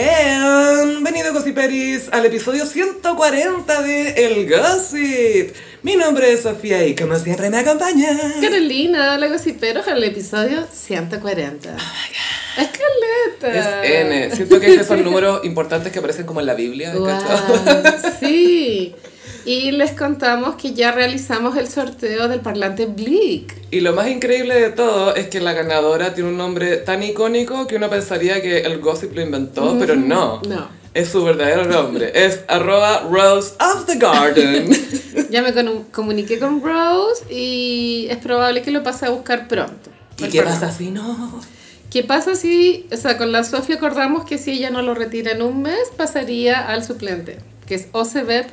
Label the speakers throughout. Speaker 1: Bienvenido Gossiperis al episodio 140 de El Gossip. Mi nombre es Sofía y como siempre me acompaña.
Speaker 2: Carolina, la gossiperos al episodio 140. Es
Speaker 1: Es
Speaker 2: caleta.
Speaker 1: N. Siento que estos son números importantes que aparecen como en la Biblia. ¿cachai?
Speaker 2: Guau, sí. Y les contamos que ya realizamos el sorteo del parlante Blick.
Speaker 1: Y lo más increíble de todo es que la ganadora tiene un nombre tan icónico que uno pensaría que el gossip lo inventó, pero no.
Speaker 2: No.
Speaker 1: Es su verdadero nombre. Es arroba Rose of the Garden.
Speaker 2: Ya me con- comuniqué con Rose y es probable que lo pase a buscar pronto.
Speaker 1: ¿Y
Speaker 2: El
Speaker 1: qué
Speaker 2: programa.
Speaker 1: pasa si no?
Speaker 2: ¿Qué pasa si, o sea, con la Sofía acordamos que si ella no lo retira en un mes, pasaría al suplente, que es ocb.r.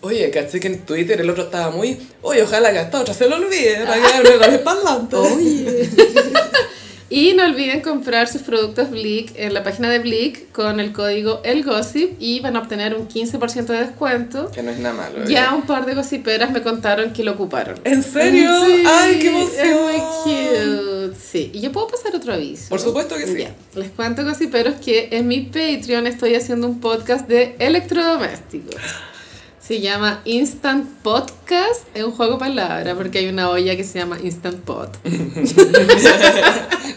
Speaker 1: Oye, caché que en Twitter el otro estaba muy. Oye, ojalá que hasta otra se lo olvide para quedarme con el parlante.
Speaker 2: Y no olviden comprar sus productos Blick en la página de Blick con el código ELGOSIP y van a obtener un 15% de descuento.
Speaker 1: Que no es nada malo. ¿eh?
Speaker 2: Ya un par de gossiperas me contaron que lo ocuparon.
Speaker 1: ¿En serio?
Speaker 2: Sí,
Speaker 1: ¡Ay, qué emoción!
Speaker 2: Es muy cute. Sí, y yo puedo pasar otro aviso.
Speaker 1: Por supuesto que sí.
Speaker 2: Ya. Les cuento, gossiperos, que en mi Patreon estoy haciendo un podcast de electrodomésticos. Se llama Instant Podcast, es un juego de palabras, porque hay una olla que se llama Instant Pot.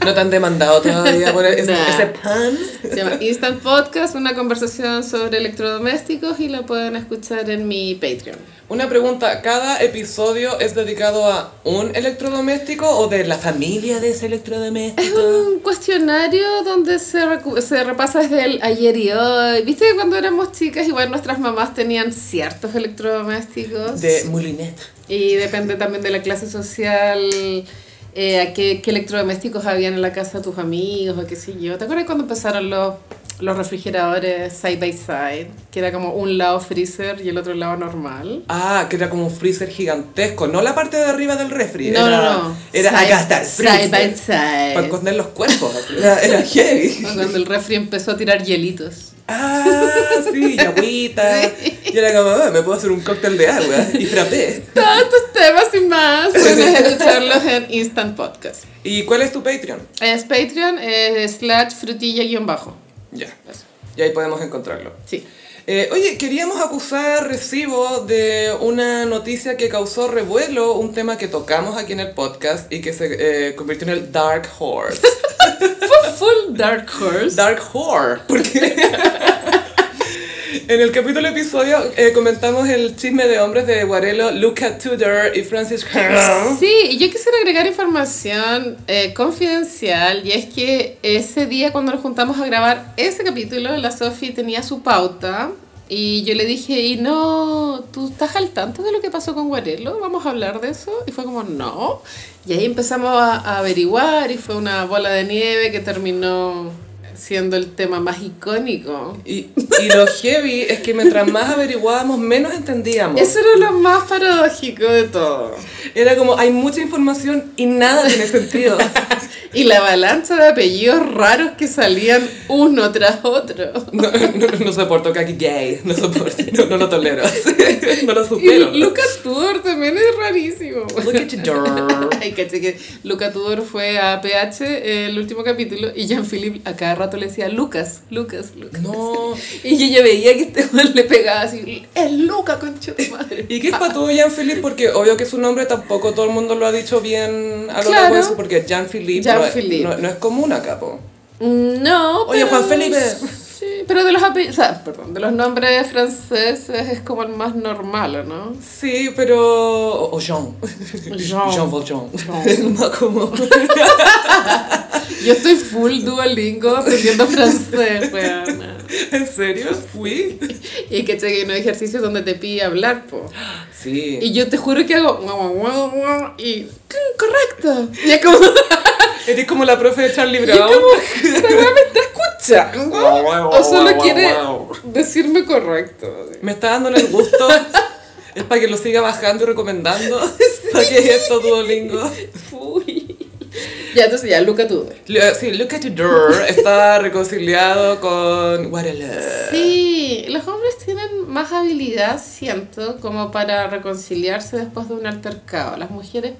Speaker 1: No te han demandado todavía por ese,
Speaker 2: Nah.
Speaker 1: ese pan.
Speaker 2: Se llama Instant Podcast, una conversación sobre electrodomésticos y lo pueden escuchar en mi Patreon.
Speaker 1: Una pregunta: ¿cada episodio es dedicado a un electrodoméstico o de la familia de ese
Speaker 2: Es
Speaker 1: electrodoméstico?
Speaker 2: un cuestionario donde se, recu- se repasa desde el ayer y hoy. Viste que cuando éramos chicas, igual nuestras mamás tenían ciertos electrodomésticos.
Speaker 1: De Moulinet.
Speaker 2: Y depende también de la clase social, eh, a qué, qué electrodomésticos habían en la casa de tus amigos o qué sé yo. ¿Te acuerdas cuando empezaron los, los refrigeradores side by side? Que era como un lado freezer y el otro lado normal.
Speaker 1: Ah, que era como un freezer gigantesco, no la parte de arriba del refri.
Speaker 2: No,
Speaker 1: era,
Speaker 2: no, no.
Speaker 1: Era
Speaker 2: Side-
Speaker 1: acá está el
Speaker 2: Side by
Speaker 1: freezer. Para
Speaker 2: side.
Speaker 1: esconder los cuerpos. así. Era, era heavy.
Speaker 2: O Cuando el refri empezó a tirar hielitos.
Speaker 1: Ah, sí, y agüita. Y era como, "Ah, me puedo hacer un cóctel de agua y frappé.
Speaker 2: Todos estos temas y más puedes escucharlos en Instant Podcast.
Speaker 1: ¿Y cuál es tu Patreon?
Speaker 2: Es Patreon, eh, slash frutilla-bajo.
Speaker 1: Ya, eso. Y ahí podemos encontrarlo.
Speaker 2: Sí.
Speaker 1: Eh, oye, queríamos acusar recibo de una noticia que causó revuelo, un tema que tocamos aquí en el podcast y que se eh, convirtió en el Dark Horse.
Speaker 2: Full, full Dark Horse.
Speaker 1: Dark Horror. Porque en el capítulo episodio eh, comentamos el chisme de hombres de Guarelo, Luca Tudor y Francis Crown.
Speaker 2: Sí, y yo quisiera agregar información eh, confidencial y es que ese día cuando nos juntamos a grabar ese capítulo, la Sofi tenía su pauta y yo le dije, y no, ¿tú estás al tanto de lo que pasó con Guarelo? ¿Vamos a hablar de eso? Y fue como, no. Y ahí empezamos a, a averiguar y fue una bola de nieve que terminó siendo el tema más icónico.
Speaker 1: Y, y lo heavy es que mientras más averiguábamos, menos entendíamos.
Speaker 2: Eso era lo más paradójico de todo.
Speaker 1: Era como, hay mucha información y nada tiene sentido.
Speaker 2: Y la avalancha de apellidos raros que salían uno tras otro.
Speaker 1: No, no, no soporto Kaki gay, no soporto, no, no lo tolero, no lo supero.
Speaker 2: Y Luca Tudor también es rarísimo.
Speaker 1: Look at you, girl.
Speaker 2: Ay, caché que Luca Tudor fue a PH el último capítulo y Jean-Philippe a cada rato le decía Lucas, Lucas, Lucas.
Speaker 1: No,
Speaker 2: Y yo ya veía que este man le pegaba así, es Luca, concha de madre.
Speaker 1: ¿Y qué es para todo Jean-Philippe? Porque obvio que su nombre tampoco todo el mundo lo ha dicho bien a lo largo
Speaker 2: Claro.
Speaker 1: de su- porque Jean-Philippe no, es-
Speaker 2: Jean-Philippe.
Speaker 1: no- no es común acá, po.
Speaker 2: No,
Speaker 1: Oye,
Speaker 2: pero-
Speaker 1: Juan Felipe.
Speaker 2: Sí, pero de los ape- o sea, perdón, de los nombres franceses es como el más normal, ¿o ¿no?
Speaker 1: Sí, pero... O o Jean.
Speaker 2: Jean.
Speaker 1: Jean Valjean.
Speaker 2: Jean.
Speaker 1: Es más común.
Speaker 2: Yo estoy full Duolingo aprendiendo francés, weona.
Speaker 1: ¿En serio? ¿Fui?
Speaker 2: Y que cheque unos ejercicios donde te pide hablar, po.
Speaker 1: Sí.
Speaker 2: Y yo te juro que hago guau, guau, guau, guau, y "Cling, correcto. Y es como,
Speaker 1: Eres como la profe de Charlie
Speaker 2: y es
Speaker 1: Brown.
Speaker 2: como esta weá me está escuchando.
Speaker 1: Guau, guau,
Speaker 2: O solo
Speaker 1: guau,
Speaker 2: quiere
Speaker 1: guau.
Speaker 2: decirme correcto.
Speaker 1: Me está dando en el gusto. Es para que lo siga bajando y recomendando. ¿Para qué es esto, Duolingo?
Speaker 2: Uy. Ya, entonces ya, Luca Tudor.
Speaker 1: Lo- Sí, Look at You Door está reconciliado con Guarelá.
Speaker 2: Sí, los hombres tienen más habilidad, siento, como para reconciliarse después de un altercado. Las mujeres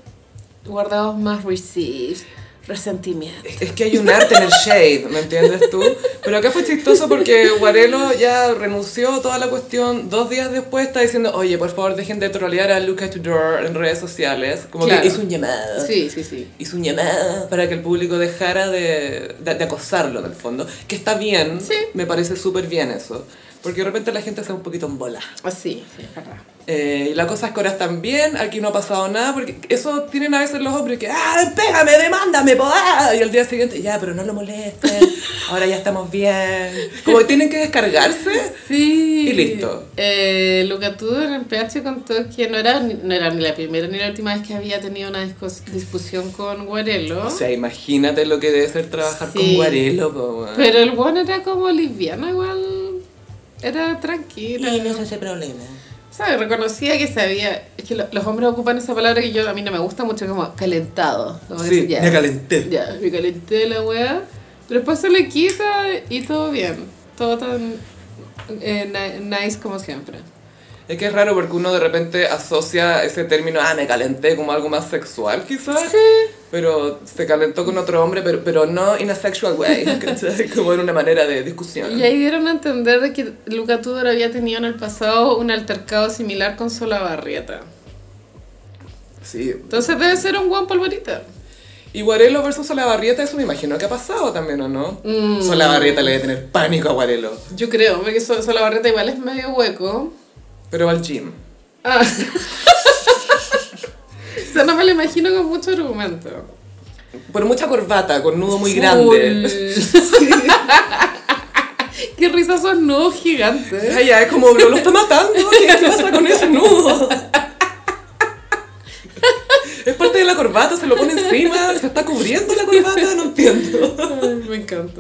Speaker 2: guardamos más receipts, resentimiento.
Speaker 1: Es que hay un arte en el shade, ¿me entiendes tú? Pero acá fue chistoso porque Guarelo ya renunció toda la cuestión. Dos días después está diciendo, oye, por favor, dejen de trolear a Lucas Tudor en redes sociales. Como
Speaker 2: Claro.
Speaker 1: que hizo un llamado.
Speaker 2: Sí, sí, sí.
Speaker 1: Hizo un llamado para que el público dejara de, de, de acosarlo, en el fondo. Que está bien,
Speaker 2: Sí.
Speaker 1: me parece súper bien eso. Porque de repente la gente se va un poquito en bola.
Speaker 2: Así, sí, es verdad.
Speaker 1: Eh, y la cosa es que ahora están bien, aquí no ha pasado nada, porque eso tienen a veces los hombres que, ah, pégame, demándame, podá. Y al día siguiente, ya, pero no lo molesten, ahora ya estamos bien. Como que tienen que descargarse.
Speaker 2: Sí.
Speaker 1: Y listo.
Speaker 2: Eh, Luca Tudor en PH contó que no era, ni- no era ni la primera ni la última vez que había tenido una discos- discusión con Guarelo.
Speaker 1: O sea, imagínate lo que debe ser trabajar con
Speaker 2: Sí.
Speaker 1: Guarelo, po, weón.
Speaker 2: pero el one era como liviano igual. Era tranquilo.
Speaker 1: ese problema.
Speaker 2: O sea, reconocía que sabía. Es que lo- los hombres ocupan esa palabra que yo a mí no me gusta mucho, como calentado. Como
Speaker 1: Sí,
Speaker 2: decir, ya,
Speaker 1: me calenté.
Speaker 2: Ya, me calenté la weá. Pero después se le quita y todo bien. Todo tan eh, ni- nice como siempre.
Speaker 1: Es que es raro porque uno de repente asocia ese término, ah, me calenté, como algo más sexual quizás.
Speaker 2: Sí.
Speaker 1: Pero se calentó con otro hombre, pero, pero no in a sexual way, ¿cachai? como en una manera de discusión.
Speaker 2: Y ahí dieron a entender de que Luca Tudor había tenido en el pasado un altercado similar con Sola Barrieta.
Speaker 1: Sí.
Speaker 2: Entonces debe ser un guan polvorita.
Speaker 1: Y Guarelo versus Solabarrieta, eso me imagino que ha pasado también, ¿o no?
Speaker 2: Mm.
Speaker 1: Solabarrieta le debe tener pánico a Guarelo,
Speaker 2: Yo creo, porque Sol- Sola Barrieta igual es medio hueco.
Speaker 1: pero va al gym.
Speaker 2: Ah. o sea, no me lo imagino con mucho argumento.
Speaker 1: Por mucha corbata, con nudo muy
Speaker 2: Full.
Speaker 1: grande.
Speaker 2: Sí. Qué risa esos nudos gigantes.
Speaker 1: Ay, ya, es como, bro, lo está matando, ¿qué qué pasa con ese nudo? Es parte de la corbata, se lo pone encima, se está cubriendo la corbata, no entiendo.
Speaker 2: Ay, me encanta.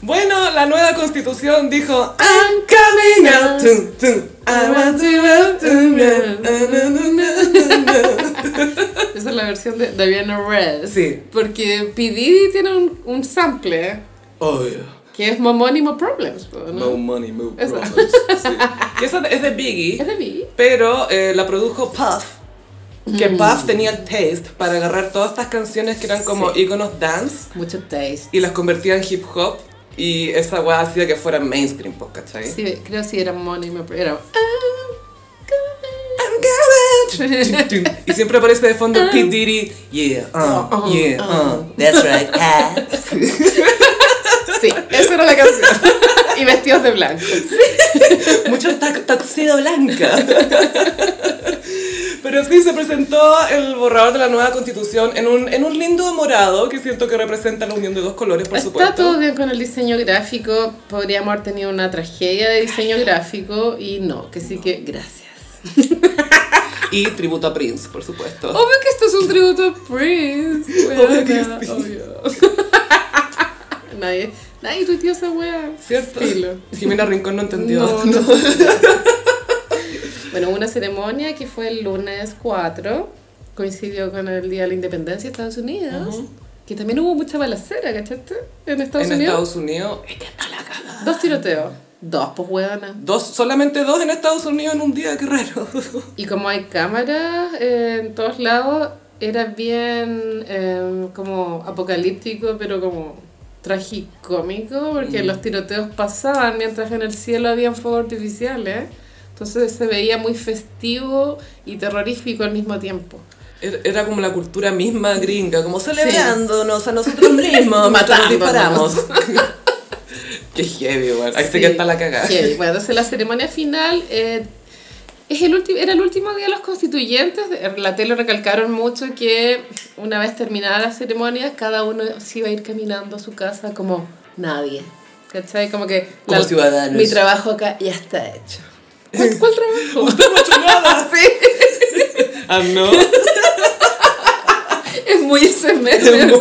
Speaker 1: Bueno, la nueva constitución dijo I'm coming out tum, tum, I want to out tum, na, na, na, na, na, na".
Speaker 2: Esa es la versión de Daviana Red.
Speaker 1: Sí.
Speaker 2: Porque P. Diddy tiene un, un sample
Speaker 1: Obvio.
Speaker 2: que es Momónimo Problems. po, ¿no?
Speaker 1: money, no
Speaker 2: Esa.
Speaker 1: problems. Y esa es de Biggie,
Speaker 2: Es de mí.
Speaker 1: pero eh, la produjo Puff. Que Puff tenía el taste para agarrar todas estas canciones que eran como íconos dance
Speaker 2: Mucho taste.
Speaker 1: y las convertía en hip hop. Y esa weá hacía que fuera mainstream, pues, ¿cachai?
Speaker 2: Sí, creo que sí era Momónimo Era.
Speaker 1: I'm coming. Y siempre aparece de fondo P. Diddy. Yeah, uh, yeah, uh. That's right, ah.
Speaker 2: Sí, esa era la canción. y vestidos de blanco.
Speaker 1: Mucho ta- taxido blanca. Pero sí, se presentó el borrador de la nueva constitución en un, en un lindo morado que siento que representa la unión de dos colores, por
Speaker 2: Está
Speaker 1: supuesto.
Speaker 2: todo bien con el diseño gráfico. Podríamos haber tenido una tragedia de diseño gráfico y no, que sí que gracias.
Speaker 1: Y tributo a Prince, por supuesto.
Speaker 2: Obvio que esto es un tributo a Prince.
Speaker 1: Obvio
Speaker 2: weona,
Speaker 1: que sí.
Speaker 2: obvio. nadie, nadie tuiteó esa wea.
Speaker 1: ¿Cierto?
Speaker 2: Filo.
Speaker 1: Jimena Rincón no entendió.
Speaker 2: No, no. Bueno, hubo una ceremonia que fue el lunes 4, coincidió con el Día de la Independencia de Estados Unidos, que también hubo mucha balacera, ¿cachaste? En Estados
Speaker 1: en
Speaker 2: Unidos.
Speaker 1: Estados Unidos. es que está la cagada.
Speaker 2: Dos tiroteos. Dos, pues hueonas.
Speaker 1: Dos, solamente dos en Estados Unidos en un día, qué raro.
Speaker 2: Y como hay cámaras eh, en todos lados, era bien eh, como apocalíptico, pero como tragicómico, porque los tiroteos pasaban mientras en el cielo habían fuegos artificiales. Entonces se veía muy festivo y terrorífico al mismo tiempo.
Speaker 1: Era Er, era como la cultura misma gringa, como celebrándonos a nosotros mismos, mientras nos
Speaker 2: Matándonos.
Speaker 1: disparamos. Qué heavy, igual. Ahí se
Speaker 2: Sí,
Speaker 1: que está la cagada.
Speaker 2: heavy. Bueno, entonces la ceremonia final eh, es el ulti- era el último día de los constituyentes. La tele recalcaron mucho que una vez terminada la ceremonia, cada uno se iba a ir caminando a su casa como nadie. ¿Cachai? Como que
Speaker 1: Como
Speaker 2: la-
Speaker 1: ciudadanos.
Speaker 2: mi trabajo acá ya está hecho. ¿Cuál, cuál trabajo?
Speaker 1: Usted no ha hecho nada.
Speaker 2: Sí,
Speaker 1: Ah, no.
Speaker 2: es muy ese meme,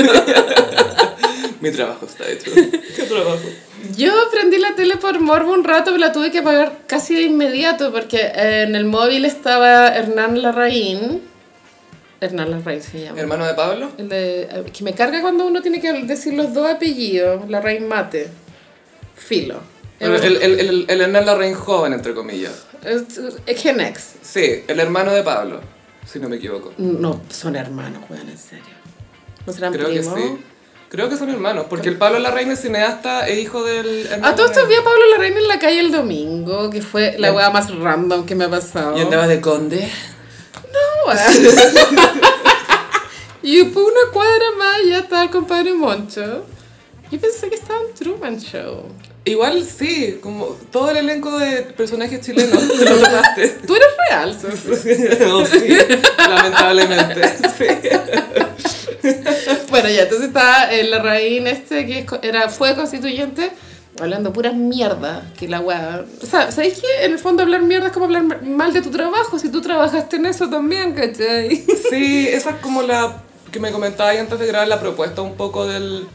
Speaker 1: Mi trabajo está hecho. ¿Qué trabajo?
Speaker 2: Yo prendí la tele por morbo un rato, pero la tuve que apagar casi de inmediato porque eh, en el móvil estaba Hernán Larraín. Hernán Larraín se llama.
Speaker 1: ¿Hermano de Pablo?
Speaker 2: El de- eh, que me carga cuando uno tiene que decir los dos apellidos, Larraín Mate. Filo.
Speaker 1: El, Ah, el, el, el, el Hernán Larraín joven, entre comillas.
Speaker 2: Es, es Gen X.
Speaker 1: Sí, el hermano de Pablo, si no me equivoco.
Speaker 2: No, son hermanos, weón, en serio. ¿No serán
Speaker 1: Creo
Speaker 2: primos?
Speaker 1: que sí. Creo que son hermanos, porque el Pablo Larraín es cineasta, es hijo del...
Speaker 2: A
Speaker 1: hermano
Speaker 2: todos estos
Speaker 1: de-
Speaker 2: vi a Pablo Larraín en la calle el domingo, que fue la
Speaker 1: Ya.
Speaker 2: weá más random que me ha pasado.
Speaker 1: Y andabas de conde.
Speaker 2: Y por una cuadra más ya estaba el compadre Moncho. Yo pensé que estaba en Truman Show.
Speaker 1: Igual sí, como todo el elenco de personajes chilenos, te lo tomaste.
Speaker 2: Tú eres real, Sofi.
Speaker 1: Oh, sí, lamentablemente. Sí.
Speaker 2: Bueno, ya, entonces estaba el Larraín este que es co- era, fue constituyente hablando pura mierda, que la weá... O sea, ¿sabéis que en el fondo hablar mierda es como hablar m- mal de tu trabajo? Si tú trabajaste en eso también, ¿cachai?
Speaker 1: Sí, esa es como la que me comentaba antes de grabar la propuesta un poco del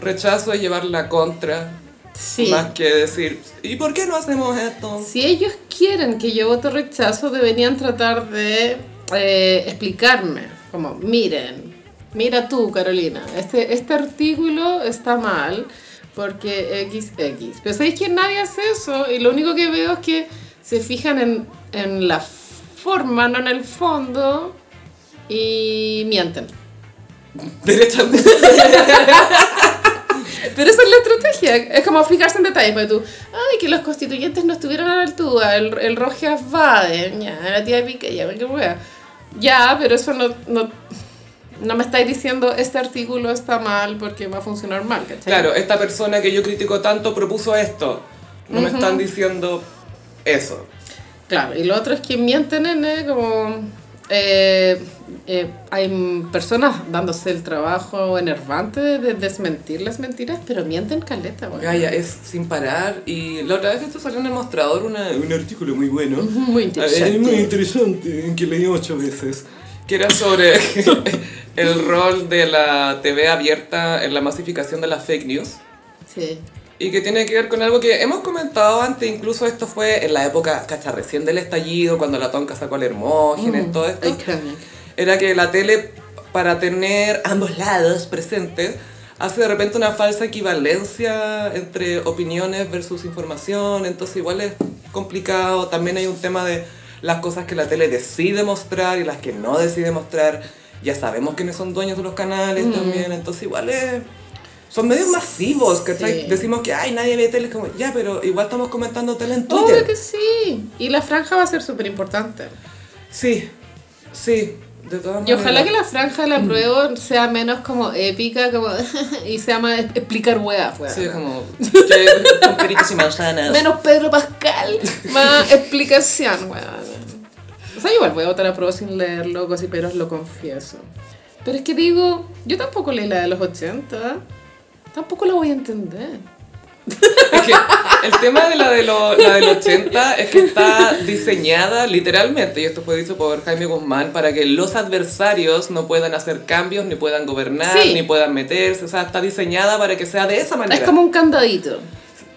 Speaker 1: rechazo y llevarla contra.
Speaker 2: Sí.
Speaker 1: Más que decir, ¿y por qué no hacemos esto?
Speaker 2: Si ellos quieren que yo vote rechazo, deberían tratar de eh, explicarme. Como, miren, mira tú, Carolina, este, este artículo está mal porque XX. Pero sabéis que nadie hace eso y lo único que veo es que se fijan en, en la forma, no en el fondo, y mienten.
Speaker 1: Derechamente.
Speaker 2: Pero esa es la estrategia, es como fijarse en detalles, porque tú, ay, que los constituyentes no estuvieron a la altura, el, el Rojas Baden, ya, la tía Pica, ya, qué wea. Ya, pero eso no, no, no me estáis diciendo, este artículo está mal porque va a funcionar mal, ¿cachai?
Speaker 1: Claro, esta persona que yo critico tanto propuso esto. No me están diciendo eso.
Speaker 2: Claro, y lo otro es que mienten en, eh, como, eh, eh, hay mm, personas dándose el trabajo enervante de, de desmentir las mentiras, pero mienten caleta, wea.
Speaker 1: Gaia es sin parar. Y la otra vez esto salió en el mostrador una- un artículo muy bueno. Ah,
Speaker 2: Muy interesante.
Speaker 1: Es muy interesante, que leí ocho veces. Que era sobre el rol de la TV abierta en la masificación de las fake news.
Speaker 2: Sí.
Speaker 1: Y que tiene que ver con algo que hemos comentado antes, incluso esto fue en la época, cacha, recién del estallido, cuando la tonca sacó al Hermógenes,
Speaker 2: Mm.
Speaker 1: todo esto
Speaker 2: Iconic.
Speaker 1: era que la tele, para tener ambos lados presentes, hace de repente una falsa equivalencia entre opiniones versus información, entonces igual es complicado, también hay un tema de las cosas que la tele decide mostrar y las que no decide mostrar, ya sabemos quiénes son dueños de los canales
Speaker 2: Mm.
Speaker 1: también, entonces igual es... Son medios masivos, ¿cachai?
Speaker 2: Sí.
Speaker 1: Decimos que, ay, nadie ve tele, es como, ya, pero igual estamos comentando tele en Twitter.
Speaker 2: Obvio que sí. Y la franja va a ser súper importante.
Speaker 1: Sí, sí, de todas
Speaker 2: Y ojalá
Speaker 1: maneras.
Speaker 2: que la franja de la prueba sea menos como épica como y sea más explicar weas. weas.
Speaker 1: Sí, como que con pericos y manzanas.
Speaker 2: Menos Pedro Pascal, más explicación, weón. O sea, igual voy a votar a prueba sin leerlo, cosas, pero os lo confieso. Pero es que digo, yo tampoco leí la de los 80. Tampoco la voy a entender.
Speaker 1: Es que el tema de la, de lo- la del 80 es que está diseñada literalmente, y esto fue dicho por Jaime Guzmán, para que los adversarios no puedan hacer cambios, ni puedan gobernar,
Speaker 2: Sí.
Speaker 1: ni puedan meterse. O sea, está diseñada para que sea de esa manera.
Speaker 2: Es como un candadito.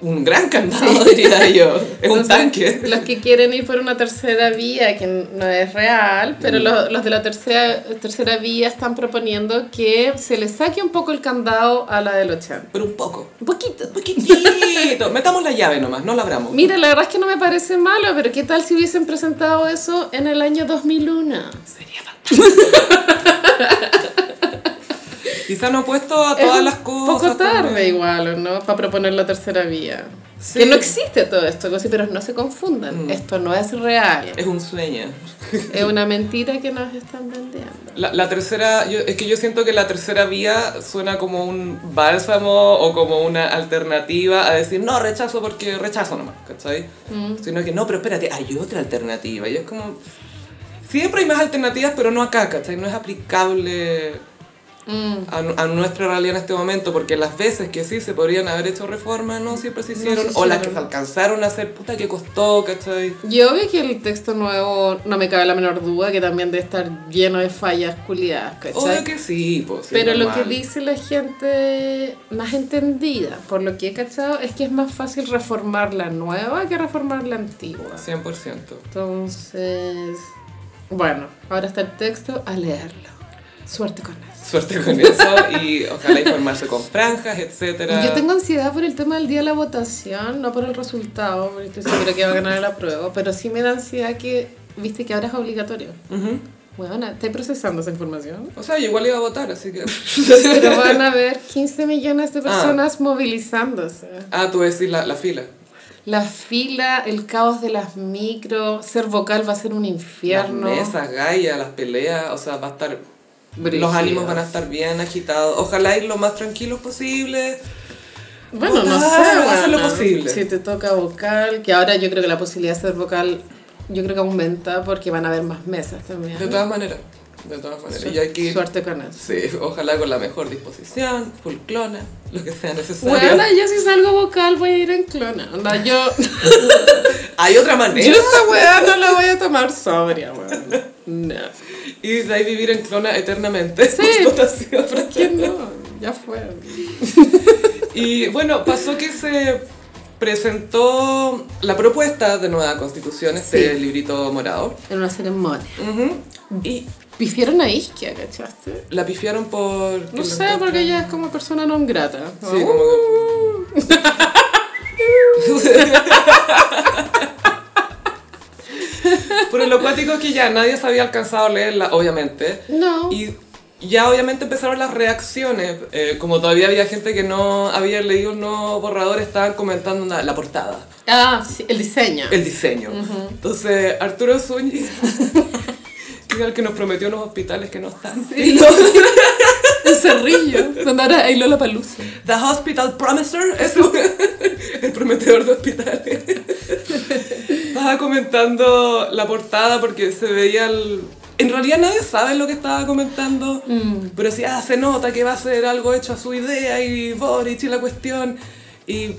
Speaker 1: un gran candado, diría yo. Es un
Speaker 2: Entonces,
Speaker 1: tanque.
Speaker 2: Los que quieren ir por una tercera vía, que no es real,
Speaker 1: Mm.
Speaker 2: pero los, los de la tercera, tercera vía están proponiendo que se le saque un poco el candado a la del 80.
Speaker 1: Pero un poco.
Speaker 2: Un poquito.
Speaker 1: Poquitito. Metamos la llave nomás, no la abramos.
Speaker 2: Mira, la verdad es que no me parece malo, pero ¿qué tal si hubiesen presentado eso en el año 2001?
Speaker 1: Sería fantástico. Quizá no he puesto a todas
Speaker 2: Es
Speaker 1: las
Speaker 2: un
Speaker 1: cosas.
Speaker 2: poco tarde
Speaker 1: también.
Speaker 2: igual, ¿o ¿no? Para proponer la tercera vía.
Speaker 1: Sí.
Speaker 2: Que no existe todo esto, cosas, pero no se confundan.
Speaker 1: Mm.
Speaker 2: Esto no es real.
Speaker 1: Es un sueño.
Speaker 2: es una mentira que nos están vendiendo.
Speaker 1: La, la tercera, yo- es que yo siento que la tercera vía suena como un bálsamo o como una alternativa a decir, no, rechazo porque rechazo nomás, ¿cachai?
Speaker 2: Mm.
Speaker 1: Sino que, no, pero espérate, hay otra alternativa. Y es como, siempre hay más alternativas, pero no acá, ¿cachai? No es aplicable
Speaker 2: Mm.
Speaker 1: a, nu- a nuestra realidad en este momento, porque las veces que sí se podrían haber hecho reformas, no siempre se
Speaker 2: No
Speaker 1: hicieron,
Speaker 2: se
Speaker 1: o las que
Speaker 2: hicieron.
Speaker 1: se alcanzaron a hacer, puta que costó, ¿cachai?
Speaker 2: Yo vi que el texto nuevo no me cabe la menor duda que también debe estar lleno de fallas culiadas,
Speaker 1: Obvio
Speaker 2: ¿cachai?
Speaker 1: que sí, pues. sí,
Speaker 2: Pero lo que
Speaker 1: normal.
Speaker 2: dice la gente más entendida, por lo que he cachado, es que es más fácil reformar la nueva que reformar la antigua.
Speaker 1: 100%.
Speaker 2: Entonces, bueno, ahora está el texto a leerlo. Suerte con eso.
Speaker 1: Suerte con eso y ojalá informarse con franjas, etcétera.
Speaker 2: Yo tengo ansiedad por el tema del día de la votación, no por el resultado, porque estoy segura que va a ganar la prueba, pero sí me da ansiedad que, viste, que ahora es obligatorio.
Speaker 1: Ujú.
Speaker 2: Bueno, estoy procesando esa información.
Speaker 1: O sea, yo igual iba a votar, así que...
Speaker 2: Pero van a haber 15 millones de personas movilizándose.
Speaker 1: ah, tú decís la, la fila.
Speaker 2: La fila, el caos de las micro, ser vocal va a ser un infierno.
Speaker 1: Las mesas, gallas, las peleas, o sea, va a estar...
Speaker 2: Brígido.
Speaker 1: Los ánimos van a estar bien agitados. Ojalá ir lo más tranquilos posible.
Speaker 2: Bueno, no sé.
Speaker 1: Votar, hacer lo
Speaker 2: bueno,
Speaker 1: posible.
Speaker 2: Si te toca vocal, que ahora yo creo que la posibilidad de ser vocal, yo creo que aumenta porque van a haber más mesas también.
Speaker 1: De todas maneras. De todas maneras. Y hay que
Speaker 2: Suerte,
Speaker 1: ir-
Speaker 2: suerte con eso.
Speaker 1: Sí, ojalá con la mejor disposición, full clona, lo que sea necesario.
Speaker 2: Bueno, yo si salgo vocal voy a ir en clona. Onda, yo,
Speaker 1: Hay otra
Speaker 2: yo
Speaker 1: manera.
Speaker 2: esta weá no la voy a tomar sobria, weón. No.
Speaker 1: Y de ahí vivir en clona eternamente.
Speaker 2: Sí.
Speaker 1: Explotación.
Speaker 2: ¿Por qué no? Ya fue.
Speaker 1: Y bueno, pasó que se presentó la propuesta de nueva constitución, este
Speaker 2: Sí.
Speaker 1: librito morado.
Speaker 2: En una ceremonia.
Speaker 1: Ujú. Y
Speaker 2: Pifieron a Isquia, ¿cachaste?
Speaker 1: la pifiaron por... que
Speaker 2: No
Speaker 1: lo
Speaker 2: sé,
Speaker 1: encuentran-
Speaker 2: porque ella es como persona non grata.
Speaker 1: Sí, como que... Pero lo cuático es que ya nadie se había alcanzado a leerla, obviamente.
Speaker 2: No.
Speaker 1: Y ya obviamente empezaron las reacciones. eh, como todavía había gente que no había leído el nuevo borrador, estaban comentando una- la portada,
Speaker 2: Ah, sí, el diseño.
Speaker 1: el diseño. Entonces, Arturo Zúñiga, que era el que nos prometió unos hospitales que no están.
Speaker 2: El cerrillo. Donde ahora hay Lola Palusa.
Speaker 1: The Hospital Promiser es un- el prometedor de hospitales. Estaba comentando la portada porque se veía el... En realidad nadie sabe lo que estaba comentando, pero sí, ah, se nota que va a ser algo hecho a su idea y Boric y la cuestión. Y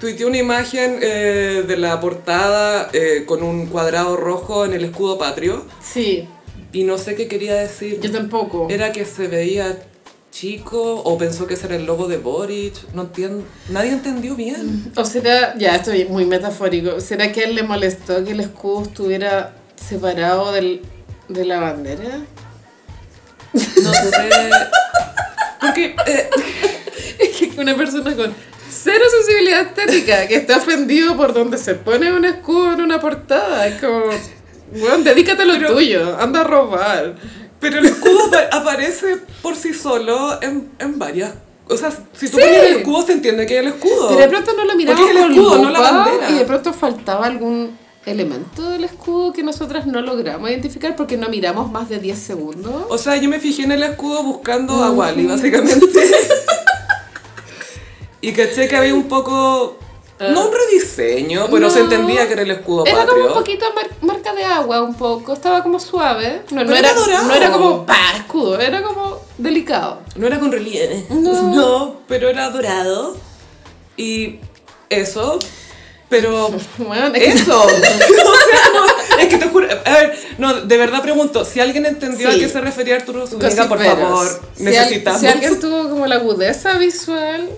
Speaker 1: tuiteé una imagen eh, de la portada eh, con un cuadrado rojo en el escudo patrio
Speaker 2: Sí,
Speaker 1: y no sé qué quería decir.
Speaker 2: yo tampoco.
Speaker 1: Era que se veía chico o pensó que ese era el logo de Boric. No entiendo. Nadie entendió bien.
Speaker 2: O será, ya esto es muy metafórico, ¿será que a él le molestó que el escudo estuviera separado del, de la bandera? Mm.
Speaker 1: No sé. Porque eh,
Speaker 2: Es que una persona con cero sensibilidad estética que está ofendido por donde se pone un escudo en una portada, es como, weón, dedícate a lo tuyo, anda a robar.
Speaker 1: Pero el escudo apa- aparece por sí solo en, en varias. O sea, si tú
Speaker 2: Sí.
Speaker 1: pones el escudo, se entiende que es el escudo.
Speaker 2: Pero de pronto no lo miramos
Speaker 1: Oh. Porque es el
Speaker 2: con
Speaker 1: escudo, no la
Speaker 2: lupa,
Speaker 1: bandera.
Speaker 2: y de pronto faltaba algún elemento del escudo que nosotras no logramos identificar porque no miramos más de 10 segundos.
Speaker 1: O sea, yo me fijé en el escudo buscando a
Speaker 2: Mm.
Speaker 1: Wally, básicamente. y caché que había un poco. No un rediseño, Oh, pero se
Speaker 2: Ah. No.
Speaker 1: entendía que era el escudo
Speaker 2: Era
Speaker 1: patrio.
Speaker 2: como un poquito mar- marca de agua, un poco. Estaba como suave. No, no
Speaker 1: Pero
Speaker 2: era,
Speaker 1: era dorado.
Speaker 2: no era como pa, escudo, era como delicado.
Speaker 1: No era con relieve.
Speaker 2: No.
Speaker 1: pero era dorado. Y eso. Pero.
Speaker 2: Bueno, es que-
Speaker 1: Eso. O sea, no, es que te juro. A ver, no, de verdad pregunto. Si alguien entendió
Speaker 2: Sí.
Speaker 1: a qué se refería Arturo Zúñiga,
Speaker 2: Gossip
Speaker 1: por
Speaker 2: Veras.
Speaker 1: favor,
Speaker 2: Si al-
Speaker 1: necesitamos.
Speaker 2: Si alguien tuvo como la agudeza visual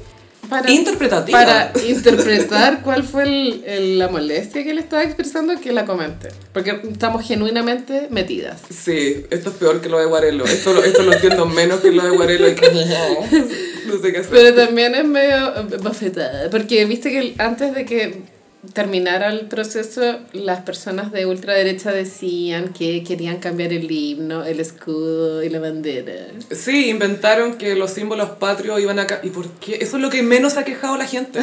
Speaker 2: para,
Speaker 1: Interpretativa.
Speaker 2: para interpretar cuál fue el- el- la molestia que él estaba expresando, que la comente. Porque estamos genuinamente metidas.
Speaker 1: Sí, esto es peor que lo de Guarelo. Esto lo, esto lo entiendo menos que lo de Guarelo. y que- No sé qué hacer.
Speaker 2: Pero también es medio eh, bofetada, porque viste que el- antes de que terminara el proceso, las personas de ultraderecha decían que querían cambiar el himno, el escudo y la bandera.
Speaker 1: Sí, inventaron que los símbolos patrios iban acá. ¿Y por qué? Eso es lo que menos ha quejado la gente.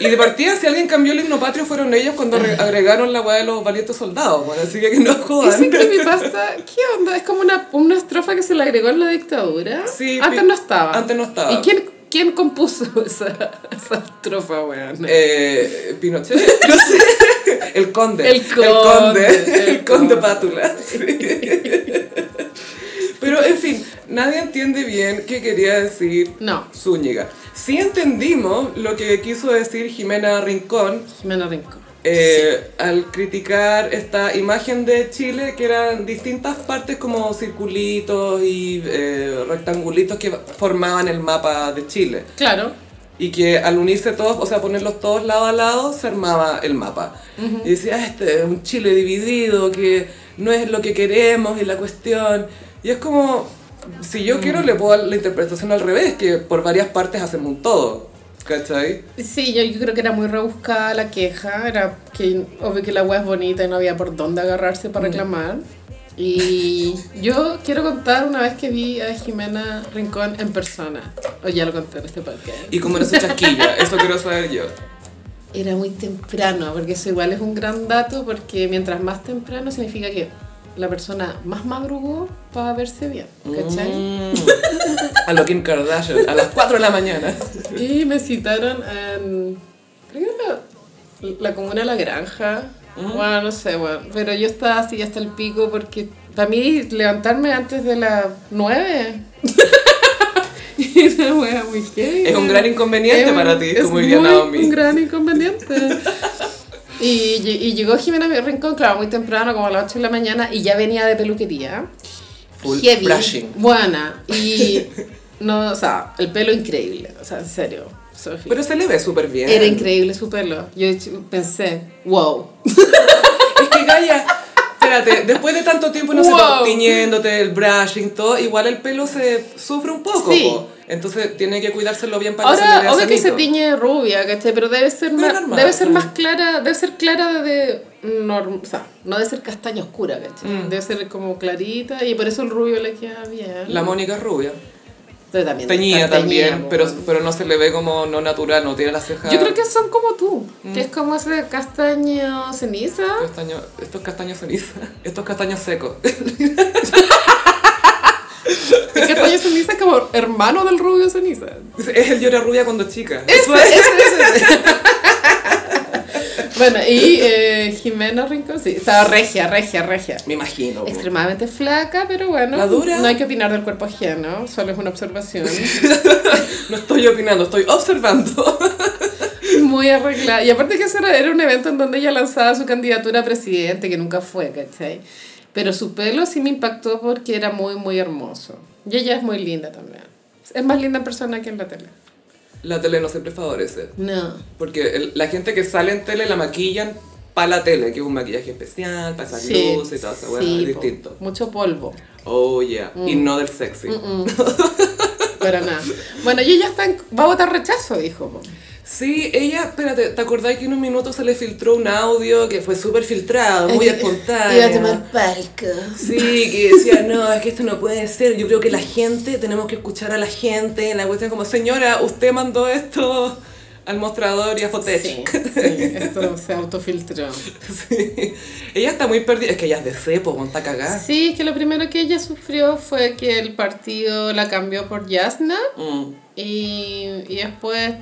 Speaker 1: Y de partida, si alguien cambió el himno patrio, fueron ellos cuando re- agregaron la weá de los valientes soldados. bueno, así que que no jodan.
Speaker 2: Dicen que mi pasta, ¿qué onda? Es como una, una estrofa que se le agregó en la dictadura.
Speaker 1: Sí,
Speaker 2: antes
Speaker 1: pi-
Speaker 2: no estaba.
Speaker 1: antes no estaba.
Speaker 2: ¿Y quién, quién compuso esa, esa estrofa, weón?
Speaker 1: Eh, Pinochet, no sé. El conde.
Speaker 2: El
Speaker 1: conde.
Speaker 2: conde,
Speaker 1: El conde,
Speaker 2: el conde.
Speaker 1: pátula. sí. Pero en fin, nadie entiende bien qué quería decir
Speaker 2: No,
Speaker 1: Zúñiga. Sí entendimos lo que quiso decir Jimena Rincón
Speaker 2: Jimena Rincón.
Speaker 1: Eh, al criticar esta imagen de Chile que eran distintas partes como circulitos y eh, rectangulitos que formaban el mapa de Chile
Speaker 2: Claro.
Speaker 1: y que al unirse todos, o sea, ponerlos todos lado a lado, se armaba el mapa. Y decía, "Ah, este es un Chile dividido, que no es lo que queremos y la cuestión. Y es como, si yo
Speaker 2: Mm.
Speaker 1: quiero le puedo dar la interpretación al revés, que por varias partes hacemos un todo, ¿cachai?
Speaker 2: Sí, yo, yo creo que era muy rebuscada
Speaker 1: Mm.
Speaker 2: la queja, era que obvio que la agua es bonita y no había por dónde agarrarse para reclamar. Y yo quiero contar una vez que vi a Jimena Rincón en persona. O ya lo conté en este podcast.
Speaker 1: ¿Y cómo era su chasquilla? Eso quiero saber yo.
Speaker 2: Era muy temprano, porque eso igual es un gran dato, porque mientras más temprano significa que la persona más madrugó para verse bien, ¿cachai?
Speaker 1: Mm. A lo Kim Kardashian, a las 4 de la mañana.
Speaker 2: Y me citaron en. Creo que era la, la comuna de La Granja.
Speaker 1: Mm.
Speaker 2: Bueno, no sé, bueno. Pero yo estaba así hasta el pico porque para mí levantarme antes de las 9. Era wea muy heavy,
Speaker 1: Es un
Speaker 2: wea.
Speaker 1: gran inconveniente
Speaker 2: Es
Speaker 1: para
Speaker 2: un-
Speaker 1: ti,
Speaker 2: es
Speaker 1: como diría
Speaker 2: muy
Speaker 1: Naomi.
Speaker 2: un gran inconveniente. y, lle- y llegó Jimena Rincón, claro, muy temprano, como a las 8 de la mañana, y ya venía de peluquería.
Speaker 1: Full
Speaker 2: heavy,
Speaker 1: brushing.
Speaker 2: buena, y no, o sea, el pelo increíble, o sea, en serio, Sophie.
Speaker 1: Pero se le ve súper bien.
Speaker 2: Era increíble su pelo. Yo ch- pensé, wow.
Speaker 1: Es que Gaia, espérate, después de tanto tiempo, no sé,
Speaker 2: Wow.
Speaker 1: tiñéndote, el brushing, todo, igual el pelo se sufre un poco.
Speaker 2: Sí.
Speaker 1: po. Entonces tiene que cuidárselo bien para que se le
Speaker 2: Ahora,
Speaker 1: vea
Speaker 2: obvio que se
Speaker 1: sanito.
Speaker 2: tiñe rubia, ¿cachai? Pero debe ser,
Speaker 1: Pero
Speaker 2: más,
Speaker 1: normal,
Speaker 2: debe ser
Speaker 1: ¿no?
Speaker 2: más clara, debe ser clara de... norm- o sea, no debe ser castaña oscura, ¿cachai?
Speaker 1: Mm.
Speaker 2: Debe ser como clarita y por eso el rubio le queda bien.
Speaker 1: La Mónica es rubia.
Speaker 2: Pero también
Speaker 1: Teñida
Speaker 2: está teñida,
Speaker 1: también,
Speaker 2: po.
Speaker 1: pero, pero no se le ve como no natural, no tiene las cejas.
Speaker 2: Yo creo que son como tú,
Speaker 1: Mm.
Speaker 2: que es como ese castaño ceniza.
Speaker 1: Castaño- estos castaños ceniza, estos castaños secos.
Speaker 2: El castaño ceniza es como hermano del rubio ceniza.
Speaker 1: Es el yo era rubia cuando chica.
Speaker 2: Eso es, Bueno, y eh, Jimena Rincón, sí, estaba regia, regia, regia.
Speaker 1: Me imagino. po.
Speaker 2: Extremadamente flaca, pero bueno.
Speaker 1: La dura.
Speaker 2: No hay que opinar del cuerpo ajeno, solo es una observación.
Speaker 1: No estoy opinando, estoy observando.
Speaker 2: Muy arreglada. Y aparte que eso era, era un evento en donde ella lanzaba su candidatura a presidente, que nunca fue, ¿cachai? Pero su pelo sí me impactó porque era muy, muy hermoso. Y ella es muy linda también. Es más linda en persona que en la tele.
Speaker 1: La tele no siempre favorece.
Speaker 2: No.
Speaker 1: Porque el- la gente que sale en tele la maquillan para la tele, que es un maquillaje especial, para esas luces y todo eso, bueno,
Speaker 2: sí,
Speaker 1: es
Speaker 2: po. Mm.
Speaker 1: distinto.
Speaker 2: Mucho polvo.
Speaker 1: Oh yeah, y no del sexy.
Speaker 2: Para nada. Bueno, y ella está en- va a votar rechazo, dijo. po.
Speaker 1: Sí, ella, espérate, ¿te acordás que en un minuto se le filtró un audio que fue súper filtrado, muy
Speaker 2: Iba a
Speaker 1: espontáneo?
Speaker 2: palco.
Speaker 1: Sí, que decía, no, es que esto no puede ser, yo creo que la gente, tenemos que escuchar a la gente, la cuestión como, señora, usted mandó esto al mostrador y a Fotech.
Speaker 2: Sí, sí, esto se autofiltró.
Speaker 1: Sí. Ella está muy perdida, es que ella es de cepo, monta cagada.
Speaker 2: Sí, es que lo primero que ella sufrió fue que el partido la cambió por Yasna
Speaker 1: Mm.
Speaker 2: y, y después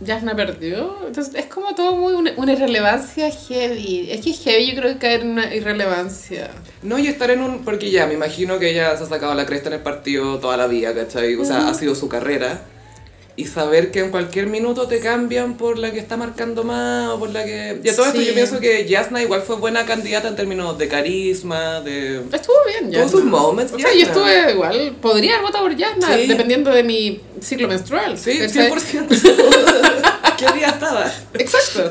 Speaker 2: Yasna perdió. Entonces es como todo muy una, una irrelevancia heavy. Es que es heavy yo creo que caer en una irrelevancia.
Speaker 1: No, y estar en un... Porque ya, me imagino que ella se ha sacado la cresta en el partido toda la vida, ¿cachai? O sea, ha sido su carrera. Y saber que en cualquier minuto te cambian por la que está marcando más o por la que... Y a todo
Speaker 2: Sí.
Speaker 1: esto yo pienso que Jasna igual fue buena candidata en términos de carisma, de...
Speaker 2: Estuvo bien
Speaker 1: Tuvo
Speaker 2: Yasna.
Speaker 1: sus moments,
Speaker 2: O sea, yo
Speaker 1: Yasna.
Speaker 2: estuve igual, podría haber votado por Yasna,
Speaker 1: Sí.
Speaker 2: dependiendo de mi ciclo menstrual.
Speaker 1: Sí,
Speaker 2: ¿cachai?
Speaker 1: 100%. ¿Qué día estaba?
Speaker 2: Exacto.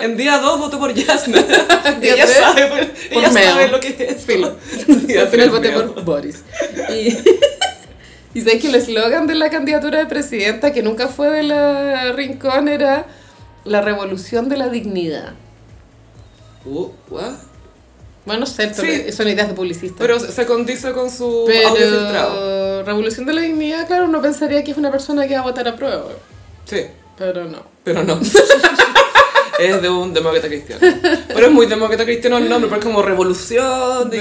Speaker 1: En día 2 votó por Jasna.
Speaker 2: Día
Speaker 1: ella
Speaker 2: tres,
Speaker 1: sabe, ella
Speaker 2: por Meo.
Speaker 1: sabe lo que es.
Speaker 2: Filo. Y
Speaker 1: Día
Speaker 2: al final
Speaker 1: tres,
Speaker 2: voté
Speaker 1: Meo.
Speaker 2: por Boris. Y, y sabes que el eslogan de la candidatura de presidenta, que nunca fue de la Rincón, era la revolución de la dignidad.
Speaker 1: Uh, what?
Speaker 2: Bueno, no sé, esto
Speaker 1: Sí.
Speaker 2: le- son ideas de publicista.
Speaker 1: Pero se condice con su audio filtrado.
Speaker 2: Pero revolución de la dignidad, claro, uno pensaría que es una persona que va a votar a prueba,
Speaker 1: Sí.
Speaker 2: pero no.
Speaker 1: Pero no. es de un demócrata cristiano. Pero es muy demócrata cristiano el nombre, pero es como revolución,
Speaker 2: De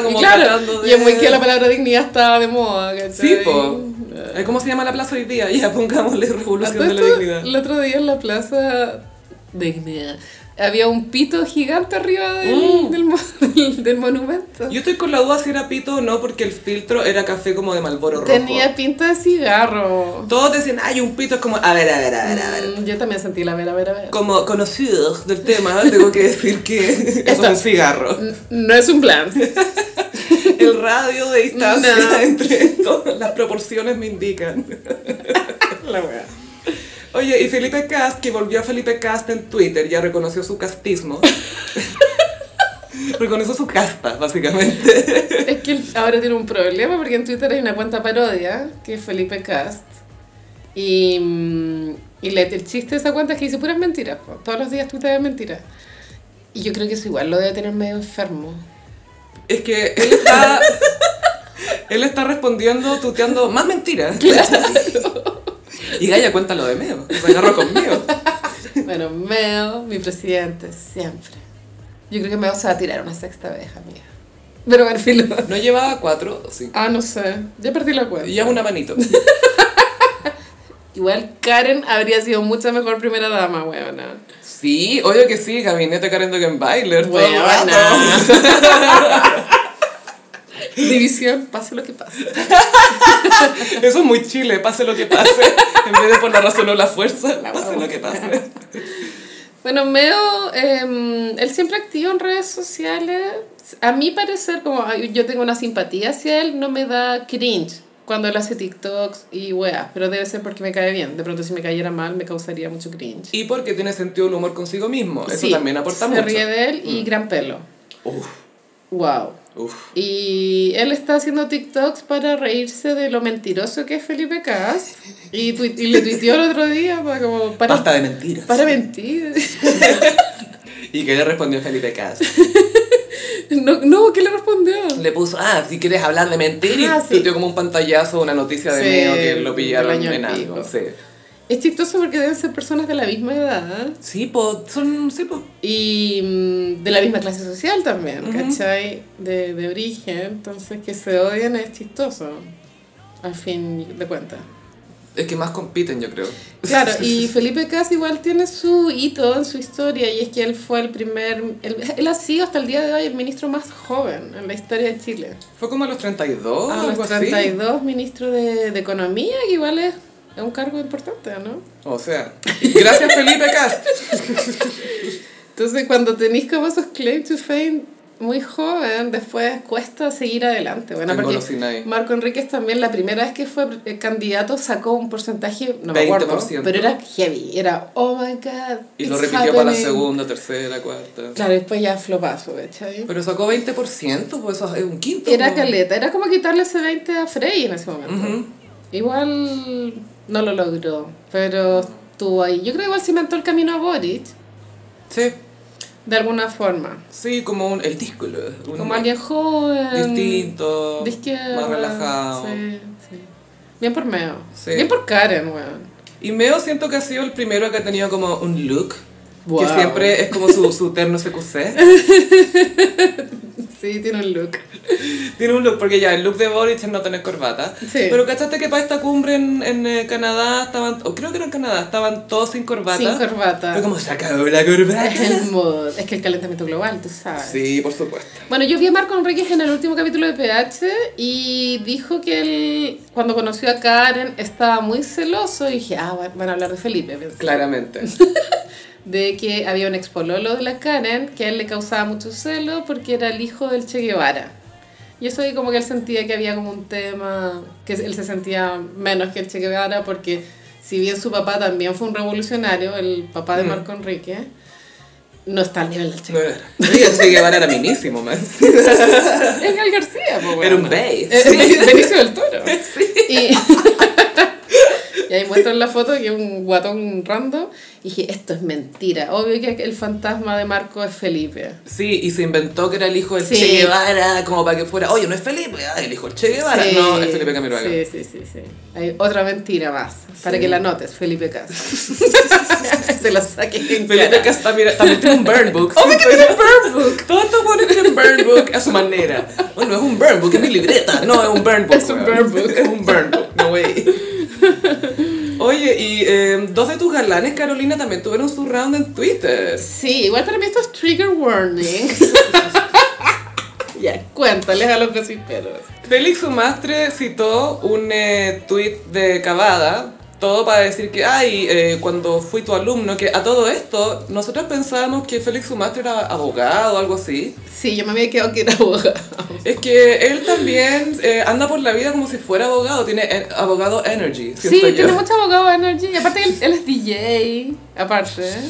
Speaker 1: dignidad,
Speaker 2: dig-
Speaker 1: como
Speaker 2: y claro,
Speaker 1: tratando de...
Speaker 2: y es muy que la palabra dignidad está de moda,
Speaker 1: Sí,
Speaker 2: ¿cachai?
Speaker 1: po. Eh, ¿Cómo se llama la plaza hoy día? Ya, pongámosle
Speaker 2: A
Speaker 1: revolución
Speaker 2: todo
Speaker 1: de la
Speaker 2: esto,
Speaker 1: dignidad.
Speaker 2: El otro día en la plaza Dignidad había un pito gigante arriba del,
Speaker 1: Mm.
Speaker 2: del, mo- del- del monumento.
Speaker 1: Yo estoy con la duda si era pito o no, porque el filtro era café como de Malboro rojo.
Speaker 2: Tenía pinta de cigarro.
Speaker 1: Todos decían, hay un pito, es como, a ver, a ver, a ver, a ver.
Speaker 2: Mm, Yo también sentí la vera, vera, vera.
Speaker 1: Como conocidos del tema, tengo que decir que eso es un cigarro.
Speaker 2: N- No es un plan.
Speaker 1: El radio de distancia
Speaker 2: No.
Speaker 1: entre esto, las proporciones me indican.
Speaker 2: la wea.
Speaker 1: Oye, y Felipe Cast, que volvió a Felipe Cast en Twitter, ya reconoció su castismo. reconoció su casta, básicamente.
Speaker 2: Es que él ahora tiene un problema porque en Twitter hay una cuenta parodia que es Felipe Cast. Y, mm, y la- el chiste de esa cuenta es que dice puras mentiras. po. Todos los días tuitea mentiras. Y yo creo que eso igual lo debe tener medio enfermo.
Speaker 1: es que él está, él está respondiendo, tuteando más mentiras. Y Gaia cuenta lo de Meo, se agarró conmigo.
Speaker 2: Bueno, Meo, mi presidente, siempre. Yo creo que Meo se va a tirar una sexta vez, amiga. Pero bueno, filo.
Speaker 1: No llevaba cuatro, sí.
Speaker 2: Ah, no sé. Ya perdí la cuenta.
Speaker 1: Y ya es una manito.
Speaker 2: Igual Karen habría sido mucha mejor primera dama, weona.
Speaker 1: Sí, obvio que sí, gabinete Karen Dogenbailer. todo el rato.
Speaker 2: Weona. División, pase lo que pase.
Speaker 1: Eso es muy chile, pase lo que pase. En vez de por la razón o la fuerza,
Speaker 2: La
Speaker 1: pase
Speaker 2: guagua.
Speaker 1: lo que pase.
Speaker 2: Bueno, Meo, eh, él siempre activo en redes sociales. A mi parecer, como ay, yo tengo una simpatía hacia él, no me da cringe cuando él hace TikToks y weas, pero debe ser porque me cae bien. De pronto, si me cayera mal, me causaría mucho cringe.
Speaker 1: Y porque tiene sentido el humor consigo mismo. Eso
Speaker 2: Sí,
Speaker 1: también aporta
Speaker 2: se
Speaker 1: mucho. Mm.
Speaker 2: ríe de él y gran pelo.
Speaker 1: Uf,
Speaker 2: Wow.
Speaker 1: uf.
Speaker 2: Y él está haciendo TikToks para reírse de lo mentiroso que es Felipe Cast. Y, tui- y le tuiteó el otro día para como... Para,
Speaker 1: Basta de mentiras.
Speaker 2: para mentir.
Speaker 1: Y que le respondió Felipe Cas.
Speaker 2: No, no, ¿qué le respondió?
Speaker 1: Le puso, ah, si quieres hablar de mentiras.
Speaker 2: Ah,
Speaker 1: y
Speaker 2: sí.
Speaker 1: tuiteó como un pantallazo, una noticia de
Speaker 2: Sí,
Speaker 1: Neo que lo pillaron
Speaker 2: del año
Speaker 1: en
Speaker 2: al
Speaker 1: algo.
Speaker 2: pico.
Speaker 1: Sí,
Speaker 2: Es chistoso porque deben ser personas de la misma edad
Speaker 1: sí po, son, sí, po.
Speaker 2: y mm, de la misma clase social también, ¿cachai? De, de origen, entonces que se odian es chistoso, al fin de cuentas.
Speaker 1: Es que más compiten, yo creo.
Speaker 2: Claro, y Felipe Cas igual tiene su hito en su historia y es que él fue el primer, él, él ha sido hasta el día de hoy el ministro más joven en la historia de Chile.
Speaker 1: Fue como a los 32,
Speaker 2: A
Speaker 1: Oh, algo
Speaker 2: los
Speaker 1: así.
Speaker 2: 32 ministro de, de Economía, que igual es es un cargo importante, ¿no?
Speaker 1: O sea, gracias Felipe Cas.
Speaker 2: Entonces, cuando tenéis como esos claim to fame muy joven, después cuesta seguir adelante. Bueno, porque
Speaker 1: Engolosinai.
Speaker 2: Marco Enríquez también, la primera vez que fue eh, candidato, sacó un porcentaje, no me acuerdo,
Speaker 1: 20%.
Speaker 2: pero era heavy. Era, oh my god.
Speaker 1: Y lo
Speaker 2: it's
Speaker 1: repitió para la
Speaker 2: happening".
Speaker 1: segunda, tercera, cuarta.
Speaker 2: Claro, después ya flopazo, ¿cachai?
Speaker 1: Pero sacó 20%, pues eso es un quinto.
Speaker 2: Era
Speaker 1: po.
Speaker 2: caleta, era como quitarle ese 20 a Frey en ese momento.
Speaker 1: Ujú.
Speaker 2: Igual no lo logró, pero estuvo ahí. Yo creo que igual cimentó el camino a Boric,
Speaker 1: Sí,
Speaker 2: de alguna forma.
Speaker 1: sí, como un, el disco. lo- un-
Speaker 2: Como alguien joven.
Speaker 1: distinto,
Speaker 2: De izquierda.
Speaker 1: más relajado.
Speaker 2: Sí, sí. Bien por Meo.
Speaker 1: Sí.
Speaker 2: Bien por Karen, weón.
Speaker 1: Y Meo siento que ha sido el primero que ha tenido como un look.
Speaker 2: Wow.
Speaker 1: Que siempre es como su, su terno CQC.
Speaker 2: Sí, tiene un look.
Speaker 1: Tiene un look, porque ya el look de Boric es no tener corbata.
Speaker 2: Sí.
Speaker 1: Pero cachaste que para esta cumbre en, en, eh, Canadá estaban, o creo que era en Canadá, estaban todos sin corbata.
Speaker 2: Sin corbata.
Speaker 1: Fue como sacado la
Speaker 2: Es
Speaker 1: corbata.
Speaker 2: el mod. Es que el calentamiento global, tú sabes.
Speaker 1: sí, por supuesto.
Speaker 2: Bueno, yo vi a Marco Enríquez en el último capítulo de PH y dijo que él, cuando conoció a Karen, estaba muy celoso y dije, ah, van- van a hablar de Felipe. pensé.
Speaker 1: Claramente.
Speaker 2: de que había un expololo de la Karen que a él le causaba mucho celo porque era el hijo del Che Guevara. Y eso ahí como que él sentía que había como un tema, que él se sentía menos que el Che Guevara porque si bien su papá también fue un revolucionario, el papá de
Speaker 1: Mm.
Speaker 2: Marco Enrique, no está al nivel del Che
Speaker 1: No
Speaker 2: Guevara.
Speaker 1: era. Sí, yo sé que Guevara era minísimo, man.
Speaker 2: Es Gal García, pues
Speaker 1: Era un base.
Speaker 2: eh, Benicio del Toro. Y, y ahí muestran la foto que un guatón random. Y dije, esto es mentira. Obvio que el fantasma de Marco es Felipe.
Speaker 1: Sí, y se inventó que era el hijo del
Speaker 2: Sí.
Speaker 1: Che Guevara, como para que fuera, oye, no es Felipe, ah, el hijo del Che Guevara.
Speaker 2: Sí,
Speaker 1: No, es Felipe Camiroaga.
Speaker 2: Sí, sí, sí, sí. Hay otra mentira más. Para
Speaker 1: Sí.
Speaker 2: que la notes, Felipe Cas. Se la saque en
Speaker 1: Felipe
Speaker 2: cara.
Speaker 1: Cas también, también tiene un burn book. ¡Oh, que tiene burn book! Todos estos buenos tienen burn book a su manera. Bueno, es un burn book, es mi libreta. No, es un burn book.
Speaker 2: Es un
Speaker 1: weón.
Speaker 2: burn book.
Speaker 1: Es un burn book, no way. Oye, y eh, dos de tus galanes, Carolina, también tuvieron su round en Twitter.
Speaker 2: Sí, igual para mí esto es trigger warning. ya, cuéntales a los gossiperos.
Speaker 1: Félix Sumastre citó un eh, tweet de Cavada, todo para decir que, ay, eh, cuando fui tu alumno, que a todo esto, nosotros pensábamos que Félix Sumastre era abogado o algo así.
Speaker 2: Sí, yo me había quedado que era abogado.
Speaker 1: Es que él también eh, anda por la vida como si fuera abogado, tiene eh, abogado energy.
Speaker 2: Sí,
Speaker 1: siento yo.
Speaker 2: tiene mucho abogado energy. Y aparte, él, él es DJ. Aparte,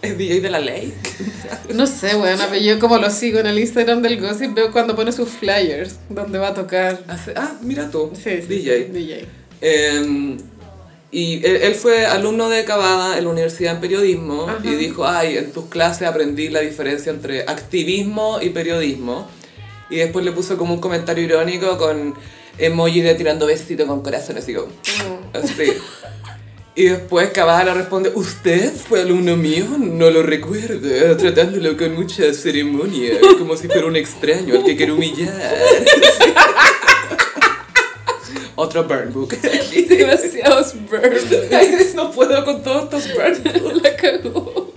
Speaker 1: Es DJ de la ley.
Speaker 2: no sé, bueno, pero yo como lo sigo en el Instagram del Gossip, veo cuando pone sus flyers donde va a tocar.
Speaker 1: Hace- ah, mira tú,
Speaker 2: Sí, sí,
Speaker 1: DJ.
Speaker 2: sí, DJ.
Speaker 1: Eh, y él, él fue alumno de Cavada en la universidad en periodismo
Speaker 2: Ajá.
Speaker 1: y dijo, ay, en tus clases aprendí la diferencia entre activismo y periodismo. Y después le puso como un comentario irónico con emoji de tirando besito con corazones y como... Así. Y después Cavada responde, usted fue alumno mío, no lo recuerda, tratándolo con mucha ceremonia, como si fuera un extraño al que quiere humillar. Sí. Otro burn book.
Speaker 2: Demasiados burn.
Speaker 1: Ay, no puedo con todos estos burn books.
Speaker 2: La cagó.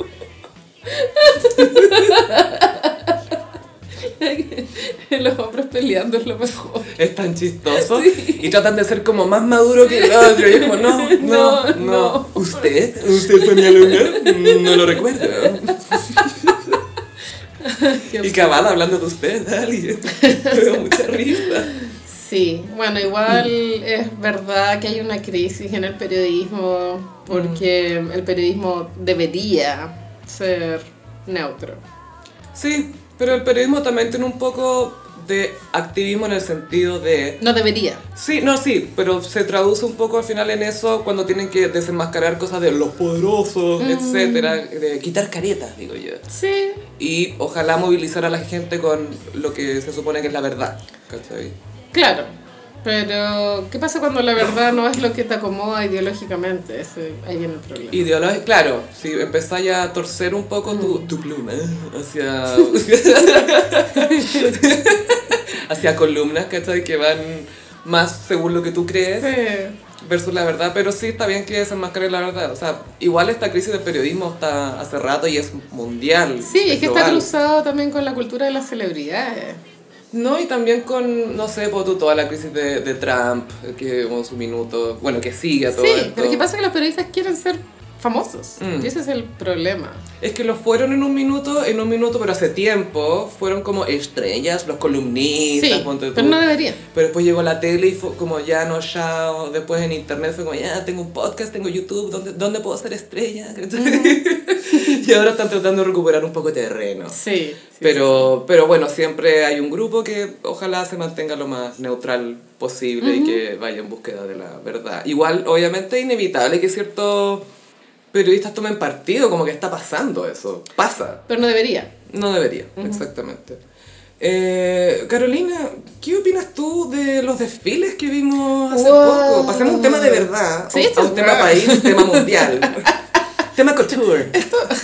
Speaker 2: Los hombres peleando es lo mejor.
Speaker 1: Es tan chistoso. Y tratan de ser como más maduro que el otro. Y es como, no, no,
Speaker 2: No,
Speaker 1: no.
Speaker 2: no.
Speaker 1: ¿Usted? ¿Usted fue mi alumno? No lo recuerdo. Y Cabal hablando de usted, alguien. Me dio mucha risa.
Speaker 2: Sí, bueno, igual
Speaker 1: Mm.
Speaker 2: es verdad que hay una crisis en el periodismo porque
Speaker 1: Mm.
Speaker 2: el periodismo debería ser neutro.
Speaker 1: Sí, pero el periodismo también tiene un poco de activismo en el sentido de...
Speaker 2: No debería.
Speaker 1: Sí, no, sí, pero se traduce un poco al final en eso cuando tienen que desenmascarar cosas de los poderosos, etcétera, de quitar caretas, digo yo.
Speaker 2: Sí,
Speaker 1: y ojalá movilizar a la gente con lo que se supone que es la verdad. ¿Cachai?
Speaker 2: claro. Pero, ¿qué pasa cuando la verdad no es lo que te acomoda ideológicamente? Ese, ahí viene el problema.
Speaker 1: Ideológico, claro, si empezáis a torcer un poco tu, tu pluma hacia, hacia columnas, ¿cachai? Que van más según lo que tú crees.
Speaker 2: Sí.
Speaker 1: versus la verdad, pero sí está bien que desenmascaren la verdad. O sea, igual esta crisis del periodismo está hace rato y es mundial.
Speaker 2: Sí, es que está
Speaker 1: global.
Speaker 2: cruzado también con la cultura de las celebridades.
Speaker 1: No, y también con, no sé, por toda la crisis de, de Trump, que hubo su minuto, bueno, que sigue a todo
Speaker 2: Sí,
Speaker 1: esto.
Speaker 2: pero ¿qué pasa? Que los periodistas quieren ser famosos.
Speaker 1: Mm.
Speaker 2: Y ese es el problema.
Speaker 1: Es que los fueron en un minuto, en un minuto, pero hace tiempo, fueron como estrellas, los columnistas,
Speaker 2: Sí,
Speaker 1: ponte tú.
Speaker 2: pero no deberían.
Speaker 1: Pero después llegó la tele y fue como ya no, ya, o después en internet fue como ya, tengo un podcast, tengo YouTube, ¿dónde, dónde puedo ser estrella? y ahora están tratando de recuperar un poco de terreno.
Speaker 2: Mm. Sí.
Speaker 1: pero, pero bueno, siempre hay un grupo que ojalá se mantenga lo más neutral posible y que vaya en búsqueda de la verdad. Igual, obviamente, es inevitable que ciertos periodistas tomen partido, como que está pasando eso. Pasa.
Speaker 2: Pero no debería.
Speaker 1: No debería, exactamente. Eh, Carolina, ¿qué opinas tú de los desfiles que vimos hace
Speaker 2: Wow.
Speaker 1: poco? Pasemos a un tema de verdad,
Speaker 2: Sí,
Speaker 1: a-
Speaker 2: esto
Speaker 1: a
Speaker 2: es
Speaker 1: un tema
Speaker 2: verdad.
Speaker 1: país, un tema mundial, tema couture.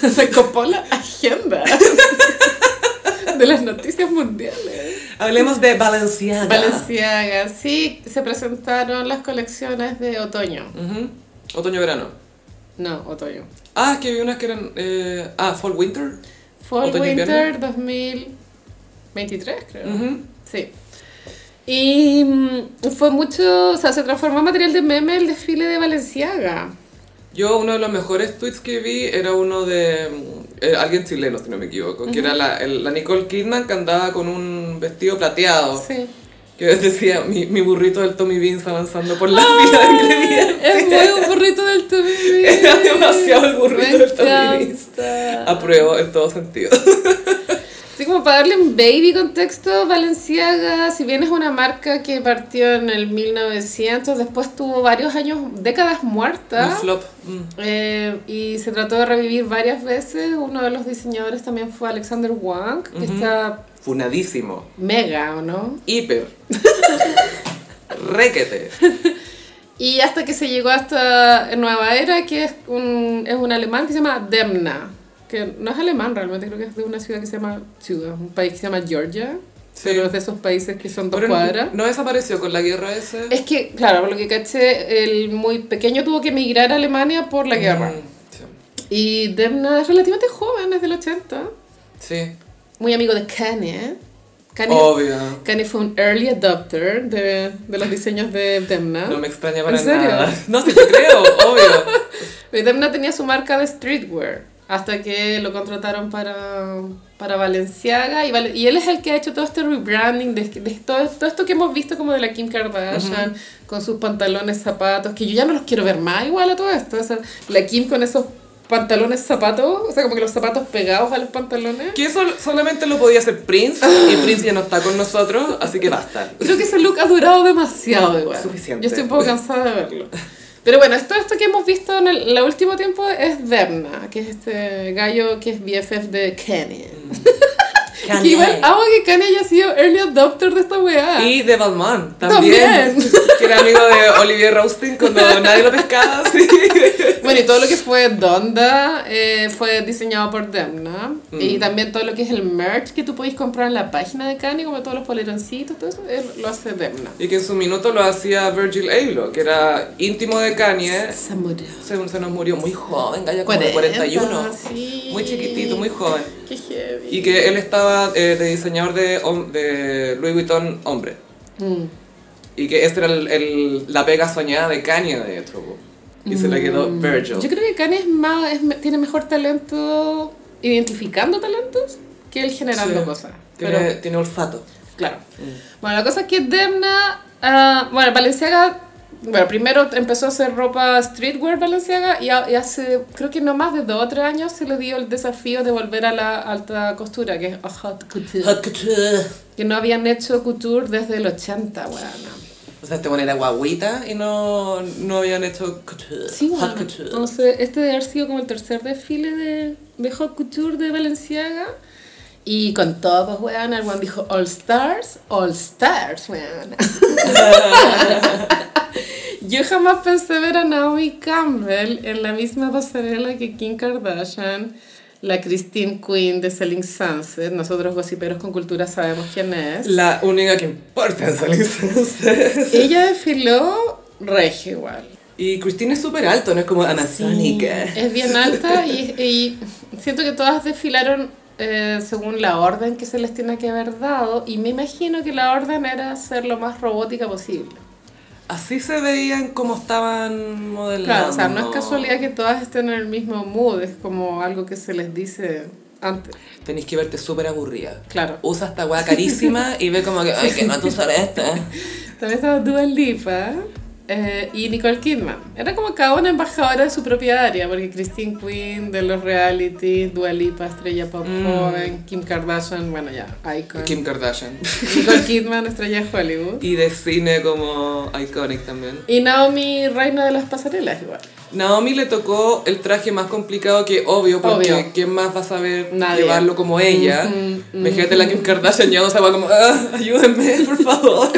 Speaker 2: Se copó la agenda de las noticias mundiales.
Speaker 1: Hablemos de Balenciaga.
Speaker 2: Balenciaga, sí, se presentaron las colecciones de otoño.
Speaker 1: Ujú. Otoño-verano.
Speaker 2: No, otoño.
Speaker 1: Ah, es que vi unas que eran... eh, ah, Fall-Winter.
Speaker 2: Fall
Speaker 1: Otoño,
Speaker 2: Winter 2023, creo.
Speaker 1: Ujú.
Speaker 2: Sí. Y mm, fue mucho, o sea, se transformó en material de meme el desfile de Balenciaga.
Speaker 1: Yo uno de los mejores tweets que vi era uno de mm, eh, alguien chileno, si no me equivoco, que era la, el- la Nicole Kidman que andaba con un vestido plateado.
Speaker 2: Sí.
Speaker 1: Que decía, mi, mi burrito del Tommy Beans avanzando por la fila de ingredientes.
Speaker 2: Es muy un burrito del Tommy Beans.
Speaker 1: Era demasiado el burrito
Speaker 2: Me
Speaker 1: del Tommy Beans.
Speaker 2: encanta.
Speaker 1: Apruebo en todo sentido.
Speaker 2: Sí, como para darle un baby contexto, Balenciaga, si bien es una marca que partió en el 1900, después tuvo varios años, décadas
Speaker 1: Un
Speaker 2: muertas.
Speaker 1: flop. mm.
Speaker 2: eh, y se trató de revivir varias veces. Uno de los diseñadores también fue Alexander Wang, que está
Speaker 1: Funadísimo.
Speaker 2: mega, ¿o no?
Speaker 1: Hiper. Requete.
Speaker 2: Y hasta que se llegó hasta Nueva Era, que es un, es un alemán que se llama Demna, que no es alemán realmente, creo que es de una ciudad que se llama, ciudad, un país que se llama Georgia,
Speaker 1: Sí.
Speaker 2: pero es de esos países que son dos
Speaker 1: Pero
Speaker 2: cuadras.
Speaker 1: no desapareció con la guerra ese.
Speaker 2: Es que, claro, por lo que caché, el muy pequeño tuvo que emigrar a Alemania por la guerra.
Speaker 1: Mm, sí.
Speaker 2: Y Demna es relativamente joven, es del 80,
Speaker 1: Sí.
Speaker 2: muy amigo de Kanye. ¿eh? Kanye,
Speaker 1: Oh. Obvio.
Speaker 2: Kanye fue un early adopter de, de los diseños de Demna.
Speaker 1: No me extraña para
Speaker 2: ¿Ah? ¿En serio?
Speaker 1: nada. No, sí te creo, obvio.
Speaker 2: Demna tenía su marca de streetwear hasta que lo contrataron para, para Balenciaga y, Vale- y él es el que ha hecho todo este rebranding de, de todo, todo esto que hemos visto como de la Kim Kardashian con sus pantalones, zapatos, que yo ya no los quiero ver más igual a todo esto. o sea, la Kim con esos pantalones, zapatos, o sea, como que los zapatos pegados a los pantalones.
Speaker 1: Que eso solamente lo podía hacer Prince y Prince ya no está con nosotros, así que basta.
Speaker 2: Creo que ese look ha durado demasiado igual.
Speaker 1: Suficiente.
Speaker 2: Yo estoy un poco cansada de verlo. Pero bueno, todo esto que hemos visto en el, el último tiempo es Demna, que es este gallo que es BFF de Kenny. Es que igual amo que Kanye haya sido early adopter de esta weá.
Speaker 1: Y de Balmain también,
Speaker 2: También.
Speaker 1: Que era amigo de Olivier Roasting cuando nadie lo pescaba. Sí.
Speaker 2: Bueno, y todo lo que fue Donda eh, fue diseñado por Dem, ¿no?
Speaker 1: Mm.
Speaker 2: Y también todo lo que es el merch que tú podéis comprar en la página de Kanye, como todos los poleroncitos, todo eso, él lo hace Demna.
Speaker 1: Y que en su minuto lo hacía Virgil Abloh, que era íntimo de Kanye.
Speaker 2: Se murió.
Speaker 1: Según se nos murió muy joven, Gaya, como de 41.
Speaker 2: sí.
Speaker 1: Muy chiquitito, muy joven.
Speaker 2: Qué heavy.
Speaker 1: Y que él estaba eh, de diseñador de, hom- de Louis Vuitton hombre.
Speaker 2: Mm.
Speaker 1: Y que esta era el- el- la pega soñada de Kanye, de hecho. po. Y se la quedó Virgil.
Speaker 2: Mm. Yo creo que Kanye es más, es me- tiene mejor talento identificando talentos que él generando
Speaker 1: Sí. Mm.
Speaker 2: cosas.
Speaker 1: Tiene,
Speaker 2: Pero,
Speaker 1: tiene olfato.
Speaker 2: claro. Bueno, la cosa es que Demna, ah, bueno, Balenciaga, bueno, primero empezó a hacer ropa streetwear Balenciaga y, a- y hace, creo que no más de dos o tres años se le dio el desafío de volver a la alta costura, que es a hot couture.
Speaker 1: Hot couture.
Speaker 2: Que no habían hecho couture desde el 80, weón.
Speaker 1: O sea, este bueno era guaguita y no, no habían hecho couture.
Speaker 2: Sí,
Speaker 1: hot
Speaker 2: bueno.
Speaker 1: couture.
Speaker 2: Entonces, este debe haber sido como el tercer desfile de, de Hot Couture de Valenciaga. Y con todos, weón, el weón dijo All Stars, All Stars, weón. Yo jamás pensé ver a Naomi Campbell en la misma pasarela que Kim Kardashian, la Christine Quinn de Selling Sunset. Nosotros, gossiperos con cultura, sabemos quién es.
Speaker 1: La única que importa en Selling Sunset.
Speaker 2: Ella desfiló regio igual.
Speaker 1: Y Christine es súper alto, no es como amazónica.
Speaker 2: Es bien alta y, y siento que todas desfilaron eh, según la orden que se les tiene que haber dado y me imagino que la orden era ser lo más robótica posible.
Speaker 1: Así se veían como estaban modelando.
Speaker 2: Claro, o sea, no es casualidad que todas estén en el mismo mood, es como algo que se les dice antes.
Speaker 1: Tenés que verte súper aburrida.
Speaker 2: Claro.
Speaker 1: Usa esta weá carísima y ve como que, ay, que no tú usar esta.
Speaker 2: También estaba Dua Lipa eh, y Nicole Kidman. Era como cada una embajadora de su propia área, porque Christine Quinn de los reality, Dua Lipa, estrella pop joven, Kim Kardashian, bueno ya, icon.
Speaker 1: Kim Kardashian.
Speaker 2: Nicole Kidman, estrella de Hollywood.
Speaker 1: Y de cine como iconic también.
Speaker 2: Y Naomi, reina de las pasarelas, igual.
Speaker 1: Naomi le tocó el traje más complicado que obvio, porque
Speaker 2: Obvio.
Speaker 1: ¿quién más va a saber
Speaker 2: Nadie.
Speaker 1: llevarlo como ella? Imagínate la Kim Kardashian llevando esa weá como, "Ah, ayúdenme, por favor.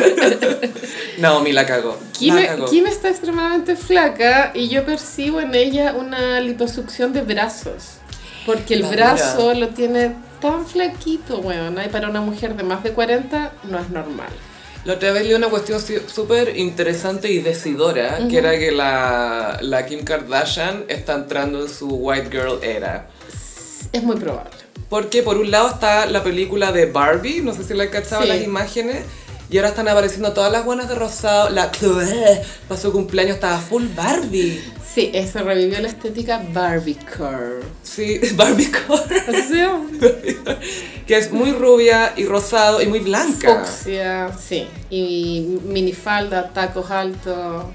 Speaker 1: Naomi la cagó.
Speaker 2: Kim,
Speaker 1: la cagó.
Speaker 2: Kim está extremadamente flaca y yo percibo en ella una liposucción de brazos. Porque el
Speaker 1: La
Speaker 2: brazo lo tiene tan flaquito, weón. Y para una mujer de más de 40 no es normal.
Speaker 1: La otra vez leí una cuestión si- súper interesante y decidora, que era que la, la Kim Kardashian está entrando en su white girl era.
Speaker 2: Es muy probable.
Speaker 1: Porque por un lado está la película de Barbie, no sé si la han cachado
Speaker 2: Sí.
Speaker 1: las imágenes, y ahora están apareciendo todas las buenas de rosado. La Chloe, para su cumpleaños estaba full Barbie.
Speaker 2: Sí, eh, se revivió la estética Barbie curve.
Speaker 1: Sí, Barbie Core.
Speaker 2: Así se llama.
Speaker 1: que es muy rubia y rosado y muy blanca.
Speaker 2: Fucsia, sí. Y minifalda, tacos altos,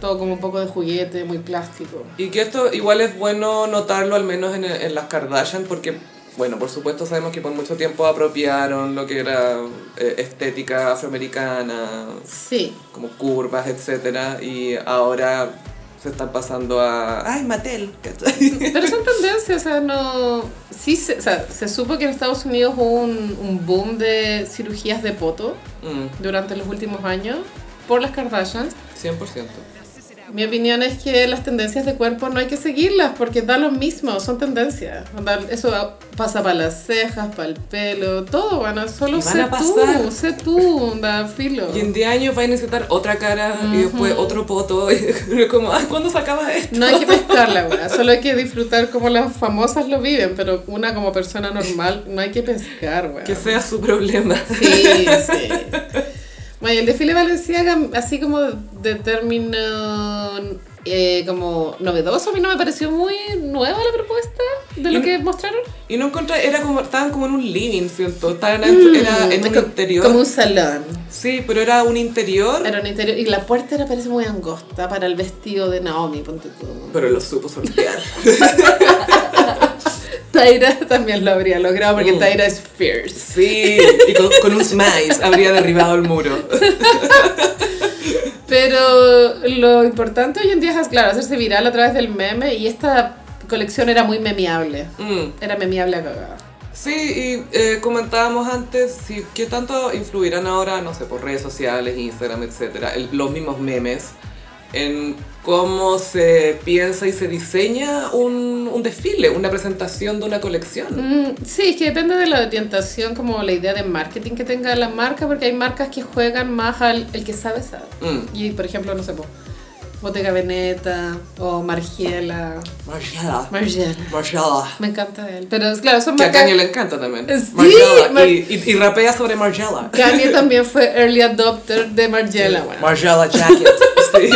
Speaker 2: todo como un poco de juguete, muy plástico.
Speaker 1: Y que esto igual es bueno notarlo, al menos en, en las Kardashian, porque, bueno, por supuesto sabemos que por mucho tiempo apropiaron lo que era eh, estética afroamericana,
Speaker 2: Sí,
Speaker 1: como curvas, etcétera, y ahora se están pasando a... ¡Ay, Mattel! ¿cachai?
Speaker 2: pero son tendencias, o sea, no... Sí, se, o sea, se supo que en Estados Unidos hubo un, un boom de cirugías de poto
Speaker 1: Mm,
Speaker 2: durante los últimos años por las Kardashians.
Speaker 1: 100%.
Speaker 2: Mi opinión es que las tendencias de cuerpo no hay que seguirlas porque da lo mismo, son tendencias. Onda, Eso pasa para las cejas, para el pelo, todo, bueno, solo
Speaker 1: Y van
Speaker 2: sé
Speaker 1: a
Speaker 2: tú,
Speaker 1: pasar.
Speaker 2: sé tú, onda, filo.
Speaker 1: Y en 10 años va a necesitar otra cara y después otro poto. Y como, "Ay, ¿cuándo se acaba esto?
Speaker 2: No hay que pescarla, weá, solo hay que disfrutar como las famosas lo viven, pero una como persona normal no hay que pescar, weá.
Speaker 1: Que sea su problema.
Speaker 2: Sí, sí. Bueno, y el desfile Valenciaga, así como de término eh, como novedoso, a mí no me pareció muy nueva la propuesta de lo que mostraron.
Speaker 1: Y no encontré, era como, estaban como en un living, ¿cierto? Estaban en, este era en
Speaker 2: Mm,
Speaker 1: un
Speaker 2: co-
Speaker 1: interior.
Speaker 2: Como un salón.
Speaker 1: Sí, pero era un interior.
Speaker 2: Era un interior. Y la puerta era parece muy angosta para el vestido de Naomi, ponte tú.
Speaker 1: Pero lo supo sortear.
Speaker 2: Taira también lo habría logrado porque
Speaker 1: Mm.
Speaker 2: Taira es fierce.
Speaker 1: Sí, y con, con un smice habría derribado el muro.
Speaker 2: Pero lo importante hoy en día es, claro, hacerse viral a través del meme y esta colección era muy memeable.
Speaker 1: Mm.
Speaker 2: Era memeable a cagada.
Speaker 1: Sí, y eh, comentábamos antes si, qué tanto influirán ahora, no sé, por redes sociales, Instagram, etcétera, el- los mismos memes, en cómo se piensa y se diseña un, un desfile, una presentación de una colección.
Speaker 2: Mm, Sí, es que depende de la orientación, como la idea de marketing que tenga la marca, porque hay marcas que juegan más al el que sabe, sabe.
Speaker 1: Mm.
Speaker 2: Y por ejemplo, no sé, po, Bottega Veneta o Margiela.
Speaker 1: Margiela.
Speaker 2: Margiela.
Speaker 1: Margiela.
Speaker 2: Me encanta él. Pero es- claro, son
Speaker 1: Que a
Speaker 2: marcas.
Speaker 1: Kanye le encanta también.
Speaker 2: Sí,
Speaker 1: Margiela.
Speaker 2: Mar-
Speaker 1: Y, y- y rapea sobre Margiela.
Speaker 2: Kanye también fue early adopter de Margiela. bueno.
Speaker 1: Margiela Jacket. Sí.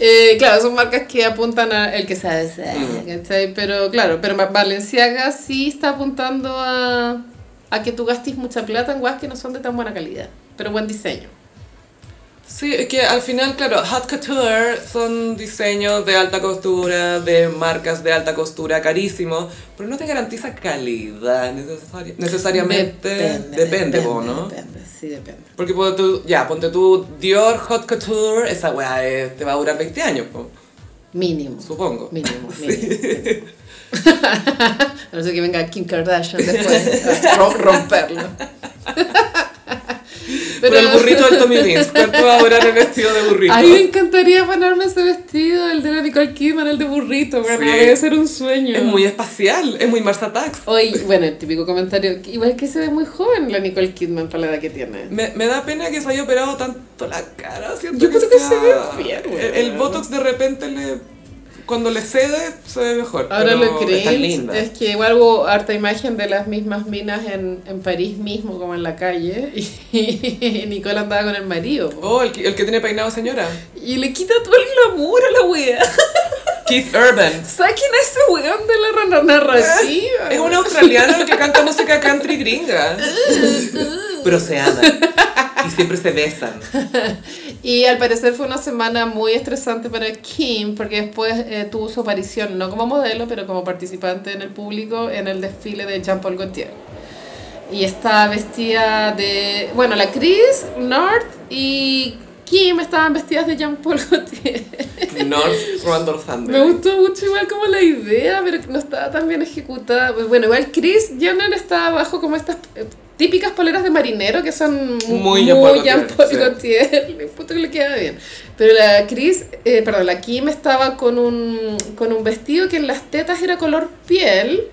Speaker 2: Eh, claro, son marcas que apuntan a el que sabe ser,
Speaker 1: Mm.
Speaker 2: ¿cachai? Pero claro, pero Ma- Balenciaga sí está apuntando a, a que tú gastes mucha plata en guas que no son de tan buena calidad, pero buen diseño.
Speaker 1: Sí, es que al final, claro, haute couture son diseños de alta costura, de marcas de alta costura carísimo, pero no te garantiza calidad necesari- necesariamente. Depende, vos, ¿no?
Speaker 2: Depende, sí, depende.
Speaker 1: Porque ponte tú, ya, ponte tú Dior Hot Couture, esa weá eh, te va a durar 20 años, po,
Speaker 2: Mínimo.
Speaker 1: supongo.
Speaker 2: Mínimo, mínimo. a no ser que venga Kim Kardashian después a rom- romperlo.
Speaker 1: Pero, el burrito del Tommy Beans, ¿cuánto va a durar el vestido de burrito?
Speaker 2: A mí me encantaría ponerme ese vestido, el de la Nicole Kidman, el de burrito, bueno,
Speaker 1: Sí.
Speaker 2: debe ser un sueño.
Speaker 1: Es muy espacial, es muy Mars Attacks.
Speaker 2: Hoy, bueno, el típico comentario, que igual que se ve muy joven la Nicole Kidman para la edad que tiene.
Speaker 1: Me, me da pena que se haya operado tanto la cara. siento
Speaker 2: Yo creo que
Speaker 1: sea-
Speaker 2: se ve bien, güey.
Speaker 1: El, el botox de repente le. Cuando le cede, se ve mejor.
Speaker 2: Ahora
Speaker 1: pero
Speaker 2: lo
Speaker 1: está
Speaker 2: cringe
Speaker 1: linda.
Speaker 2: es que igual hubo harta imagen de las mismas minas en, en París mismo, como en la calle, y Nicole andaba con el marido. po.
Speaker 1: Oh, el, que- el que tiene peinado, señora.
Speaker 2: Y le quita todo el glamour a la wea.
Speaker 1: Keith Urban.
Speaker 2: Saquen a ese weón de la ra- narrativa.
Speaker 1: Es un australiano que canta música country gringa. Pero se aman. Y siempre se besan.
Speaker 2: Y al parecer fue una semana muy estresante para Kim porque después eh, tuvo su aparición, no como modelo, pero como participante en el público en el desfile de Jean-Paul Gaultier. Y está vestida de... Bueno, la Chris, North y Kim estaban vestidas de Jean-Paul Gaultier.
Speaker 1: North Randall
Speaker 2: Me
Speaker 1: Thunder.
Speaker 2: gustó mucho igual como la idea, pero que no estaba tan bien ejecutada. Pues Bueno, igual Chris Jenner está abajo como estas eh, típicas poleras de marinero que son
Speaker 1: Muy Jean-Paul Gaultier, sí.
Speaker 2: Jean-Paul Gaultier. El punto que le queda bien. Pero la Chris, eh, perdón, la Kim estaba con un, con un vestido que en las tetas era color piel.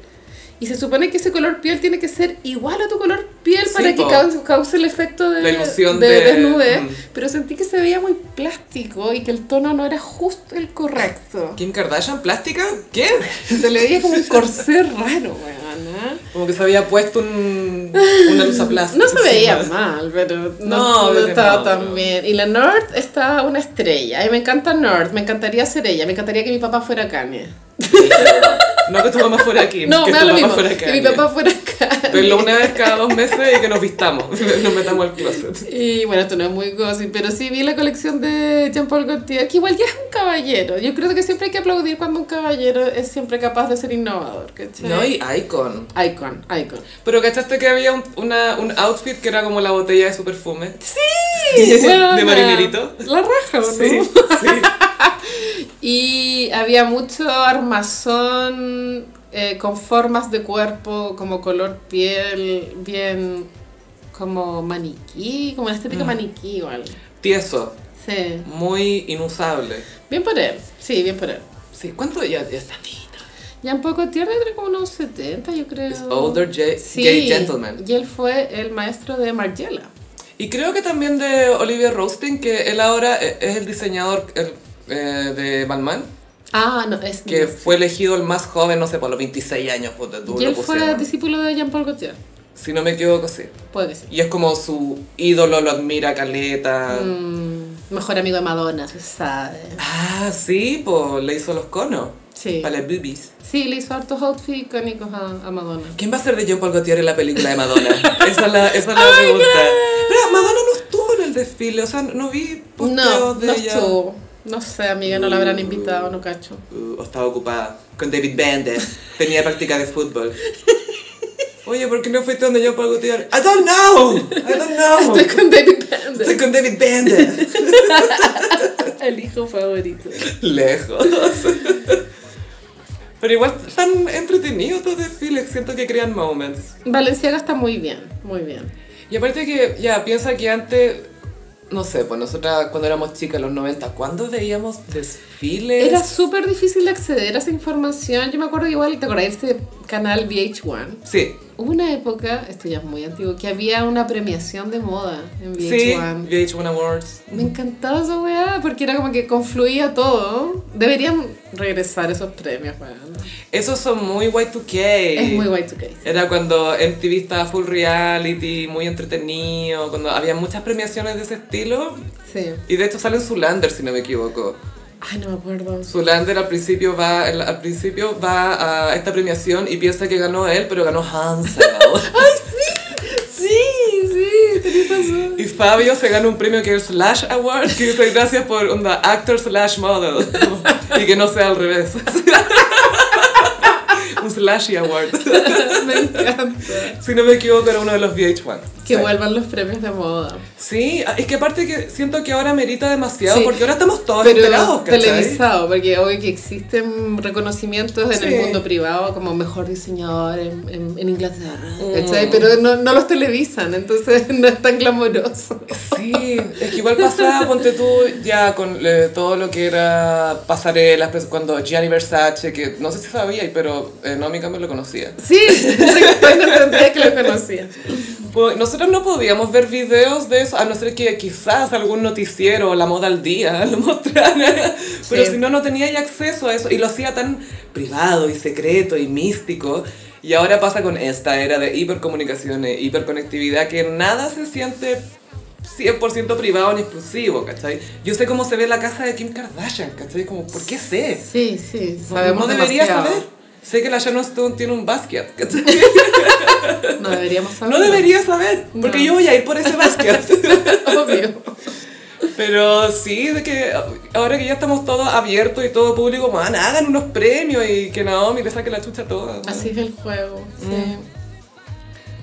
Speaker 2: Y se supone que ese color piel tiene que ser igual a tu color piel
Speaker 1: Sí,
Speaker 2: para que
Speaker 1: po.
Speaker 2: cause, cause el efecto de,
Speaker 1: La ilusión
Speaker 2: de,
Speaker 1: de-
Speaker 2: desnudez.
Speaker 1: mm.
Speaker 2: Pero sentí que se veía muy plástico y que el tono no era justo el correcto.
Speaker 1: ¿Kim Kardashian? ¿Plástica? ¿Qué?
Speaker 2: Se le veía como un corsé raro, weón. ¿eh?
Speaker 1: Como que se había puesto un, una luz a plástico.
Speaker 2: No se veía mal, pero no,
Speaker 1: No,
Speaker 2: no
Speaker 1: pero
Speaker 2: estaba
Speaker 1: no,
Speaker 2: tan
Speaker 1: no.
Speaker 2: bien. Y la North está una estrella. Y me encanta North, me encantaría ser ella, me encantaría que mi papá fuera Kanye.
Speaker 1: No que tu mamá fuera aquí.
Speaker 2: No,
Speaker 1: que
Speaker 2: me
Speaker 1: tu
Speaker 2: da lo
Speaker 1: mamá
Speaker 2: mismo.
Speaker 1: fuera
Speaker 2: Que mi
Speaker 1: Kanye.
Speaker 2: papá fuera Kanye.
Speaker 1: Verlo una vez cada dos meses y que nos vistamos, nos metamos al closet.
Speaker 2: Y bueno, esto no es muy gossip, pero sí vi la colección de Jean-Paul Gaultier, que igual ya es un caballero. Yo creo que siempre hay que aplaudir cuando un caballero es siempre capaz de ser innovador, ¿cachai?
Speaker 1: No, y Icon.
Speaker 2: Icon, icon.
Speaker 1: Pero ¿cachaste que había un, una- un outfit que era como la botella de su perfume?
Speaker 2: Sí,
Speaker 1: ¿De marinerito?
Speaker 2: La raja, ¿o ¿no?
Speaker 1: Sí, sí.
Speaker 2: Y había mucho armazón eh, con formas de cuerpo, como color piel, bien como maniquí, como una
Speaker 1: Mm.
Speaker 2: estética maniquí igual.
Speaker 1: Tieso,
Speaker 2: Sí.
Speaker 1: muy inusable.
Speaker 2: Bien por él, sí, bien por él.
Speaker 1: Sí, ¿cuánto ya, ya está niña?
Speaker 2: Ya un poco tierra, tiene como unos 70, yo creo.
Speaker 1: Es older gay- gay gentleman.
Speaker 2: Y él fue el maestro de Margiela.
Speaker 1: Y creo que también de Olivia Roasting, que él ahora e- es el diseñador el, eh, de Balmain,
Speaker 2: Ah, no, es
Speaker 1: que fue elegido el más joven, no sé, por los 26 años, ponte tú,
Speaker 2: Y
Speaker 1: lo
Speaker 2: él fue
Speaker 1: pusieron.
Speaker 2: discípulo de Jean-Paul Gaultier.
Speaker 1: Si no me equivoco, sí.
Speaker 2: Puede que sí.
Speaker 1: Y es como su ídolo, lo admira, caleta.
Speaker 2: Mm, mejor amigo de Madonna, se sabe.
Speaker 1: Ah, sí, pues le hizo los conos.
Speaker 2: Sí.
Speaker 1: Para las boobies.
Speaker 2: Sí, le hizo hartos outfits icónicos a, a Madonna.
Speaker 1: ¿Quién va a ser de John Paul Gaultier en la película de Madonna? esa es la, esa
Speaker 2: Oh
Speaker 1: es la pregunta. Pero Madonna no estuvo en el desfile, o sea, no vi
Speaker 2: No,
Speaker 1: posteos de
Speaker 2: no
Speaker 1: ella. Mm.
Speaker 2: estuvo. No sé, amiga, no la habrán invitado, no cacho.
Speaker 1: Uh, o estaba ocupada con David Bender. Tenía práctica de fútbol. Oye, ¿por qué no fuiste donde John Paul Gaultier? I don't know. I don't know.
Speaker 2: Estoy con David Bender,
Speaker 1: Estoy con David Bender.
Speaker 2: el hijo favorito.
Speaker 1: Lejos. Pero igual están entretenidos estos desfiles, siento que crean moments.
Speaker 2: Valenciaga está muy bien, muy bien.
Speaker 1: Y aparte que, ya, piensa que antes, no sé, pues nosotras cuando éramos chicas, los 90, ¿cuándo veíamos desfiles?
Speaker 2: Era súper difícil de acceder a esa información. Yo me acuerdo igual, ¿te acordás de ese canal VH1?
Speaker 1: Sí,
Speaker 2: Hubo una época, esto ya es muy antiguo, que había una premiación de moda en
Speaker 1: sí,
Speaker 2: VH1.
Speaker 1: VH1 Awards.
Speaker 2: Me encantaba esa weá, porque era como que confluía todo. Deberían regresar esos premios, weón.
Speaker 1: Esos son muy Y2K.
Speaker 2: Es muy Y2K.
Speaker 1: Era cuando MTV estaba full reality, muy entretenido, cuando había muchas premiaciones de ese estilo.
Speaker 2: Sí.
Speaker 1: Y de hecho sale en Zulander, si no me equivoco.
Speaker 2: Ay, no me acuerdo.
Speaker 1: Zulander al principio va, el- al principio va a esta premiación y piensa que ganó él, pero ganó Hansel.
Speaker 2: Sí, sí, tenés razón.
Speaker 1: y Fabio se gana un premio que es Slash Award, que dice gracias por onda, actor slash model. y que no sea al revés. un Slashy Award.
Speaker 2: me encanta.
Speaker 1: si no me equivoco, era uno de los VH1.
Speaker 2: Que
Speaker 1: Sí.
Speaker 2: vuelvan los premios de moda.
Speaker 1: Sí, ah, es que aparte que siento que ahora merita demasiado,
Speaker 2: Sí.
Speaker 1: porque ahora estamos
Speaker 2: Oh,
Speaker 1: todos enterados,
Speaker 2: Pero
Speaker 1: ¿cachai?
Speaker 2: televisado, porque hoy que existen reconocimientos en
Speaker 1: Sí.
Speaker 2: el mundo privado como mejor diseñador en, en- en Inglaterra,
Speaker 1: Mm.
Speaker 2: ¿cachai? Pero no, no los televisan, entonces no es tan glamoroso.
Speaker 1: Sí, es que igual pasaba, ponte tú, ya con eh, todo lo que era pasarelas, pues, cuando Gianni Versace, que no sé si sabía, pero eh, no, mi cambio lo conocía.
Speaker 2: Sí, pues no entendía que lo conocía.
Speaker 1: Pues, nosotros no podíamos ver videos de eso, a no ser que quizás algún noticiero o la moda al día lo mostrara, pero
Speaker 2: Sí.
Speaker 1: si no, no tenía ya acceso a eso, y lo hacía tan privado y secreto y místico. Y ahora pasa con esta era de hipercomunicaciones, hiperconectividad, que nada se siente 100% privado ni exclusivo, ¿cachai? Yo sé cómo se ve la casa de Kim Kardashian, ¿cachai? Como, ¿por qué sé?
Speaker 2: Sí, sí,
Speaker 1: No-
Speaker 2: sabemos
Speaker 1: no debería
Speaker 2: demasiado.
Speaker 1: saber. Sé que la Sharon Stone tiene un basket, ¿cachai?
Speaker 2: No deberíamos saber.
Speaker 1: No debería saber, porque
Speaker 2: No.
Speaker 1: yo voy a ir por ese basket.
Speaker 2: Obvio.
Speaker 1: Pero sí, de que ahora que ya estamos todos abiertos y todo público, man, hagan unos premios y que Naomi le saque la chucha a todas. man.
Speaker 2: Así es el juego. sí.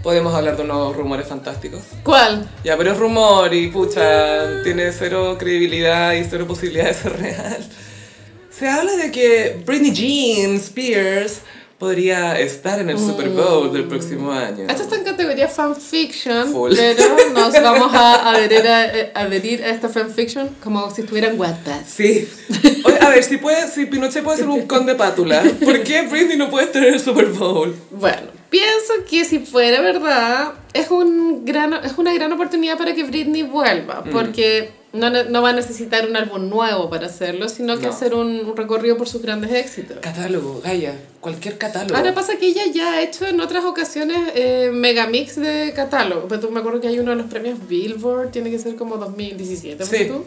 Speaker 1: Podemos hablar de unos rumores fantásticos.
Speaker 2: ¿Cuál?
Speaker 1: Ya, pero es rumor y pucha, tiene cero credibilidad y cero posibilidad de ser real. Se habla de que Britney Jean Spears podría estar en el Super Bowl del próximo año.
Speaker 2: Mm. Esto está en categoría fanfiction,
Speaker 1: Full.
Speaker 2: pero nos vamos a adherir a, eh, adherir a esta fanfiction como si estuvieran Wattpad.
Speaker 1: Sí. Oye, a ver, si, puede, si Pinochet puede ser un conde pátula, ¿por qué Britney no puede estar en el Super Bowl?
Speaker 2: Bueno, pienso que si fuera verdad, es, un gran, es una gran oportunidad para que Britney vuelva,
Speaker 1: Mm.
Speaker 2: porque no, ne- no va a necesitar un álbum nuevo para hacerlo, sino que
Speaker 1: No.
Speaker 2: hacer un, un recorrido por sus grandes éxitos.
Speaker 1: Catálogo, Gaia, cualquier catálogo.
Speaker 2: Ahora pasa que ella ya ha hecho en otras ocasiones eh, megamix de catálogo. Pero tú me acuerdo que hay uno de los premios Billboard, tiene que ser como 2017,
Speaker 1: Sí.
Speaker 2: sí. tú?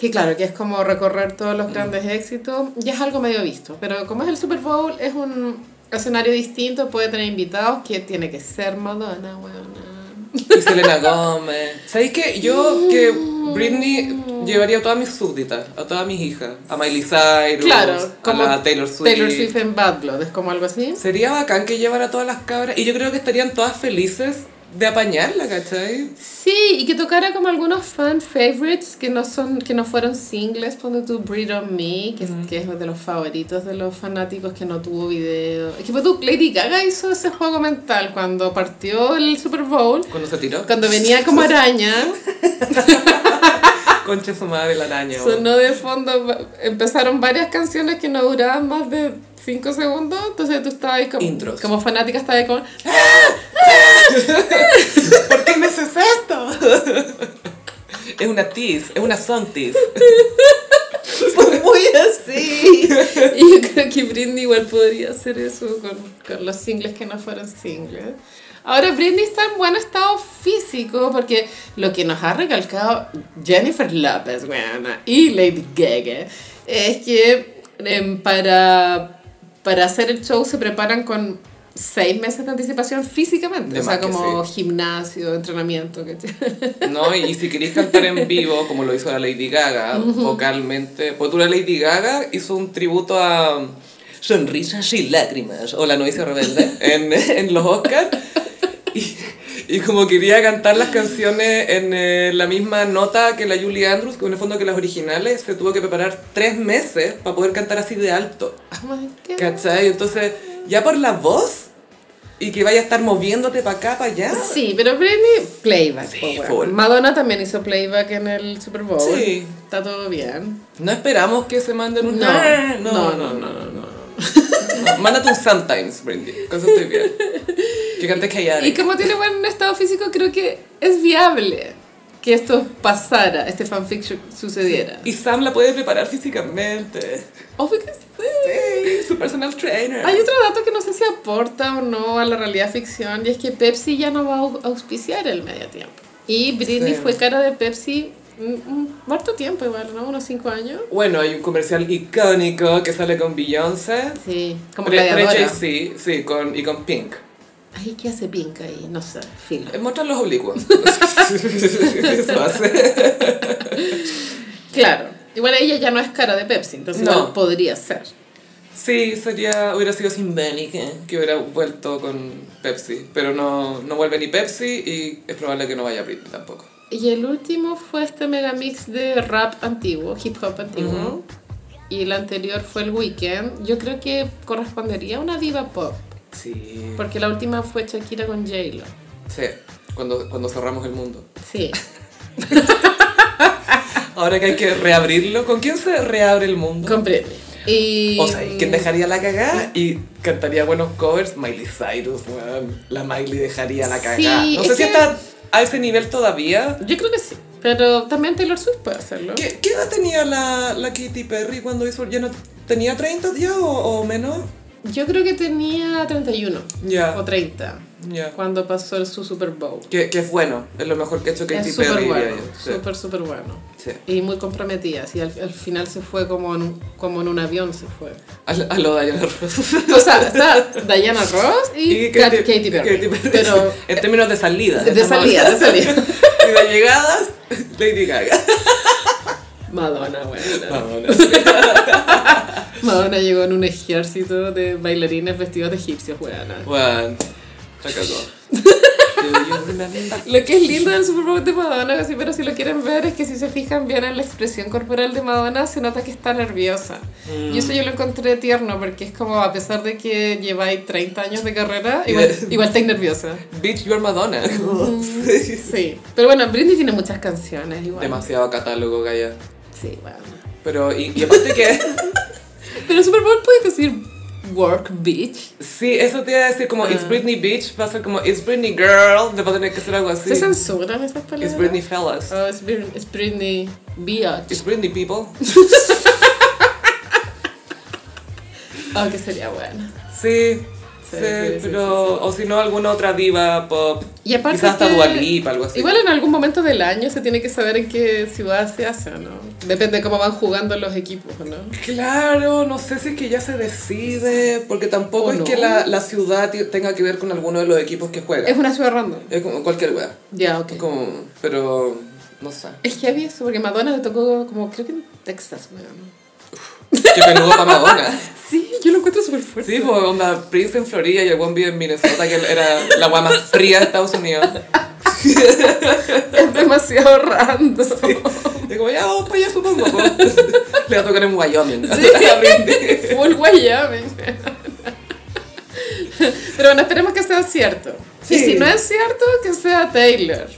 Speaker 2: Que claro, que es como recorrer todos los grandes éxitos. Ya es algo medio visto. Pero como es el Super Bowl, es un escenario distinto, puede tener invitados, que tiene que ser Madonna, weona.
Speaker 1: Y Selena Gómez. ¿Sabéis que
Speaker 2: Mm.
Speaker 1: yo que Britney llevaría a todas mis súbditas, a todas mis hijas, a Miley Cyrus,
Speaker 2: Claro, como
Speaker 1: a la Taylor Swift.
Speaker 2: Taylor Swift en Bad Blood, es como algo así.
Speaker 1: Sería bacán que llevara a todas las cabras y yo creo que estarían todas felices de apañarla, ¿cachai?
Speaker 2: Sí, y que tocara como algunos fan favorites que no son que no fueron singles, ponte tu Breed on Me, que, es- que es de los favoritos de los fanáticos que no tuvo video. Es que pues, tú, Lady Gaga hizo ese juego mental cuando partió el Super Bowl,
Speaker 1: Cuando se tiró,
Speaker 2: cuando venía como araña, Ah.
Speaker 1: concha su madre la araña. weón.
Speaker 2: sonó de fondo, va- empezaron varias canciones que no duraban más de 5 segundos, entonces tú estabas ahí como,
Speaker 1: Intros.
Speaker 2: como fanática, estabas ahí como...
Speaker 1: ¿Por qué me haces esto? Es una tease, es una song tease. Soy Pues muy así.
Speaker 2: Y yo creo que Britney igual podría hacer eso con, con los singles que no fueron singles. Ahora Britney está en buen estado físico porque lo que nos ha recalcado Jennifer Lopez weona, y Lady Gaga es que em, para, para hacer el show se preparan con seis meses de anticipación físicamente.
Speaker 1: De
Speaker 2: o sea,
Speaker 1: más que
Speaker 2: como gimnasio, entrenamiento, ¿cachai?
Speaker 1: No, y si queréis cantar en vivo, como lo hizo la Lady Gaga, vocalmente. Pues tú la Lady Gaga hizo un tributo a Sonrisas y Lágrimas, o La Novicia Rebelde, en, en los Oscars. Y, Y como quería cantar las canciones en eh, la misma nota que la Julie Andrews, que en el fondo que las originales, se tuvo que preparar tres meses para poder cantar así de alto.
Speaker 2: Oh my God.
Speaker 1: ¿Cachai? Entonces, ya por la voz y que vaya a estar moviéndote para acá, para allá.
Speaker 2: Sí, pero Britney, playback.
Speaker 1: Sí,
Speaker 2: po, weón.
Speaker 1: full.
Speaker 2: Madonna también hizo playback en el Super Bowl.
Speaker 1: Sí.
Speaker 2: Está todo bien.
Speaker 1: No esperamos que se manden un...
Speaker 2: No,
Speaker 1: no,
Speaker 2: no,
Speaker 1: no, no, no, no, no. No, Mándate un sometimes, Brindy. Con eso estoy bien. Que cantes callar.
Speaker 2: Y como tiene buen estado físico, creo que es viable que esto pasara, este fanfiction sucediera.
Speaker 1: Y Sam la puede preparar físicamente.
Speaker 2: Obvio que sí.
Speaker 1: Sí, su personal trainer.
Speaker 2: Hay otro dato que no sé si aporta o no a la realidad ficción y es que Pepsi ya no va a au- auspiciar el medio tiempo. Y Britney
Speaker 1: Sí.
Speaker 2: fue cara de Pepsi mm, mm, harto tiempo igual, ¿no? Unos 5 años.
Speaker 1: Bueno, hay un comercial icónico que sale con Beyoncé.
Speaker 2: Sí, como
Speaker 1: pre- pre-
Speaker 2: gladiadora.
Speaker 1: Jay-Z, sí, con, y con Pink.
Speaker 2: Ay, ¿qué hace Pink ahí? No sé, filo.
Speaker 1: Eh, Muestran los oblicuos. Eso hace.
Speaker 2: Claro. Igual ella ya no es cara de Pepsi, entonces
Speaker 1: No.
Speaker 2: igual podría ser.
Speaker 1: Sí, sería, hubiera sido simbólica que hubiera vuelto con Pepsi. Pero no, no vuelve ni Pepsi y es probable que no vaya Britney tampoco.
Speaker 2: Y el último fue este megamix de rap antiguo, hip hop antiguo.
Speaker 1: Ujú.
Speaker 2: Y el anterior fue el Weekend. Yo creo que correspondería a una diva pop.
Speaker 1: Sí.
Speaker 2: Porque la última fue Shakira con J-Lo.
Speaker 1: Sí, cuando, cuando cerramos el mundo.
Speaker 2: Sí.
Speaker 1: Ahora que hay que reabrirlo, ¿con quién se reabre el mundo?
Speaker 2: Con Britney. Y...
Speaker 1: O sea, ¿y ¿quién dejaría la cagada? Y cantaría buenos covers. Miley Cyrus, weón. La Miley dejaría la cagada.
Speaker 2: Sí,
Speaker 1: no sé
Speaker 2: es
Speaker 1: si
Speaker 2: que-
Speaker 1: está a ese nivel todavía.
Speaker 2: Yo creo que sí. Pero también Taylor Swift puede hacerlo.
Speaker 1: ¿Qué, qué edad tenía la, la Katy Perry cuando hizo? ¿Ya no tenía 30 ya o, o menos?
Speaker 2: Yo creo que tenía 31
Speaker 1: Ya.
Speaker 2: o 30
Speaker 1: Ya.
Speaker 2: cuando pasó el- su Super Bowl.
Speaker 1: Que, que es bueno, es lo mejor que ha hecho Katy
Speaker 2: es súper
Speaker 1: Perry.
Speaker 2: bueno,
Speaker 1: diría yo. Sí,
Speaker 2: súper, súper bueno.
Speaker 1: sí.
Speaker 2: Y muy comprometida, así al, al final se fue como en, un- como en un avión se fue.
Speaker 1: A, lo- a lo Diana Ross.
Speaker 2: O sea, está Diana Ross y, Kat- Katy, Perry. Pero
Speaker 1: en términos de salida.
Speaker 2: de salida, de salida.
Speaker 1: Y de llegadas, Lady Gaga.
Speaker 2: Madonna, bueno.
Speaker 1: No, no sé.
Speaker 2: Madonna llegó en un ejército de bailarines vestidos de egipcios, weón.
Speaker 1: Bueno, se cagó. Do you remember?
Speaker 2: Lo que es lindo del Super Bowl de Madonna, sí, pero si lo quieren ver, es que si se fijan bien en la expresión corporal de Madonna, se nota que está nerviosa. Y eso yo lo encontré tierno, porque es como, a pesar de que lleváis 30 años de carrera, igual,
Speaker 1: Yeah.
Speaker 2: igual estáis nerviosa.
Speaker 1: Bitch, you're Mm, Madonna.
Speaker 2: Mm. Sí. Pero bueno, Britney tiene muchas canciones, igual.
Speaker 1: Demasiado catálogo, Gaia.
Speaker 2: Sí, bueno.
Speaker 1: Pero, y, y aparte que...
Speaker 2: Pero Super Bowl puede decir Work Bitch.
Speaker 1: Sí, eso te iba a decir como
Speaker 2: Ah.
Speaker 1: It's Britney Bitch, va a ser como It's Britney Girl, te va a tener que ser algo así.
Speaker 2: ¿Se censuran esas palabras?
Speaker 1: It's Britney Fellas.
Speaker 2: Oh, es Britney, es Britney Biatch.
Speaker 1: It's Britney People.
Speaker 2: Oh, que sería bueno.
Speaker 1: Sí, sí,
Speaker 2: sí, sí,
Speaker 1: pero. O si no, alguna otra diva pop.
Speaker 2: Y aparte
Speaker 1: Quizás hasta
Speaker 2: que-
Speaker 1: Dua Lipa, algo así.
Speaker 2: Igual en algún momento del año se tiene que saber en qué ciudad se hace, ¿o ¿no? Depende de cómo van jugando los equipos, ¿no?
Speaker 1: Claro, no sé si es que ya se decide, porque tampoco
Speaker 2: ¿O
Speaker 1: es
Speaker 2: no?
Speaker 1: que la, la ciudad ti- tenga que ver con alguno de los equipos que juega.
Speaker 2: Es Eh.
Speaker 1: Es,
Speaker 2: una ciudad random.
Speaker 1: como cualquier wea.
Speaker 2: Ya, ok.
Speaker 1: Es como. Pero. No sé.
Speaker 2: Es heavy eso, porque Madonna le tocó como, creo que en Texas, weón.
Speaker 1: Qué peludo para Madonna.
Speaker 2: Sí, yo lo encuentro súper fuerte.
Speaker 1: Sí, pues onda, Prince en Florida y el one vive en Minnesota, que era la wea más fría de Estados Unidos.
Speaker 2: es demasiado random.
Speaker 1: Y como, ya vamos para allá, supongo. po. Le va a tocar en Wyoming.
Speaker 2: Full Wyoming. Pero bueno, esperemos que sea cierto. Y
Speaker 1: Sí.
Speaker 2: si no es cierto, que sea Taylor.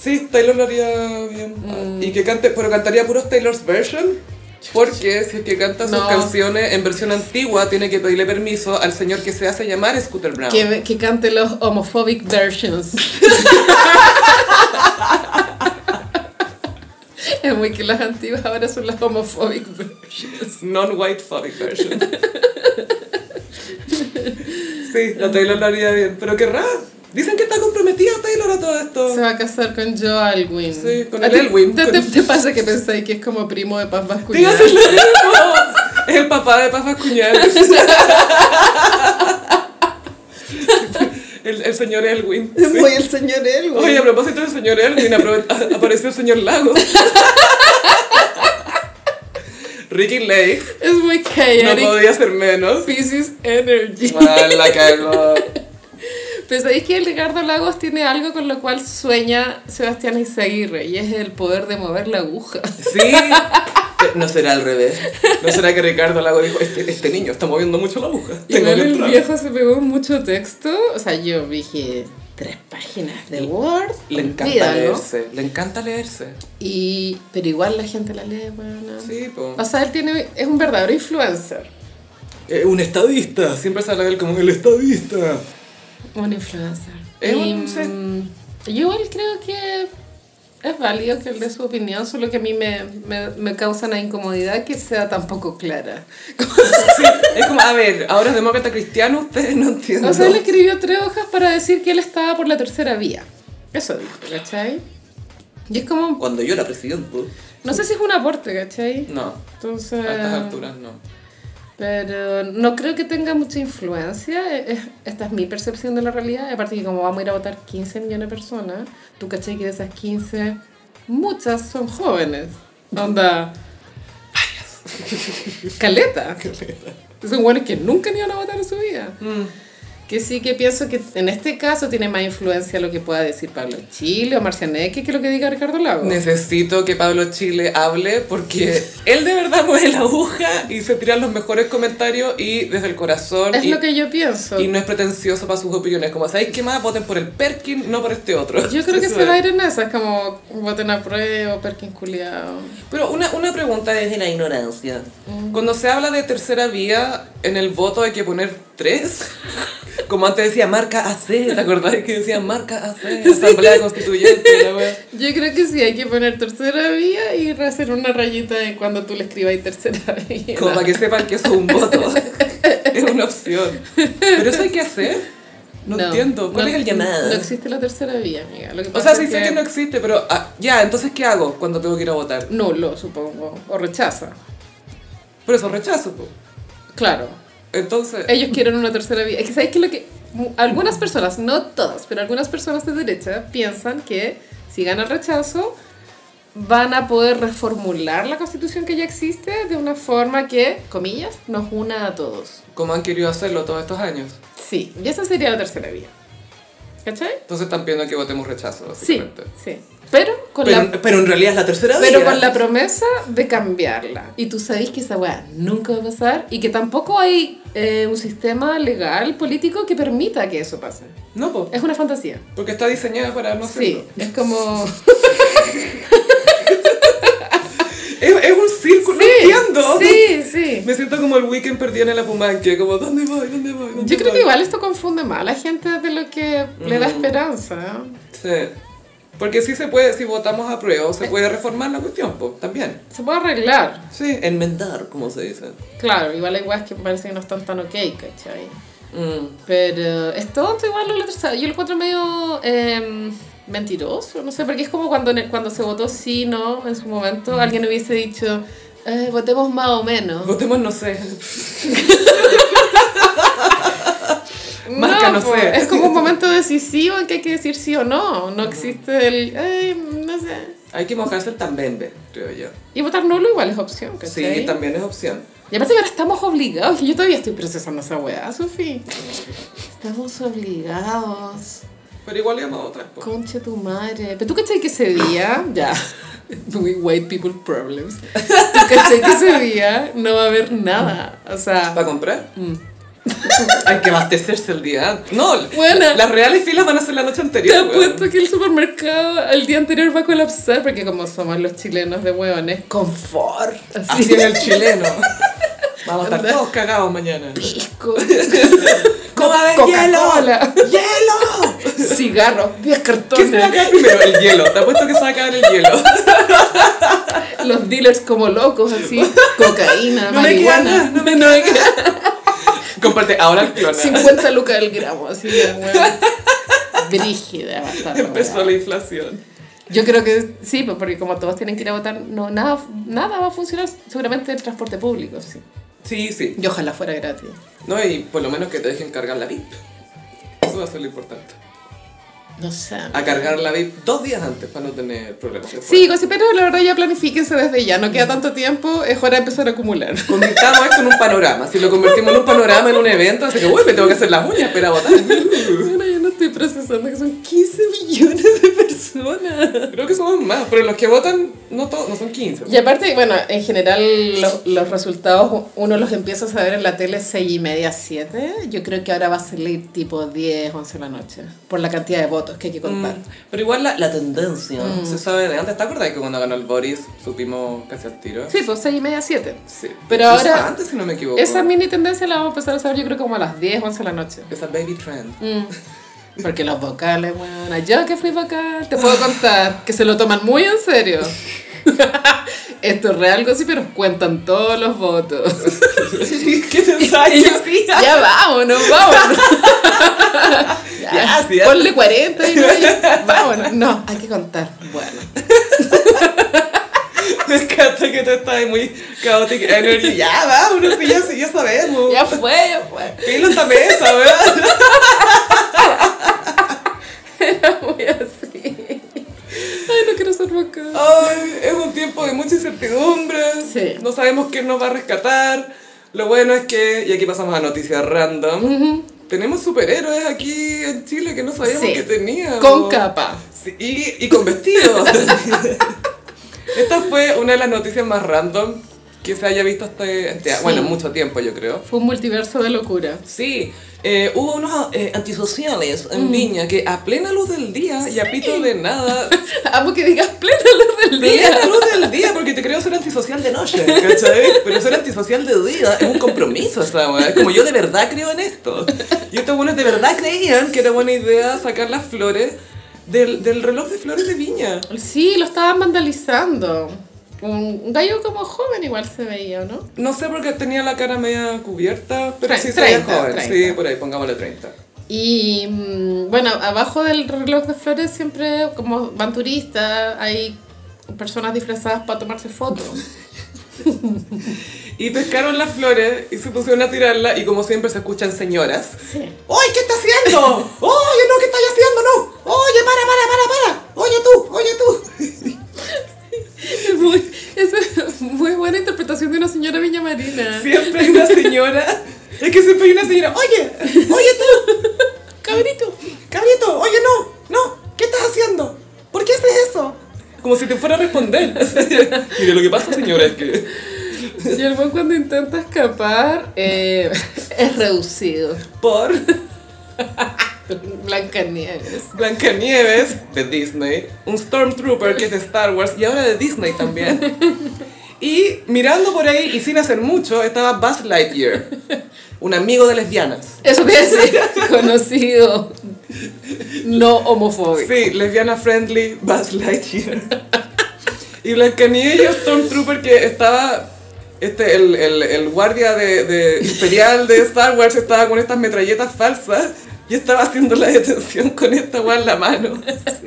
Speaker 1: Sí, Taylor lo haría bien.
Speaker 2: Mm.
Speaker 1: Y que cante, pero cantaría puros Taylor's version. Porque si es que canta sus
Speaker 2: No.
Speaker 1: canciones en versión antigua, tiene que pedirle permiso al señor que se hace llamar Scooter Brown.
Speaker 2: Que, que cante los homophobic versions. es muy que las antiguas ahora son las homophobic versions.
Speaker 1: Non-white phobic version. sí, la Taylor lo haría bien. Pero qué raro. Dicen que está comprometida Taylor a todo esto.
Speaker 2: Se va a casar con Joe Alwyn.
Speaker 1: Sí, con
Speaker 2: ¿A
Speaker 1: el
Speaker 2: ti-
Speaker 1: Elwyn,
Speaker 2: ¿Te,
Speaker 1: con-
Speaker 2: te- te pasa que pensáis que es como primo de Paz Vascuñán?
Speaker 1: Dígase lo mismo. Es el papá de Paz Vascuñán. el, el señor Elwin.
Speaker 2: Es muy el señor Elwyn.
Speaker 1: Oye, a propósito del señor Elwin, apro- a- apareció el señor Lago. Ricky Lakes,
Speaker 2: Es muy
Speaker 1: no
Speaker 2: chaotic.
Speaker 1: podía ser menos.
Speaker 2: Pisces Energy.
Speaker 1: Ah, la cagó.
Speaker 2: Pero sabéis que el Ricardo Lagos tiene algo con lo cual sueña Sebastián Izaguirre y es el poder de mover la aguja.
Speaker 1: Sí. No será al revés. No será que Ricardo Lago dijo, este, este niño está moviendo mucho la aguja. Tengo
Speaker 2: Igual
Speaker 1: que
Speaker 2: el
Speaker 1: entrar".
Speaker 2: viejo se pegó mucho texto. O sea, yo dije tres páginas de Word.
Speaker 1: Le encanta
Speaker 2: olvídalo.
Speaker 1: leerse, le encanta leerse.
Speaker 2: Y, pero igual la gente la lee, bueno.
Speaker 1: Sí, po.
Speaker 2: O sea, él tiene, es un verdadero influencer.
Speaker 1: Eh, un estadista, siempre se habla de él como el estadista.
Speaker 2: Un influencer.
Speaker 1: Es
Speaker 2: Y,
Speaker 1: un- sí.
Speaker 2: mm, yo igual creo que es válido que él dé su opinión, solo que a mí me, me, me causa una incomodidad que sea tan poco clara.
Speaker 1: Sí, es como, a ver, ahora es demócrata cristiano, ustedes no entienden.
Speaker 2: O sea, él escribió tres hojas para decir que él estaba por la tercera vía. Eso dijo, ¿cachai? Y es como,
Speaker 1: Cuando yo era presidente.
Speaker 2: no sé si es un aporte, ¿cachai?
Speaker 1: No,
Speaker 2: Entonces...
Speaker 1: a estas alturas no.
Speaker 2: Pero no creo que tenga mucha influencia. e- es- Esta es mi percepción de la realidad. Y Aparte que como vamos a ir a votar 15 millones de personas, tú caché que de esas 15, muchas son jóvenes. Onda... Caleta. Son buenos que nunca ni iban a votar en su vida. Que sí que pienso que en este caso tiene más influencia lo que pueda decir Pablo Chile o Marcianeque que lo que diga Ricardo Lago.
Speaker 1: Necesito que Pablo Chile hable porque él de verdad mueve la aguja y se tiran los mejores comentarios y desde el corazón.
Speaker 2: Es
Speaker 1: y,
Speaker 2: lo que yo pienso.
Speaker 1: y no es pretencioso para sus opiniones. Como, ¿sabéis qué más? Voten por el Perkin, no por este otro.
Speaker 2: Yo creo que
Speaker 1: Eso
Speaker 2: se va a
Speaker 1: es.
Speaker 2: ir en esas, como voten a prueba, perkin culiao.
Speaker 1: Pero una, una pregunta desde la ignorancia.
Speaker 2: Mm.
Speaker 1: Cuando se habla de tercera vía, en el voto hay que poner tres. Como antes decía marca AC, ¿te acordás que decía marca AC? Asamblea Constituyente, la wea.
Speaker 2: Yo creo que sí, hay que poner tercera vía y hacer una rayita de cuando tú le escribas tercera vía.
Speaker 1: Como para que sepan que eso es un voto. es una opción. Pero eso hay que hacer. No, entiendo. ¿Cuál
Speaker 2: no-
Speaker 1: es el llamado?
Speaker 2: No existe la tercera vía, amiga. Lo que
Speaker 1: o sea,
Speaker 2: pasa
Speaker 1: sí
Speaker 2: es
Speaker 1: sé que
Speaker 2: que
Speaker 1: no existe, pero ah, ya, entonces ¿qué hago cuando tengo que ir a votar?
Speaker 2: Nulo, supongo. O rechaza.
Speaker 1: Pero eso rechazo, po.
Speaker 2: Claro.
Speaker 1: Entonces,
Speaker 2: Ellos quieren una tercera vía. Es que sabes que lo que. mu- Algunas personas, no todas, pero algunas personas de derecha piensan que si gana el rechazo van a poder reformular la constitución que ya existe de una forma que, comillas, nos una a todos.
Speaker 1: como han querido hacerlo todos estos años.
Speaker 2: Sí, y esa sería la tercera vía. ¿Cachai?
Speaker 1: Entonces están pidiendo que votemos rechazo,
Speaker 2: Sí,
Speaker 1: básicamente.
Speaker 2: sí. Pero con la...
Speaker 1: en realidad es la tercera
Speaker 2: Pero con la promesa de cambiarla. Y tú sabes que esa weá nunca va a pasar y que tampoco hay eh, un sistema legal, político, que permita que eso pase.
Speaker 1: No, po,
Speaker 2: Es una fantasía.
Speaker 1: porque está diseñada para no
Speaker 2: sí,
Speaker 1: serlo.
Speaker 2: es como...
Speaker 1: Es, es un círculo,
Speaker 2: Sí,
Speaker 1: no entiendo.
Speaker 2: Sí, sí.
Speaker 1: Me siento como el weekend perdido en el Apumanque, como, ¿dónde voy? ¿Dónde voy? ¿Dónde
Speaker 2: Yo creo
Speaker 1: voy?
Speaker 2: que igual esto confunde más a la gente de lo que le da esperanza. ¿eh?
Speaker 1: Sí. Porque sí se puede, si votamos a prueba, se puede reformar la cuestión, po, también.
Speaker 2: Se puede arreglar.
Speaker 1: Sí, enmendar, como se dice.
Speaker 2: Claro, igual hay weas que parece que no están tan ok, ¿cachai?
Speaker 1: Mm.
Speaker 2: Pero es tonto igual lo otro. Yo lo encuentro medio em, mentiroso, no sé, porque es como cuando, en el- cuando se votó sí, no, en su momento, alguien hubiese dicho, eh, votemos más o menos.
Speaker 1: Votemos, no sé.
Speaker 2: No,
Speaker 1: Marca, no
Speaker 2: po,
Speaker 1: sé.
Speaker 2: es como un momento decisivo en que hay que decir sí o no. No existe el, "Ay, no sé.
Speaker 1: Hay que mojarse el tambembe, creo yo.
Speaker 2: Y votar nulo igual es opción,
Speaker 1: Sí,
Speaker 2: ¿cachai?
Speaker 1: también es opción.
Speaker 2: Y aparte que ahora estamos obligados, que yo todavía estoy procesando esa weá, Sofi. Estamos obligados.
Speaker 1: Pero igual íbamos a votar, po.
Speaker 2: Concha tu madre. Pero tú cachai que ese día, ya, muy white people problems. Tú cachai que ese día no va a haber nada. O sea,
Speaker 1: ¿Para comprar? Hay que abastecerse el día antes. No,
Speaker 2: Buena.
Speaker 1: las reales filas van a ser la noche
Speaker 2: te
Speaker 1: anterior. weón.
Speaker 2: apuesto que el supermercado el día anterior va a colapsar porque como somos los chilenos de hueones, confort. Así,
Speaker 1: Así es el chileno. Vamos a estar todos cagados mañana.
Speaker 2: pisco,
Speaker 1: ¿Cómo ven
Speaker 2: Coca-Cola.
Speaker 1: ¡Hielo!
Speaker 2: cigarros, 10
Speaker 1: ¿Qué se va a
Speaker 2: cartones.
Speaker 1: caer primero? El hielo. Te apuesto que se va a caer el hielo.
Speaker 2: Los dealers como locos, así, cocaína,
Speaker 1: No me queda nada,
Speaker 2: marihuana.
Speaker 1: no me, no me queda. Comparte ahora el clona.
Speaker 2: 50 lucas el gramo, así de hueón. Brígida va a estar la
Speaker 1: Empezó
Speaker 2: weá.
Speaker 1: la inflación.
Speaker 2: Yo creo que sí, pues, porque como todos tienen que ir a votar, no, nada, nada va a funcionar, seguramente el transporte público, sí.
Speaker 1: Sí, sí.
Speaker 2: Y ojalá fuera gratis.
Speaker 1: No, y por lo menos que te dejen cargar la VIP. Eso va a ser lo importante.
Speaker 2: No sé.
Speaker 1: A cargar la VIP dos días antes para no tener problemas. después.
Speaker 2: Sí, Gossip, pero la verdad ya planifíquense desde ya, no queda tanto tiempo, es hora de empezar a acumular.
Speaker 1: Convirtamos esto en un panorama. Si lo convertimos en un panorama, en un evento, así que, uy, me tengo que hacer las uñas, espera, votar.
Speaker 2: Bueno, yo no estoy pensando que son 15 millones de personas.
Speaker 1: Creo que somos más, pero los que votan no, to- no son 15.
Speaker 2: Y aparte, bueno, en general los, los resultados uno los empieza a saber en la tele 6 y media, 7. Yo creo que ahora va a salir tipo 10, 11 de la noche, por la cantidad de votos que hay que contar.
Speaker 1: Mm, Pero igual la, la tendencia se sabe de antes. ¿Te acuerdas que cuando ganó el Boris supimos casi al tiro?
Speaker 2: Sí, pues 6 y media, 7.
Speaker 1: Sí.
Speaker 2: Pero
Speaker 1: Incluso
Speaker 2: ahora-
Speaker 1: Antes, si no me equivoco.
Speaker 2: Esa mini tendencia la vamos a empezar a saber yo creo como a las 10, 11 de la noche.
Speaker 1: Esa baby trend.
Speaker 2: Mm. Porque los vocales, bueno, yo que fui vocal, te puedo contar que se lo toman muy en serio. Esto es real, sí, pero cuentan todos los votos.
Speaker 1: ¿Qué pensáis?
Speaker 2: Y yo, ya vámonos, vámonos.
Speaker 1: Ya, sí, ya.
Speaker 2: Ponle 40 y no, ya, vámonos. No, hay que contar. Bueno.
Speaker 1: Me encanta que tú estás muy chaotic energy. Ya, vámonos, sí, ya, sí, ya sabemos.
Speaker 2: Ya fue, ya fue.
Speaker 1: Pilo esta mesa, ¿verdad?
Speaker 2: Era muy así. Ay, no quiero ser vocal.
Speaker 1: Ay, es un tiempo de mucha incertidumbre.
Speaker 2: Sí.
Speaker 1: No sabemos quién nos va a rescatar. Lo bueno es que, y aquí pasamos a noticias random, tenemos superhéroes aquí en Chile que no sabíamos
Speaker 2: Sí.
Speaker 1: que teníamos.
Speaker 2: Con capa.
Speaker 1: Sí, y, y con vestido. Esta fue una de las noticias más random que se haya visto hasta, hasta-
Speaker 2: Sí.
Speaker 1: bueno, mucho tiempo yo creo.
Speaker 2: Fue un multiverso de locura.
Speaker 1: Sí, eh, hubo unos eh, antisociales en Viña que a plena luz del día y a pito de nada,
Speaker 2: Amo que digas plena luz del día.
Speaker 1: plena luz del día, porque te creo ser antisocial de noche, ¿cachai? Pero ser antisocial de día es un compromiso esa weá, es como yo de verdad creo en esto. Y estos buenos de verdad creían que era buena idea sacar las flores del, del reloj de flores de Viña.
Speaker 2: Sí, lo estaban vandalizando. Un gallo como joven igual se veía, ¿no?
Speaker 1: No sé por qué tenía la cara media cubierta, pero
Speaker 2: Tre-
Speaker 1: sí se veía
Speaker 2: 30,
Speaker 1: joven.
Speaker 2: 30.
Speaker 1: Sí, por ahí, pongámosle 30.
Speaker 2: Y mm, bueno, abajo del reloj de flores siempre como van turistas, hay personas disfrazadas para tomarse fotos.
Speaker 1: Y pescaron las flores y se pusieron a tirarlas y como siempre se escuchan señoras.
Speaker 2: Sí.
Speaker 1: ¡Oye, qué está haciendo! ¡Oye, no, qué estás haciendo, no! ¡Oye, para, para, para, para! ¡Oye tú, oye tú!
Speaker 2: Es muy, es muy buena interpretación de una señora Viña Marina.
Speaker 1: Siempre hay una señora. Es que siempre hay una señora. ¡Oye! ¡Oye tú!
Speaker 2: Cabrito.
Speaker 1: ¡Cabrito! ¡Oye no! ¡No! ¿Qué estás haciendo? ¿Por qué haces eso? Como si te fuera a responder. Mire, lo que pasa, señora, es que...
Speaker 2: Y el buen cuando intenta escapar eh, es reducido.
Speaker 1: Por
Speaker 2: Blanca Nieves.
Speaker 1: Blancanieves, de Disney, un Stormtrooper, que es de Star Wars, y ahora de Disney también. Y mirando por ahí, y sin hacer mucho, estaba Buzz Lightyear, un amigo de lesbianas.
Speaker 2: Eso que decir, conocido, no homofóbico.
Speaker 1: Sí, lesbiana friendly, Buzz Lightyear. y Blancanieves y el Stormtrooper que estaba... Este, el, el- el guardia de, de imperial de Star Wars estaba con estas metralletas falsas y estaba haciendo la detención con esta weá en la mano. así.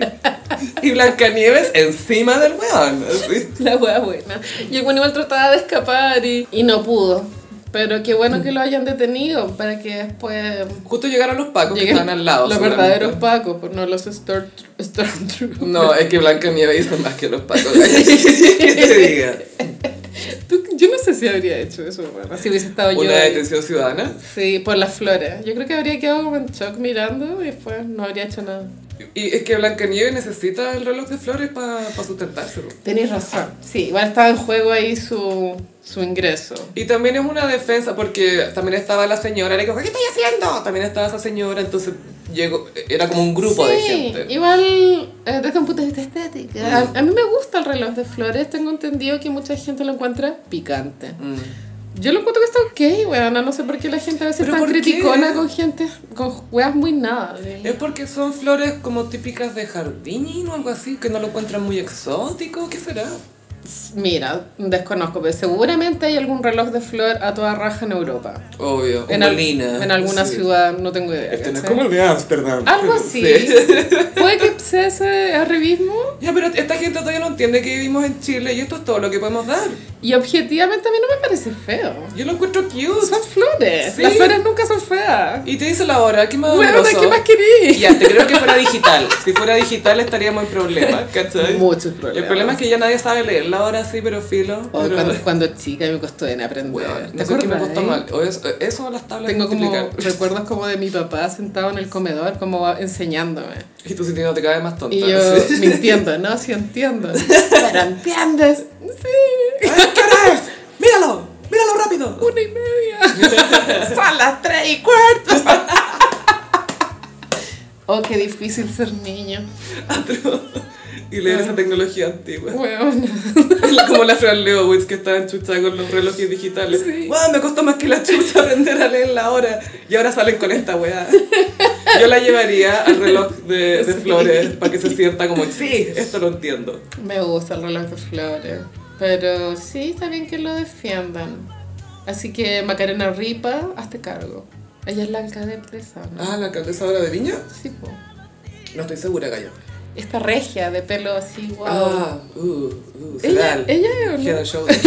Speaker 1: Y Blancanieves encima del weón. así.
Speaker 2: La wea buena. Y el buen igual trataba de escapar y, y no pudo. Pero qué bueno que lo hayan detenido para que después
Speaker 1: Justo llegaron los pacos que
Speaker 2: lleguen
Speaker 1: estaban al lado.
Speaker 2: los
Speaker 1: seguramente.
Speaker 2: verdaderos pacos, por no los Storm- Stormtroopers.
Speaker 1: No, es que Blancanieves hizo más que los pacos. ¿Qué te diga?
Speaker 2: Tú- Yo no sé si habría hecho eso, bueno, si hubiese estado yo.
Speaker 1: Una
Speaker 2: ahí.
Speaker 1: detención ciudadana.
Speaker 2: Sí, por las flores. Yo creo que habría quedado como en shock mirando y después no habría hecho nada.
Speaker 1: Y es que Blancanieves necesita el reloj de flores para sustentarse. po.
Speaker 2: Tenéis razón. Sí, igual estaba en juego ahí su, su ingreso.
Speaker 1: Y también es una defensa porque también estaba la señora, le dijo, ¿qué estoy haciendo? También estaba esa señora, entonces llegó, era como un grupo de
Speaker 2: Sí,
Speaker 1: gente.
Speaker 2: Igual, eh, desde un punto de vista estético. A, a mí me gusta el reloj de flores. Tengo entendido que mucha gente lo encuentra picante.
Speaker 1: Mm.
Speaker 2: Yo lo encuentro que está ok, weona. No sé por qué la gente a veces
Speaker 1: ¿Pero
Speaker 2: está
Speaker 1: por qué?
Speaker 2: criticona con gente, con weas muy nada. ¿sí?
Speaker 1: Es porque son flores como típicas de jardín o algo así, que no lo encuentran muy exótico, ¿qué será?
Speaker 2: Mira, desconozco, pero seguramente hay algún reloj de flor a toda raja en Europa.
Speaker 1: Obvio,
Speaker 2: En,
Speaker 1: una
Speaker 2: al-
Speaker 1: lina,
Speaker 2: en alguna
Speaker 1: sí.
Speaker 2: ciudad, no tengo idea.
Speaker 1: Este no es
Speaker 2: ¿cachai?
Speaker 1: como el de Ámsterdam.
Speaker 2: Algo así.
Speaker 1: Sí.
Speaker 2: Puede que sea ese arribismo.
Speaker 1: Ya, pero esta gente todavía no entiende que vivimos en Chile y esto es todo lo que podemos dar.
Speaker 2: Y objetivamente a mí no me parece feo.
Speaker 1: Yo lo encuentro cute.
Speaker 2: Son flores.
Speaker 1: Sí.
Speaker 2: Las flores nunca son feas.
Speaker 1: Y te dice la hora, ¿qué más
Speaker 2: Bueno,
Speaker 1: doloroso?
Speaker 2: ¿qué más querís?
Speaker 1: Ya, te creo que fuera digital. Si fuera digital estaríamos en problemas, ¿cachai?
Speaker 2: Muchos problemas.
Speaker 1: El problema es que ya nadie sabe leerla ahora sí, pero filo.
Speaker 2: Oh,
Speaker 1: pero-
Speaker 2: cuando, cuando chica me costó en aprender.
Speaker 1: Weón,
Speaker 2: ¿Te
Speaker 1: no sé qué me
Speaker 2: acordás,
Speaker 1: costó
Speaker 2: eh?
Speaker 1: mal. O eso, eso o las tablas
Speaker 2: Tengo
Speaker 1: de
Speaker 2: como
Speaker 1: multiplicar.
Speaker 2: recuerdos como de mi papá sentado en el comedor, como enseñándome.
Speaker 1: Y tú sintiendo te caes más tonta.
Speaker 2: Y yo
Speaker 1: Sí.
Speaker 2: mintiendo, no, sí entiendo. Pero entiendes.
Speaker 1: ¡Ay,
Speaker 2: Sí.
Speaker 1: ¿Qué hora es? ¡Míralo! ¡Míralo rápido!
Speaker 2: Una y media. Son las tres y cuarto. oh, qué difícil ser niño.
Speaker 1: Y leer esa tecnología antigua.
Speaker 2: Bueno.
Speaker 1: Como la Fran Leowitz que estaba enchuchada con los relojes digitales.
Speaker 2: Sí.
Speaker 1: Guau, me costó más que la chucha aprender a leer la hora. Y ahora salen con esta weá. Yo la llevaría al reloj de, de
Speaker 2: Sí.
Speaker 1: flores para que se sienta como, sí, esto lo entiendo.
Speaker 2: Me gusta el reloj de flores. Pero sí, está bien que lo defiendan. Así que Macarena Ripa, hazte cargo. Ella es la alcaldesa, ¿no?
Speaker 1: Ah, la alcaldesa ahora de Viña.
Speaker 2: Sí, po.
Speaker 1: No estoy segura, gallo.
Speaker 2: Esta regia de pelo así, wow.
Speaker 1: Ah, uh, uh, será
Speaker 2: ella,
Speaker 1: el-
Speaker 2: ella es
Speaker 1: Head
Speaker 2: una-
Speaker 1: and Shoulders.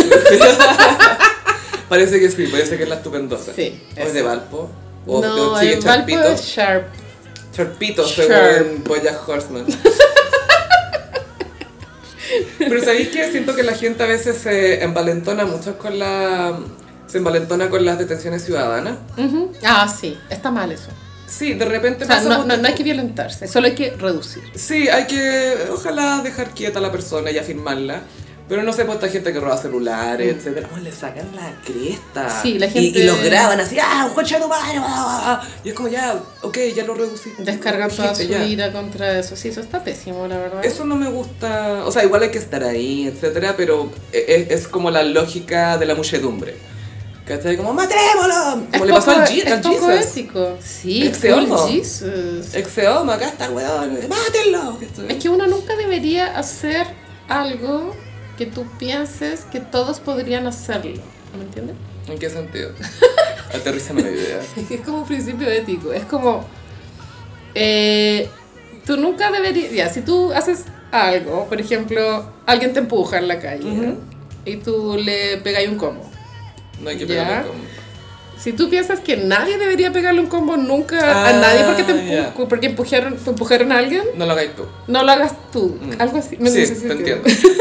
Speaker 1: parece que sí, parece que es la estupendosa.
Speaker 2: Sí,
Speaker 1: O es
Speaker 2: eso.
Speaker 1: de Valpo. O
Speaker 2: no,
Speaker 1: de
Speaker 2: el Valpo es Sharp.
Speaker 1: Charpito,
Speaker 2: Sharp.
Speaker 1: según Boya Horseman. Pero ¿sabéis que siento que la gente a veces se envalentona mucho con la... Se envalentona con las detenciones ciudadanas.
Speaker 2: Ujú. Ah, sí, está mal eso.
Speaker 1: Sí, de repente
Speaker 2: O sea,
Speaker 1: pasa
Speaker 2: no,
Speaker 1: mucho-
Speaker 2: no, no hay que violentarse, solo hay que reducir.
Speaker 1: Sí, hay que, ojalá, dejar quieta a la persona y afirmarla. Pero no sé, pues esta gente que roba celulares, etcétera. Oh, le sacan la cresta.
Speaker 2: Mm. Sí, la
Speaker 1: Y-
Speaker 2: gente-
Speaker 1: Y, los graban así, ¡ah, un coche humano! ah, ah". Y es como, ya, ok, ya lo reducí.
Speaker 2: Descargar toda su
Speaker 1: Gente, ya.
Speaker 2: ira contra eso. Sí, eso está pésimo, la verdad.
Speaker 1: Eso no me gusta. O sea, igual hay que estar ahí, etcétera, pero e, es, es como la lógica de la muchedumbre. ¿Cachai? Como, ¡matémoslo! Como le pasó al, Je-
Speaker 2: es
Speaker 1: al
Speaker 2: poco
Speaker 1: Jesus.
Speaker 2: ético. Sí,
Speaker 1: Ex
Speaker 2: full
Speaker 1: Eomo.
Speaker 2: Jesus.
Speaker 1: Exeoma, acá está el weón, ¡mátenlo! ¿cachai?
Speaker 2: Es que uno nunca debería hacer algo que tú pienses que todos podrían hacerlo. ¿Me entiendes?
Speaker 1: ¿En qué sentido? Aterrízame la idea.
Speaker 2: Es como un principio ético. Es como. eh, tú nunca deberías. ya, si tú haces algo, por ejemplo, alguien te empuja en la calle
Speaker 1: Ujú.
Speaker 2: y tú le pegáis un combo.
Speaker 1: No hay que
Speaker 2: Ya.
Speaker 1: pegarle con...
Speaker 2: Si tú piensas que nadie debería pegarle un combo nunca a
Speaker 1: Ah,
Speaker 2: nadie porque te, empu-
Speaker 1: ya.
Speaker 2: porque empujaron, te empujaron a alguien,
Speaker 1: No lo hagáis tú.
Speaker 2: no lo hagas tú.
Speaker 1: Mm.
Speaker 2: Algo
Speaker 1: sí,
Speaker 2: así. no sé si
Speaker 1: te
Speaker 2: entiendo.
Speaker 1: entiendo.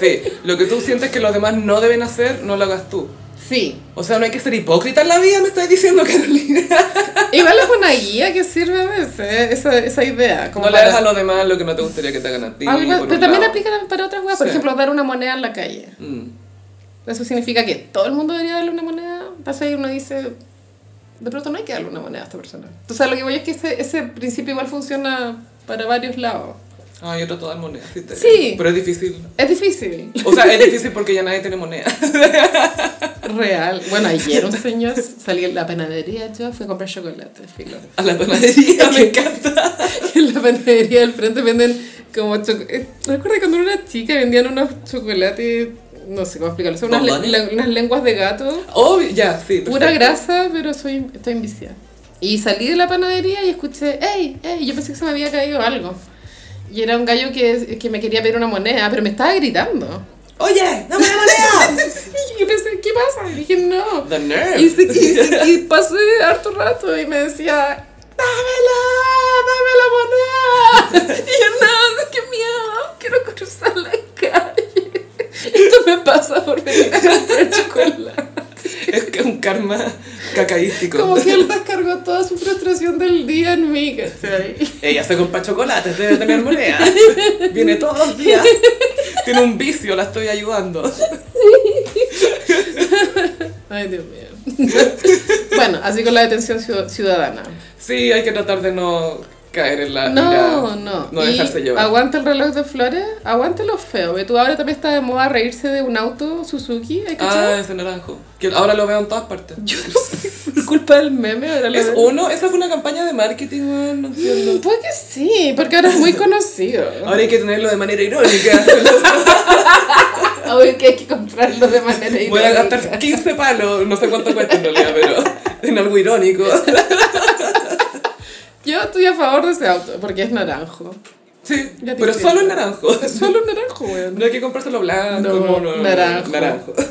Speaker 1: Sí, lo que tú sientes que los demás no deben hacer, no lo hagas tú.
Speaker 2: Sí.
Speaker 1: O sea, no hay que ser hipócrita en la vida, me estás diciendo, Carolina.
Speaker 2: Igual es una guía que sirve a veces, ¿eh? esa, esa idea. Como
Speaker 1: No le
Speaker 2: para-
Speaker 1: hagas a los demás lo que no te gustaría que te hagan a ti.
Speaker 2: algo-
Speaker 1: por un
Speaker 2: pero también
Speaker 1: lado.
Speaker 2: aplica para otras weas, por
Speaker 1: Sí.
Speaker 2: ejemplo, dar una moneda en la calle.
Speaker 1: Mm.
Speaker 2: Eso significa que todo el mundo debería darle una moneda. Pasa y uno dice, de pronto no hay que darle una moneda a esta persona. Entonces, a lo que voy es que ese, ese principio igual funciona para varios lados.
Speaker 1: Ah, yo trato de dar monedas, sí. te-
Speaker 2: Sí.
Speaker 1: Pero es difícil.
Speaker 2: Es difícil.
Speaker 1: O sea, es difícil porque ya nadie tiene moneda.
Speaker 2: Real. Bueno, ayer un señor salí en la panadería, yo fui a comprar chocolate, filo.
Speaker 1: A la panadería, me encanta.
Speaker 2: En la panadería del frente venden como eh, chocolate. Recuerda cuando era una chica vendían unos chocolates, no sé cómo explicarlo, son unas, le-
Speaker 1: ¿Bombones?
Speaker 2: le- unas lenguas de gato.
Speaker 1: Oh, ya, sí.
Speaker 2: Pura
Speaker 1: perfecto.
Speaker 2: grasa, pero soy, estoy enviciada. Y salí de la panadería y escuché, ¡Ey! ¡Ey! Yo pensé que se me había caído algo. Y era un gallo que, que me quería pedir una moneda, pero me estaba gritando.
Speaker 1: Oye, dame la moneda.
Speaker 2: Y yo pensé, ¿qué pasa? Y dije, no.
Speaker 1: The nerve.
Speaker 2: Y, se- y se- y pasé harto rato y me decía, ¡Dámela! ¡Dame la moneda! Y yo, no, qué miedo, quiero cruzar la calle. Esto me pasa por venir a comprar chocolate.
Speaker 1: Es que es un karma cacaístico.
Speaker 2: Como que él descargó toda su frustración del día en mí, ¿cachai?
Speaker 1: Ella se compra chocolates, debe tener moneda. Viene todos los días. Tiene un vicio, la estoy ayudando.
Speaker 2: Ay, Dios mío. bueno, así con la detención ciu- ciudadana.
Speaker 1: Sí, hay que tratar de no caer en la...
Speaker 2: No,
Speaker 1: ira,
Speaker 2: no.
Speaker 1: Ah, No
Speaker 2: Y
Speaker 1: dejarse llevar.
Speaker 2: Aguanta el reloj de flores, aguanta lo feo. Ve, Tú ahora también está de moda reírse de un auto Suzuki, ¿hay
Speaker 1: Ah,
Speaker 2: cachado?
Speaker 1: ese naranjo. Que ahora lo veo en todas partes.
Speaker 2: Yo no sé, por culpa del meme ahora lo
Speaker 1: Es
Speaker 2: veo.
Speaker 1: uno, esa fue una campaña de marketing, weón, no entiendo.
Speaker 2: Puede que sí, porque ahora es muy conocido.
Speaker 1: Ahora hay que tenerlo de manera irónica.
Speaker 2: Ahora que hay que comprarlo de manera
Speaker 1: Voy a
Speaker 2: irónica.
Speaker 1: gastar 15 palos, no sé cuánto cuesta en realidad, pero en algo irónico.
Speaker 2: Yo estoy a favor de ese auto, porque es naranjo.
Speaker 1: Sí,
Speaker 2: Ya te
Speaker 1: pero
Speaker 2: entiendo.
Speaker 1: solo el naranjo.
Speaker 2: Es solo un naranjo, weón.
Speaker 1: No hay que comprárselo blanco,
Speaker 2: No,
Speaker 1: no, no, no,
Speaker 2: naranjo.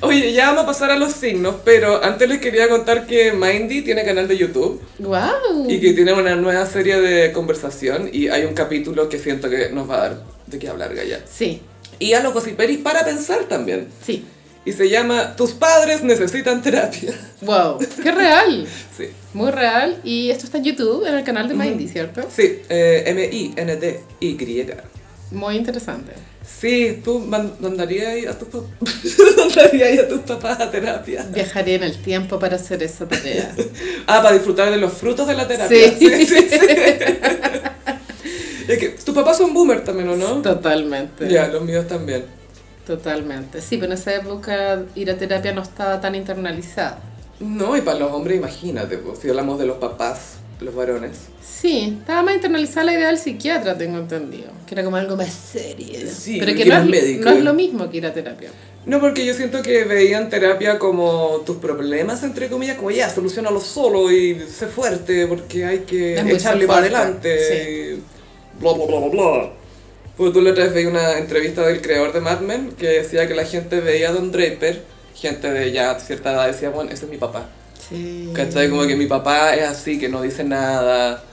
Speaker 1: Oye, ya vamos a pasar a los signos, pero antes les quería contar que Mindy tiene canal de YouTube
Speaker 2: Wow.
Speaker 1: y que tiene una nueva serie de conversación y hay un capítulo que siento que nos va a dar de qué hablar, Gaya.
Speaker 2: Sí,
Speaker 1: Y a los gossiperis para pensar también.
Speaker 2: sí.
Speaker 1: Y se llama Tus padres necesitan terapia.
Speaker 2: Wow. Qué real.
Speaker 1: Sí,
Speaker 2: Muy real. Y esto está en YouTube, en el canal de Mindy, ¿cierto?
Speaker 1: sí, eh, M-I-N-D-Y.
Speaker 2: Muy interesante.
Speaker 1: Sí, tú man- mandarías ahí a tus papás. mandarías ahí a tus papás a terapia.
Speaker 2: Viajaré en el tiempo para hacer esa tarea.
Speaker 1: Ah, para disfrutar de los frutos de la terapia.
Speaker 2: Sí.
Speaker 1: Sí, sí, sí. Es que tus papás son boomer también, ¿o no?
Speaker 2: Totalmente.
Speaker 1: Ya, los míos también.
Speaker 2: Totalmente. Sí, pero en esa época ir a terapia no estaba tan internalizado.
Speaker 1: No, y para los hombres, imagínate, pues, si hablamos de los papás, los varones.
Speaker 2: Sí, estaba más internalizada la idea del psiquiatra, tengo entendido. Que era como algo más serio.
Speaker 1: Eh, Sí,
Speaker 2: pero que
Speaker 1: que
Speaker 2: no es,
Speaker 1: más médico.
Speaker 2: no es lo mismo que ir a terapia.
Speaker 1: No, porque yo siento que veían terapia como tus problemas, entre comillas, como ya, solucionalo solo y sé fuerte porque hay que
Speaker 2: Es muy
Speaker 1: echarle
Speaker 2: ser
Speaker 1: para
Speaker 2: fuerte,
Speaker 1: adelante. y Bla, bla, bla, bla, bla. Pues tú la otra vez veí una entrevista del creador de Mad Men que decía que la gente veía a Don Draper, gente de ya cierta edad, decía, bueno, ese es mi papá.
Speaker 2: Sí.
Speaker 1: ¿Cachai? Como que mi papá es así, que no dice nada,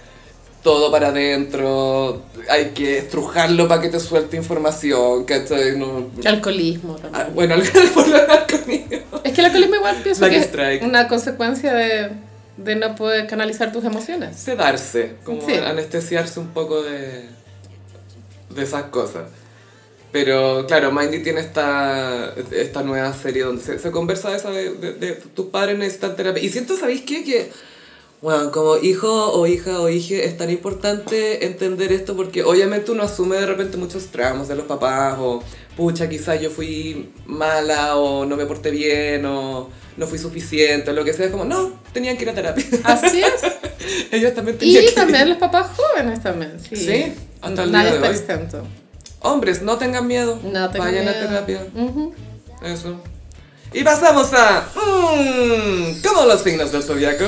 Speaker 1: todo para adentro, hay que estrujarlo para que te suelte información, ¿cachai? No,
Speaker 2: Alcoholismo también.
Speaker 1: Ah, bueno, por hablar conmigo.
Speaker 2: Es que el alcoholismo igual pienso
Speaker 1: Black
Speaker 2: que
Speaker 1: Ah. Strike.
Speaker 2: es una consecuencia de, de no poder canalizar tus emociones.
Speaker 1: Sedarse, como
Speaker 2: Sí.
Speaker 1: anestesiarse un poco de, de esas cosas. Pero claro, Mindy tiene esta, esta nueva serie donde se, se conversa de esa de, de- de tus padres necesitan terapia. Y siento, ¿sabéis qué? Que, bueno, como hijo o hija o hije, es tan importante entender esto porque obviamente uno asume de repente muchos traumas de los papás o, pucha, quizás yo fui mala o no me porté bien o no fui suficiente o lo que sea. Es como, no, tenían que ir a terapia.
Speaker 2: Así es.
Speaker 1: Ellos también tenían
Speaker 2: Y
Speaker 1: que-
Speaker 2: también los papás jóvenes también. Sí.
Speaker 1: Sí, hasta el
Speaker 2: Nadie
Speaker 1: día de
Speaker 2: está
Speaker 1: hoy.
Speaker 2: exento.
Speaker 1: Hombres, no tengan miedo.
Speaker 2: No tengo
Speaker 1: Vayan a
Speaker 2: miedo.
Speaker 1: terapia.
Speaker 2: Ujú.
Speaker 1: Eso. Y pasamos a. Mmm, ¿Cómo los signos del zodiaco?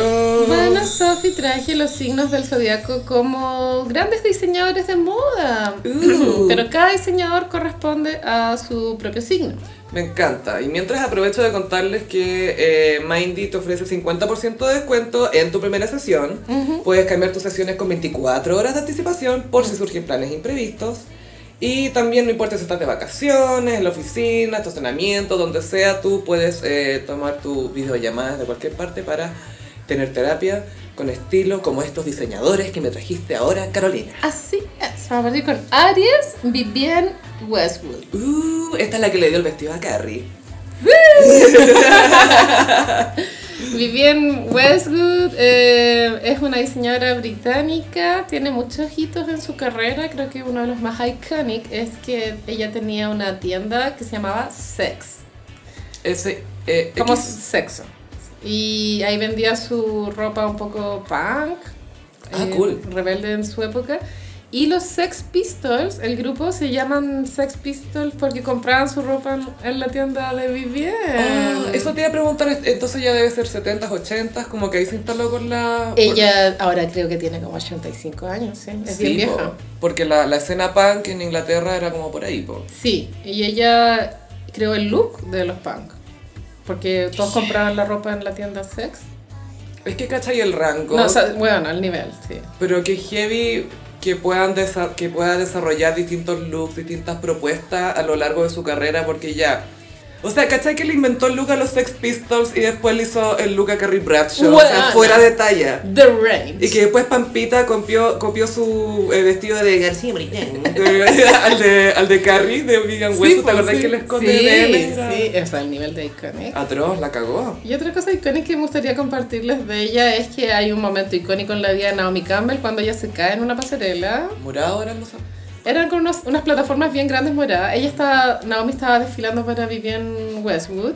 Speaker 2: Bueno, Sophie traje los signos del zodiaco como grandes diseñadores de moda.
Speaker 1: Uh.
Speaker 2: Pero cada diseñador corresponde a su propio signo.
Speaker 1: Me encanta. Y mientras aprovecho de contarles que eh, Mindy te ofrece 50% de descuento en tu primera sesión. Puedes cambiar tus sesiones con 24 horas de anticipación por si surgen planes imprevistos. Y también no importa si estás de vacaciones, en la oficina, estacionamiento, donde sea, tú puedes eh, tomar tus videollamadas de cualquier parte para tener terapia con estilo como estos diseñadores que me trajiste ahora, Carolina.
Speaker 2: Así es. Vamos a partir con Aries, Vivienne Westwood.
Speaker 1: Uh, esta es la que le dio el vestido a Carrie.
Speaker 2: Vivienne Westwood eh, es una diseñadora británica, tiene muchos hitos en su carrera, creo que uno de los más iconic es que ella tenía una tienda que se llamaba Sex,
Speaker 1: Ese. eh,
Speaker 2: como
Speaker 1: X.
Speaker 2: sexo, y ahí vendía su ropa un poco punk, eh,
Speaker 1: Ah, cool.
Speaker 2: rebelde en su época, y los Sex Pistols, el grupo se llaman Sex Pistols porque compraban su ropa en, en la tienda de Vivienne.
Speaker 1: Ah, eso te iba a preguntar, est- entonces ya debe ser 70s, 80s, como que ahí se instaló con la...
Speaker 2: Ella ahora creo que tiene como 85 años, sí,
Speaker 1: por-
Speaker 2: es
Speaker 1: Sí,
Speaker 2: bien
Speaker 1: po,
Speaker 2: vieja.
Speaker 1: porque la, la escena punk en Inglaterra era como por ahí, po.
Speaker 2: Sí, y ella creó el look de los punk. Porque todos compraban la ropa en la tienda sex.
Speaker 1: Es que cachai el rango,
Speaker 2: No, o sea, bueno, al nivel, sí.
Speaker 1: pero que heavy que puedan desa- que pueda desarrollar distintos looks, distintas propuestas a lo largo de su carrera, porque ya... O sea, ¿cachai que le inventó el look a los Sex Pistols y después le hizo el look a Carrie Bradshaw? O sea,
Speaker 2: Bueno.
Speaker 1: fuera de talla.
Speaker 2: The Range.
Speaker 1: Y que después Pampita copió, copió su eh, vestido de García Maritán de- al, de, al de Carrie, de Vivian Westwood. ¿Te acordás que el escote
Speaker 2: sí,
Speaker 1: de él era-
Speaker 2: Sí, es al nivel de iconic.
Speaker 1: Atroz, la cagó.
Speaker 2: Y otra cosa icónica que me gustaría compartirles de ella es que hay un momento icónico en la vida de Naomi Campbell cuando ella se cae en una pasarela.
Speaker 1: Morado eran los...
Speaker 2: Eran con unos- unas plataformas bien grandes moradas. Ella estaba, Naomi estaba desfilando para Vivienne Westwood.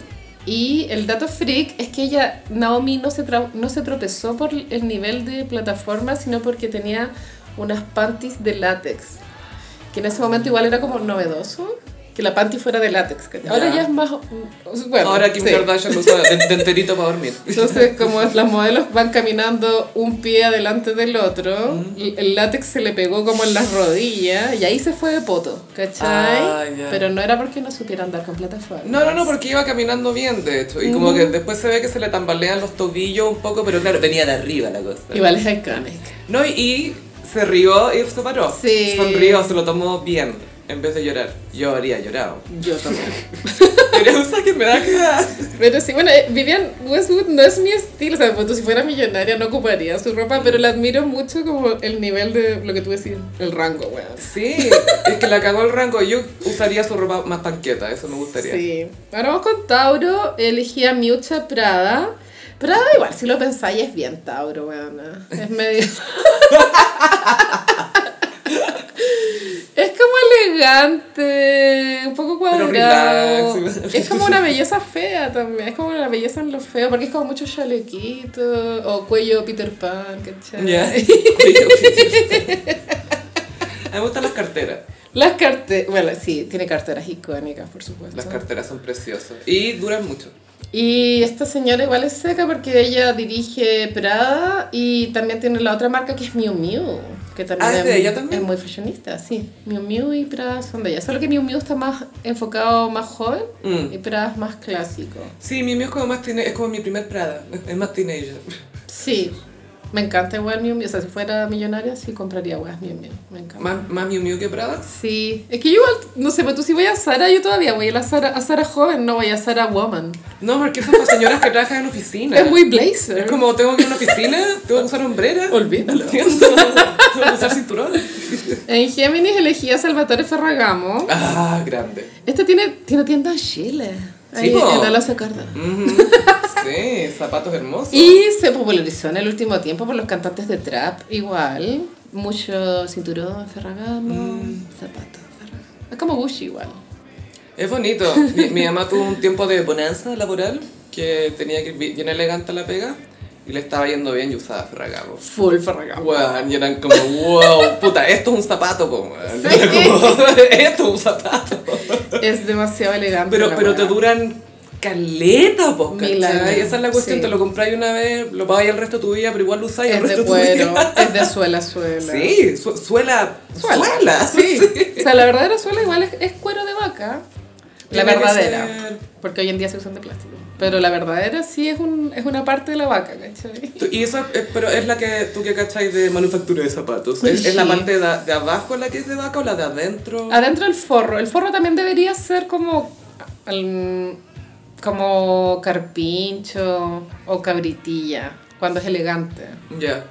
Speaker 2: Y el dato freak es que ella, Naomi, no se, tra- no se tropezó por el nivel de plataforma, sino porque tenía unas panties de látex. Que en ese momento igual era como novedoso. que la panty fuera de látex. ¿cachai? Ahora
Speaker 1: Ya.
Speaker 2: ya es más... mm, Bueno,
Speaker 1: Ahora Kim
Speaker 2: sí.
Speaker 1: Kardashian lo usa de, de enterito para dormir.
Speaker 2: Entonces, como las modelos van caminando un pie adelante del otro,
Speaker 1: Mm.
Speaker 2: el látex se le pegó como en las rodillas y ahí se fue de poto, ¿cachai?
Speaker 1: Ah, ya.
Speaker 2: Pero no era porque no supiera andar con plataforma.
Speaker 1: No, no, no, porque iba caminando bien, de hecho. Y como que después se ve que se le tambalean los tobillos un poco, pero claro, venía de arriba la cosa.
Speaker 2: Igual es iconic.
Speaker 1: No, y, y se rió y se paró.
Speaker 2: Sí.
Speaker 1: Sonrió, se lo tomó bien. En vez de llorar, yo habría llorado.
Speaker 2: Yo también.
Speaker 1: Pero usa que me da que dar.
Speaker 2: Pero sí, bueno, eh, Vivian Westwood no es mi estilo, o sea, pues, tú si fuera millonaria no ocuparía su ropa, pero la admiro mucho como el nivel de lo que tú decís, el rango, weón.
Speaker 1: Sí, es que la cagó el rango. Yo usaría su ropa más panqueta, eso me gustaría.
Speaker 2: Sí. Ahora vamos con Tauro, elegí a Miucha Prada. Prada igual, si lo pensáis es bien Tauro, weona. Es medio... Es como elegante, un poco
Speaker 1: Pero
Speaker 2: cuadrado.
Speaker 1: relax.
Speaker 2: Es como una belleza fea también. Es como la belleza en lo feo, porque es como mucho chalequito o cuello Peter Pan, ¿cachai?
Speaker 1: Ya. A mí me gustan las carteras.
Speaker 2: Las carteras. Bueno, sí, tiene carteras icónicas, por supuesto.
Speaker 1: Las carteras son preciosas. Y duran mucho.
Speaker 2: Y esta señora igual es seca porque ella dirige Prada y también tiene la otra marca que es Miu Miu, que también,
Speaker 1: Ah, ¿es de
Speaker 2: muy-
Speaker 1: ella también?
Speaker 2: es muy fashionista, sí. Miu Miu y Prada son de ella, solo que Miu Miu está más enfocado más joven
Speaker 1: Mm.
Speaker 2: y Prada es más clásico.
Speaker 1: Sí, mi mío es como más teen- es como mi primer Prada, es más teenager.
Speaker 2: Sí, me encanta igual Miu Miu, o sea, si fuera millonaria sí compraría huevas Miu Miu, me encanta.
Speaker 1: Más, más Miu Miu que Prada.
Speaker 2: Sí, es que yo igual, no sé, pero tú si voy a Sara, yo todavía voy a la Sara, a Sara joven, no voy a Sara woman.
Speaker 1: No, porque son para señoras que trabajan en oficina.
Speaker 2: Es muy blazer.
Speaker 1: Es como tengo que ir a una oficina, tengo que usar hombrera.
Speaker 2: Olvídalo.
Speaker 1: Entiendo. Tengo que usar cinturón.
Speaker 2: En Géminis elegí a Salvatore Ferragamo.
Speaker 1: Ah, grande.
Speaker 2: Este tiene, tiene tienda en Chile. Ahí
Speaker 1: po.
Speaker 2: en la Carda.
Speaker 1: Ujú. Sí, zapatos hermosos.
Speaker 2: Y se popularizó en el último tiempo por los cantantes de trap, igual. Mucho cinturón, ferragamo, Mm. zapatos, ferragamo. Es como Gucci igual.
Speaker 1: Es bonito. Mi, mi mamá tuvo un tiempo de bonanza laboral que tenía que ir bi- bien elegante a la pega y le estaba yendo bien y usaba Ferragamo.
Speaker 2: Full ferragamo.
Speaker 1: Weón, y eran como, wow, puta, esto es un zapato, po, weón.
Speaker 2: Sí.
Speaker 1: Era como, esto es un zapato.
Speaker 2: Es demasiado elegante.
Speaker 1: Pero,
Speaker 2: la
Speaker 1: pero te
Speaker 2: weá.
Speaker 1: duran caleta, po,
Speaker 2: Mil
Speaker 1: ¿cachai?
Speaker 2: años,
Speaker 1: Esa es la cuestión,
Speaker 2: sí.
Speaker 1: te lo compráis una vez, lo pagáis el resto de tu vida, pero igual lo usáis el
Speaker 2: Es
Speaker 1: resto
Speaker 2: de
Speaker 1: de tu vida.
Speaker 2: cuero, es de suela a suela.
Speaker 1: Sí, su- suela, suela.
Speaker 2: Suela. Sí. O sea, la verdadera suela igual es, es cuero de vaca. La
Speaker 1: Tiene que
Speaker 2: verdadera.
Speaker 1: ser.
Speaker 2: Porque hoy en día se usan de plástico. Pero la verdadera sí es, un, es una parte de la vaca, ¿cachai?
Speaker 1: Tú- Y eso, es- pero es la que tú que cacháis de manufactura de zapatos. ¿Es, es la
Speaker 2: Sí.
Speaker 1: parte de, a- de abajo la que es de vaca o la de adentro?
Speaker 2: Adentro el forro. El forro también debería ser como. al- como carpincho o cabritilla, cuando es elegante.
Speaker 1: Ya.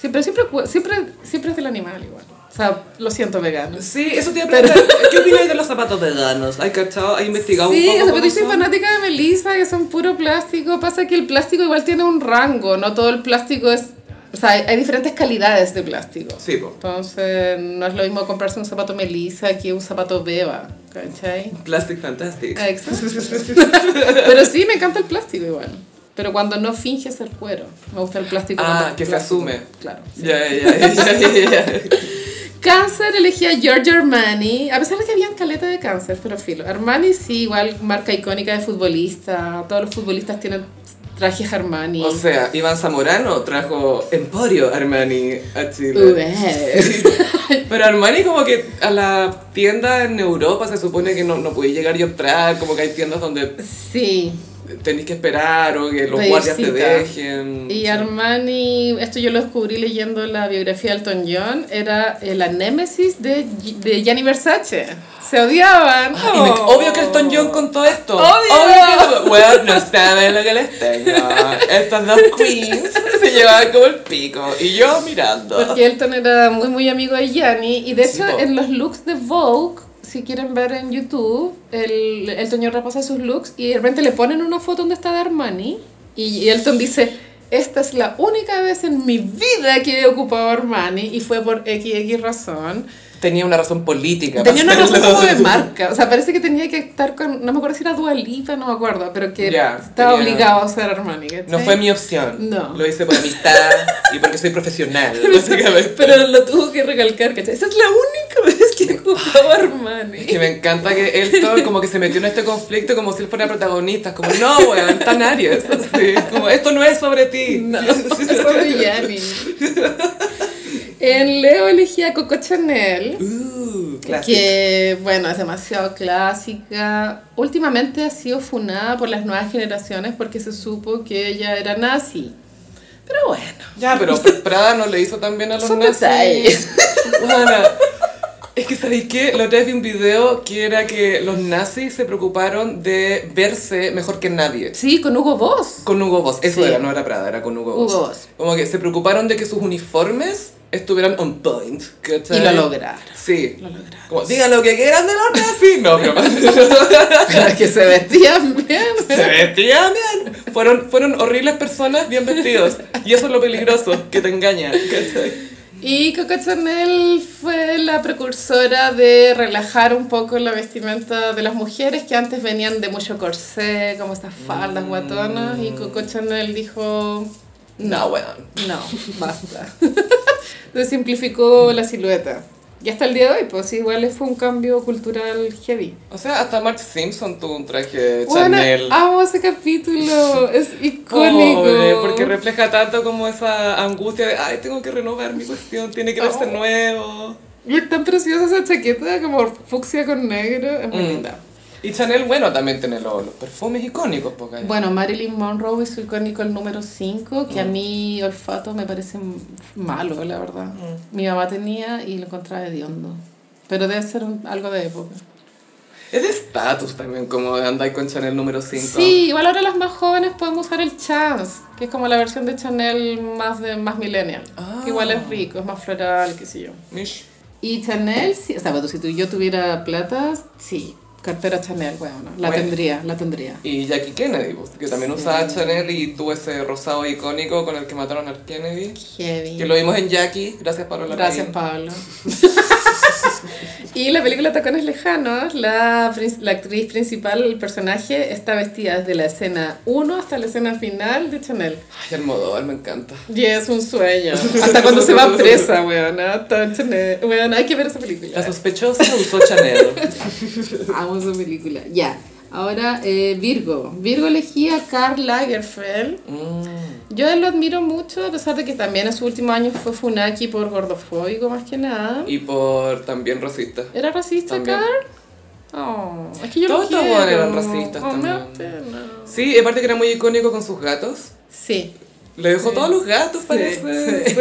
Speaker 2: Siempre, siempre, cu- siempre, siempre es del animal igual. O sea, lo siento vegano.
Speaker 1: Sí, eso te iba a preguntar. ¿Qué opináis de los zapatos veganos? ¿Hay cachado? ¿Hay investigado un
Speaker 2: Sí, o sea,
Speaker 1: poco?
Speaker 2: pero
Speaker 1: cómo
Speaker 2: yo soy
Speaker 1: son?
Speaker 2: fanática de Melissa, que son puro plástico. Pasa que el plástico igual tiene un rango, no todo el plástico es... O sea, hay, hay diferentes calidades de plástico.
Speaker 1: Sí, po.
Speaker 2: Entonces, no es lo mismo comprarse un zapato Melissa que un zapato Beba, ¿cachai?
Speaker 1: Plastic Fantastic.
Speaker 2: Ah, Exacto. Pero sí, me encanta el plástico igual. Pero cuando no finge ser cuero. Me gusta el plástico.
Speaker 1: Ah,
Speaker 2: cuando es
Speaker 1: que se
Speaker 2: plástico.
Speaker 1: asume.
Speaker 2: Claro.
Speaker 1: Ya, ya, ya, ya, ya, ya.
Speaker 2: Cáncer elegía Giorgio Armani, a pesar de que había caleta de cáncer, pero filo. Armani sí, igual marca icónica de futbolista. Todos los futbolistas tienen trajes Armani.
Speaker 1: O sea, Iván Zamorano trajo Emporio Armani a Chile.
Speaker 2: Ué.
Speaker 1: Pero Armani como que a la tienda en Europa se supone que no, no podéis llegar y entrar, como que hay tiendas donde
Speaker 2: Sí.
Speaker 1: tenéis que esperar o que los
Speaker 2: Pedir
Speaker 1: guardias te
Speaker 2: cita.
Speaker 1: dejen.
Speaker 2: Y Armani, esto yo lo descubrí leyendo la biografía de Elton John, era eh, la némesis de, Gi- de Gianni Versace. Se odiaban.
Speaker 1: Ah, Y me-
Speaker 2: Oh.
Speaker 1: obvio que Elton John contó esto.
Speaker 2: Obvio.
Speaker 1: que lo- Weón, no saben lo que les tengo. Estas dos queens se llevaban como el pico. Y yo mirando.
Speaker 2: Porque Elton era muy, muy amigo de Gianni. Y de
Speaker 1: Sí,
Speaker 2: hecho,
Speaker 1: po.
Speaker 2: en los looks de Vogue, si quieren ver en YouTube, el, Elton John repasa sus looks y de repente le ponen una foto donde está de Armani. Y, y Elton dice: Esta es la única vez en mi vida que he ocupado Armani. Y fue por XX razón.
Speaker 1: tenía una razón política.
Speaker 2: Tenía
Speaker 1: para
Speaker 2: una razón
Speaker 1: hacerlo.
Speaker 2: como de marca, o sea, parece que tenía que estar con, no me acuerdo si era Dualita, no me acuerdo, pero que
Speaker 1: Ya, tenía-
Speaker 2: estaba obligado a ser Armani, ¿cachai?
Speaker 1: No fue mi opción.
Speaker 2: No.
Speaker 1: Lo hice por amistad y porque soy profesional, básicamente.
Speaker 2: Pero lo tuvo que recalcar, ¿cachai? Esa es la única vez que ocupaba Armani.
Speaker 1: Es que me encanta que él todo como que se metió en este conflicto como si él fuera protagonista, como no, weón, está Aries, así, como esto no es sobre ti.
Speaker 2: No, eso de Yanni. En Leo elegía Coco Chanel,
Speaker 1: Uh, clásico.
Speaker 2: que bueno, es demasiado clásica. Últimamente ha sido funada por las nuevas generaciones porque se supo que ella era nazi. Pero bueno,
Speaker 1: Ya, pero Pr- Prada no le hizo tan bien a los
Speaker 2: Son
Speaker 1: nazis.
Speaker 2: detalles.
Speaker 1: Weona, es que ¿sabéis qué? Lo otra vez vi un video que era que los nazis se preocuparon de verse mejor que nadie.
Speaker 2: sí, con Hugo Boss.
Speaker 1: Con Hugo Boss, eso
Speaker 2: Sí.
Speaker 1: era, no era Prada, era con Hugo Boss.
Speaker 2: Hugo Boss.
Speaker 1: Como que se preocuparon de que sus uniformes estuvieran on point. ¿cachai?
Speaker 2: Y lo lograron.
Speaker 1: Sí.
Speaker 2: Lo lograron.
Speaker 1: Como, digan lo que quieran de los nazis. No, pero
Speaker 2: Pero que se vestían bien.
Speaker 1: se vestían bien. Fueron, fueron horribles personas bien vestidos. Y eso es lo peligroso, que te engañan. ¿cachai?
Speaker 2: Y Coco Chanel fue la precursora de relajar un poco la vestimenta de las mujeres que antes venían de mucho corsé, como estas faldas guatonas.
Speaker 1: Mm.
Speaker 2: Y Coco Chanel dijo,
Speaker 1: No, weón.
Speaker 2: no, basta. Entonces simplificó la silueta. Y hasta el día de hoy, pues igual fue un cambio cultural heavy.
Speaker 1: O sea, hasta Mark Simpson tuvo un traje
Speaker 2: Bueno, ah,
Speaker 1: Chanel.
Speaker 2: amo ese capítulo, es icónico.
Speaker 1: Pobre, porque refleja tanto como esa angustia de, ay, tengo que renovar mi cuestión, tiene que verse
Speaker 2: Oh.
Speaker 1: nuevo.
Speaker 2: Y es tan preciosa esa chaqueta, como fucsia con negro, es muy
Speaker 1: Mm.
Speaker 2: linda.
Speaker 1: Y Chanel, bueno, también tiene los, los perfumes icónicos, pues, porque
Speaker 2: Bueno, Marilyn Monroe hizo icónico el número 5, que a
Speaker 1: Mm.
Speaker 2: mí olfato me parece m- malo, la verdad.
Speaker 1: Mm.
Speaker 2: Mi mamá tenía y lo encontraba hediondo. Pero debe ser un- algo de época.
Speaker 1: es de estatus también, como de andar con Chanel número 5.
Speaker 2: Sí, igual ahora las más jóvenes podemos usar el Chance, que es como la versión de Chanel más, de, más millennial.
Speaker 1: Ah.
Speaker 2: Que igual es rico, es más floral, qué sé yo.
Speaker 1: Mish.
Speaker 2: Y Chanel, sí, o sea, pero si tú, yo tuviera plata, sí, cartera Chanel, bueno, la
Speaker 1: Bueno.
Speaker 2: tendría, la tendría.
Speaker 1: Y Jackie Kennedy, pues, que también
Speaker 2: Sí.
Speaker 1: usaba Chanel y tuvo ese rosado icónico con el que mataron a Kennedy.
Speaker 2: Heavy.
Speaker 1: Que lo vimos en Jackie, gracias Pablo
Speaker 2: Gracias,
Speaker 1: Larraín.
Speaker 2: Pablo. y la película Tacones Lejanos, la, prin- la actriz principal, el personaje, está vestida desde la escena 1 hasta la escena final de Chanel.
Speaker 1: Ay, Almodóvar, me encanta.
Speaker 2: Y es un sueño. Hasta cuando se va presa, weón. Hasta Chanel. Weón, hay que ver esa
Speaker 1: La
Speaker 2: película.
Speaker 1: sospechosa usó Chanel.
Speaker 2: Amo esa película. Ya. Ahora, eh, Virgo. Virgo elegía a Karl Lagerfeld.
Speaker 1: Mm.
Speaker 2: Yo lo admiro mucho, a pesar de que también en sus últimos años fue Funaki por gordofóbico, más que nada.
Speaker 1: Y por también racista.
Speaker 2: ¿Era racista,
Speaker 1: También.
Speaker 2: Carl? Oh, es que yo
Speaker 1: Todos
Speaker 2: lo
Speaker 1: los
Speaker 2: quiero.
Speaker 1: buenos eran racistas
Speaker 2: Oh, me da
Speaker 1: también.
Speaker 2: pena.
Speaker 1: Sí, y aparte que era muy icónico con sus gatos.
Speaker 2: Sí.
Speaker 1: Le dejó todos los gatos, parece.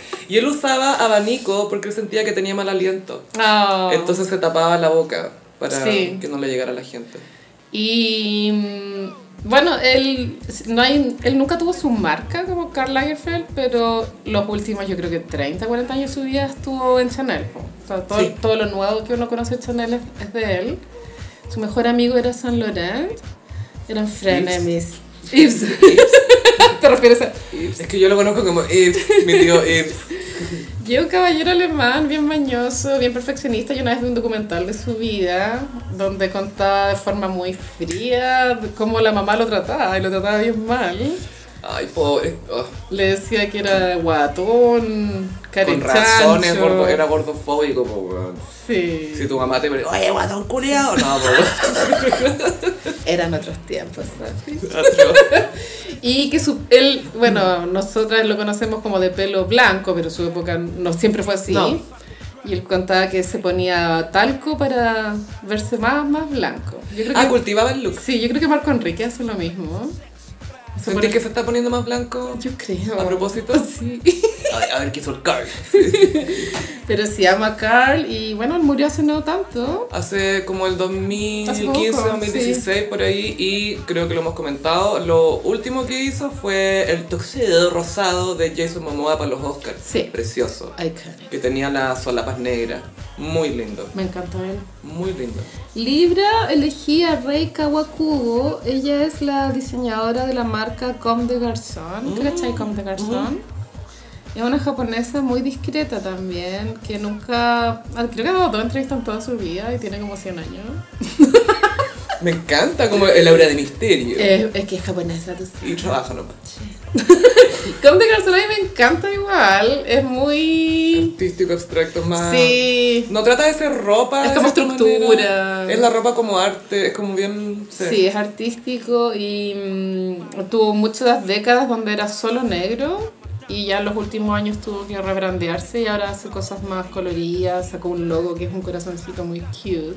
Speaker 1: y él usaba abanico porque él sentía que tenía mal aliento.
Speaker 2: Oh.
Speaker 1: Entonces se tapaba la boca para
Speaker 2: Sí.
Speaker 1: que no le llegara a la gente.
Speaker 2: Y mm, bueno, él, no hay, él nunca tuvo su marca como Karl Lagerfeld, pero los últimos, yo creo que 30, 40 años de su vida estuvo en Chanel. po. O sea, todo,
Speaker 1: Sí.
Speaker 2: todo lo nuevo que uno conoce de Chanel es, es de él. Su mejor amigo era Saint Laurent. Eran frenemies. Yves. ¿Te refieres a
Speaker 1: Es que yo lo conozco como Ibs, mi tío Ibs.
Speaker 2: Y un caballero alemán bien mañoso, bien perfeccionista. Yo una vez vi un documental de su vida donde contaba de forma muy fría cómo la mamá lo trataba y lo trataba bien mal.
Speaker 1: Ay, pobre. Oh,
Speaker 2: Le decía que era guatón,
Speaker 1: Con
Speaker 2: carechancho.
Speaker 1: razones, gordo- era gordofóbico, po, weón.
Speaker 2: Sí.
Speaker 1: Si tu mamá te pregunta, oye, guatón culiao. No, po, weón.
Speaker 2: Eran otros tiempos. ¿sabes?
Speaker 1: Atroz.
Speaker 2: Y que su, él, bueno, nosotras lo conocemos como de pelo blanco, pero su época no siempre fue así.
Speaker 1: No.
Speaker 2: Y él contaba que se ponía talco para verse más, más blanco. Yo creo
Speaker 1: Ah,
Speaker 2: que,
Speaker 1: cultivaba el look.
Speaker 2: sí, yo creo que Marco Enrique hace lo mismo.
Speaker 1: ¿Sentís que se está poniendo más blanco?
Speaker 2: Yo creo.
Speaker 1: A propósito.
Speaker 2: Sí.
Speaker 1: A ver, a ver qué hizo el Carl.
Speaker 2: Pero se llama Carl y bueno, él murió hace no tanto.
Speaker 1: Hace como el
Speaker 2: Hace
Speaker 1: 2015,
Speaker 2: poco,
Speaker 1: 2016, por ahí, y creo que lo hemos comentado. Lo último que hizo fue el tuxedo rosado de Jason Momoa para los Oscars.
Speaker 2: Sí.
Speaker 1: Precioso.
Speaker 2: Iconic.
Speaker 1: Que tenía las solapas negras. Muy lindo,
Speaker 2: Me encanta él.
Speaker 1: muy lindo.
Speaker 2: Libra elegía a Rei Kawakubo. Ella es la diseñadora de la marca Comme des Garçons. ¿Cachai Comme des Garçons? Es una japonesa muy discreta también, que nunca... ah, Creo que ha dado dos entrevistas en toda su vida y tiene como 100 años.
Speaker 1: Me encanta como el aura de misterio.
Speaker 2: Eh, es que es japonesa, tú sabes.
Speaker 1: Y trabaja nomás.
Speaker 2: Come de Garzolay me encanta igual, es muy...
Speaker 1: Artístico, abstracto, más...
Speaker 2: Sí,
Speaker 1: No trata de ser ropa.
Speaker 2: Es
Speaker 1: de
Speaker 2: como
Speaker 1: cierta
Speaker 2: estructura.
Speaker 1: manera. Es la ropa como arte, es como bien... sí.
Speaker 2: Sí, es artístico y mm, tuvo muchas décadas donde era solo negro y ya en los últimos años tuvo que rebrandearse y ahora hace cosas más coloridas, sacó un logo que es un corazoncito muy cute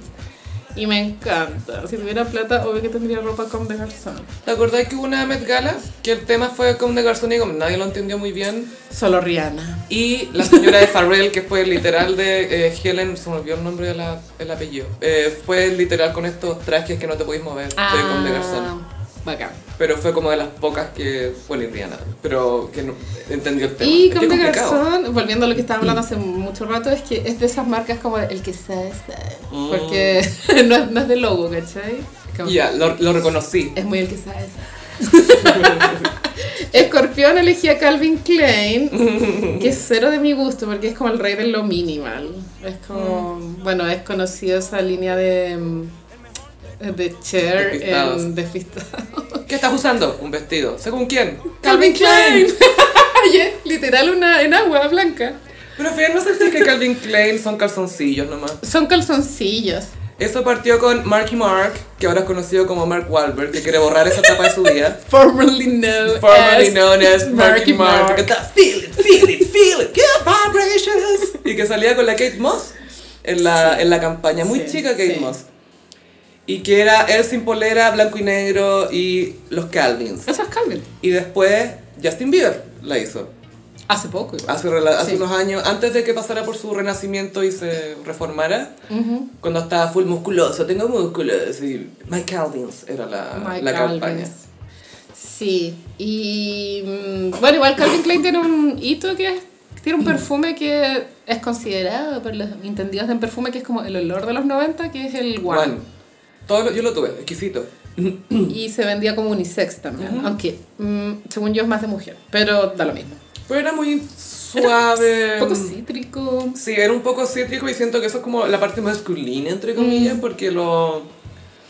Speaker 2: y me encanta. Si tuviera plata, obvio que tendría ropa con de garzón.
Speaker 1: ¿Te acordás que hubo una Met Gala? Que el tema fue con de Garzón y como nadie lo entendió muy bien.
Speaker 2: Solo Rihanna.
Speaker 1: Y la señora de Farrell, que fue literal de eh, Helen, se me olvidó el nombre del el apellido, eh, fue literal con estos trajes que no te podéis mover Eh, de Conde Garzón.
Speaker 2: Ah, bacán.
Speaker 1: Pero fue como de las pocas que fue bueno, y Rihanna, pero que no, entendió el tema.
Speaker 2: Y
Speaker 1: Es que
Speaker 2: con de
Speaker 1: complicado.
Speaker 2: Garzón, volviendo a lo que estaba hablando hace mucho rato, es que es de esas marcas como el que sabe, sabe. Porque no, es, no es de logo, ¿cachai?
Speaker 1: Mm.
Speaker 2: Como-
Speaker 1: Ya, lo, lo reconocí.
Speaker 2: Es muy el que sabe. Escorpión elegía Calvin Klein, que es cero de mi gusto porque es como el rey de lo minimal. Es como,
Speaker 1: Mm.
Speaker 2: bueno, es conocido esa línea de mm, de Cher
Speaker 1: Despistados.
Speaker 2: en Despistados.
Speaker 1: ¿Qué estás usando? Un vestido. ¿Según quién?
Speaker 2: Calvin Klein. Y es literal una en agua blanca.
Speaker 1: Pero Fran, ¿no sentís que Calvin Klein son calzoncillos nomás?
Speaker 2: Son calzoncillos.
Speaker 1: Eso partió con Marky Mark, que ahora es conocido como Mark Wahlberg, que quiere borrar esa etapa de su vida.
Speaker 2: Formerly known
Speaker 1: Formerly
Speaker 2: as
Speaker 1: known as Marky
Speaker 2: Marky
Speaker 1: Mark.
Speaker 2: Mark.
Speaker 1: que está, Feel it, feel it, feel it, good vibrations. Y que salía con la Kate Moss en la, en la campaña, muy
Speaker 2: Sí,
Speaker 1: chica Kate
Speaker 2: sí.
Speaker 1: Moss. Y que era él sin polera, blanco y negro y los Calvins.
Speaker 2: Eso es Calvin.
Speaker 1: Y después Justin Bieber la hizo.
Speaker 2: Hace poco igual.
Speaker 1: Hace, rela- hace
Speaker 2: Sí.
Speaker 1: unos años, antes de que pasara por su renacimiento y se reformara, cuando estaba full musculoso, tengo músculos. Y My Calvins era la,
Speaker 2: My
Speaker 1: Ah, la
Speaker 2: Calvins.
Speaker 1: campaña.
Speaker 2: Sí, y mm, bueno, igual Calvin Klein tiene un hito que es, tiene un perfume que es considerado por los entendidos en perfume que es como el olor de los 90, que es el
Speaker 1: Juan.
Speaker 2: one.
Speaker 1: Todo lo- yo lo tuve, exquisito.
Speaker 2: Y se vendía como unisex también, aunque mm, según yo es más de mujer, pero da lo mismo.
Speaker 1: Pero era muy suave.
Speaker 2: Un poco cítrico.
Speaker 1: Sí, era un poco cítrico y siento que eso es como la parte masculina, entre
Speaker 2: Mm.
Speaker 1: comillas, porque lo-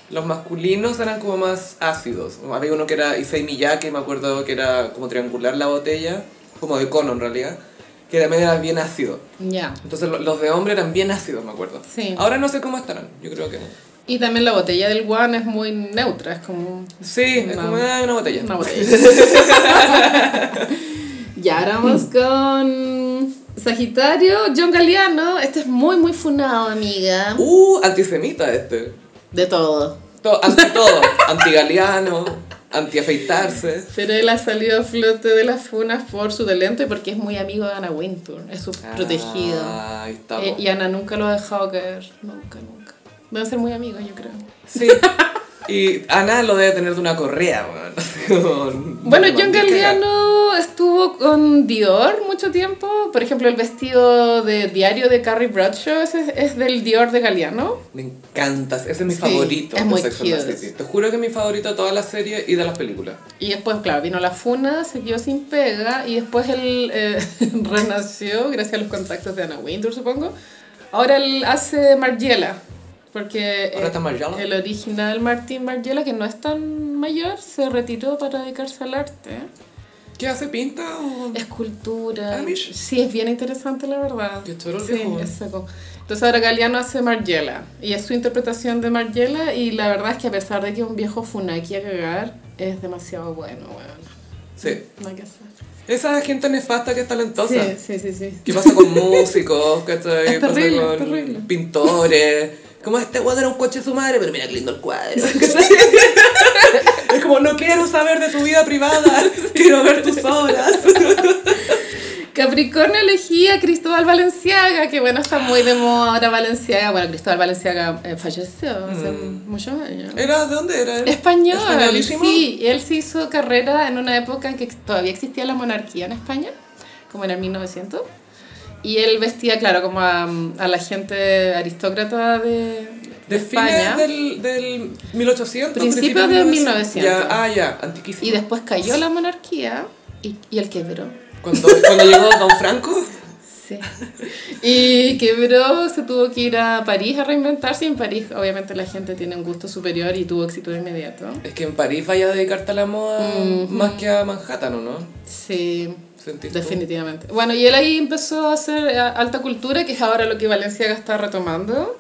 Speaker 1: los masculinos eran como más ácidos. Había uno que era Issey Miyake, me acuerdo que era como triangular la botella, como de cono en realidad, que también era bien ácido.
Speaker 2: Ya.
Speaker 1: Entonces lo- los de hombre eran bien ácidos, me acuerdo.
Speaker 2: Sí.
Speaker 1: Ahora no sé cómo estarán, yo creo que no.
Speaker 2: Y también la botella del one es muy neutra, es como
Speaker 1: Sí, es
Speaker 2: No.
Speaker 1: como ah, una botella.
Speaker 2: Una botella. y ahora vamos con Sagitario, John Galeano. Este es muy, muy funado, amiga.
Speaker 1: Uh, antisemita este.
Speaker 2: De todo.
Speaker 1: To- anti todo, antigaleano, anti afeitarse.
Speaker 2: Pero él ha salido a flote de las funas por su talento y porque es muy amigo de Anna Wintour. Es su protegido.
Speaker 1: Ah, ahí está.
Speaker 2: Eh,
Speaker 1: po.
Speaker 2: y Ana nunca lo ha dejado caer. Nunca, nunca. Deben ser muy amigos, yo creo.
Speaker 1: Sí. Y Ana lo debe tener de una correa, weón.
Speaker 2: Bueno,
Speaker 1: Ni
Speaker 2: John
Speaker 1: cagar.
Speaker 2: Galliano estuvo con Dior mucho tiempo. Por ejemplo, el vestido de diario de Carrie Bradshaw ese es, es del Dior de Galliano.
Speaker 1: Me encanta, ese es mi
Speaker 2: Sí,
Speaker 1: favorito
Speaker 2: es
Speaker 1: de
Speaker 2: muy
Speaker 1: Sex and the
Speaker 2: cute.
Speaker 1: City. Te juro que es mi favorito de todas las series y de las películas.
Speaker 2: Y después, claro, vino la funa, se quedó sin pega y después él eh, renació gracias a los contactos de Anna Wintour, supongo. Ahora él hace Margiela, porque eh,
Speaker 1: Ahora está Margiela.
Speaker 2: el original Martín Margiela, que no es tan mayor, se retiró para dedicarse al arte.
Speaker 1: ¿Qué hace pinta? o-
Speaker 2: Escultura.
Speaker 1: Ah, mish.
Speaker 2: Sí, es bien interesante, la verdad.
Speaker 1: Qué choro el
Speaker 2: Sí,
Speaker 1: viejo.
Speaker 2: es seco. Entonces ahora Galeano hace Margiela. Y es su interpretación de Margiela. Y la verdad es que a pesar de que un viejo funaki a cagar, es demasiado bueno, bueno.
Speaker 1: Sí.
Speaker 2: No hay que hacer.
Speaker 1: Esa gente nefasta que es talentosa.
Speaker 2: sí, sí, sí, sí.
Speaker 1: ¿Qué pasa con músicos? ¿Qué
Speaker 2: Es terrible, es terrible.
Speaker 1: pintores? Como este weón era un coche de su madre, pero mira qué lindo el cuadro. es como, no quiero saber de tu vida privada, quiero ver tus obras.
Speaker 2: Capricornio elegía a Cristóbal Valenciaga, que bueno, está muy de moda ahora Valenciaga. Bueno, Cristóbal Valenciaga eh, falleció hace muchos años.
Speaker 1: ¿Era? ¿De dónde era? él?
Speaker 2: Español,
Speaker 1: Mm. ¿Españolísimo?
Speaker 2: sí. Él se hizo carrera en una época en que todavía existía la monarquía en España, como en el 1900. Y él vestía, claro, como a, mm, a la gente aristócrata de, de
Speaker 1: De
Speaker 2: España.
Speaker 1: fines del, del 1800.
Speaker 2: Principios de 1900.
Speaker 1: Ya, ah, ya, antiquísimo.
Speaker 2: Y después cayó la monarquía y, y él quebró.
Speaker 1: Cuando, cuando llegó Don Franco.
Speaker 2: Sí. Y quebró, se tuvo que ir a París a reinventarse y en París obviamente la gente tiene un gusto superior y tuvo éxito inmediato.
Speaker 1: Es que en París vaya a dedicarte a la moda
Speaker 2: Ujú.
Speaker 1: más que a Manhattan, ¿o no?
Speaker 2: Sí,
Speaker 1: ¿Sentís tú?
Speaker 2: definitivamente. Bueno, y él ahí empezó a hacer eh, alta cultura, que es ahora lo que Valencia está retomando.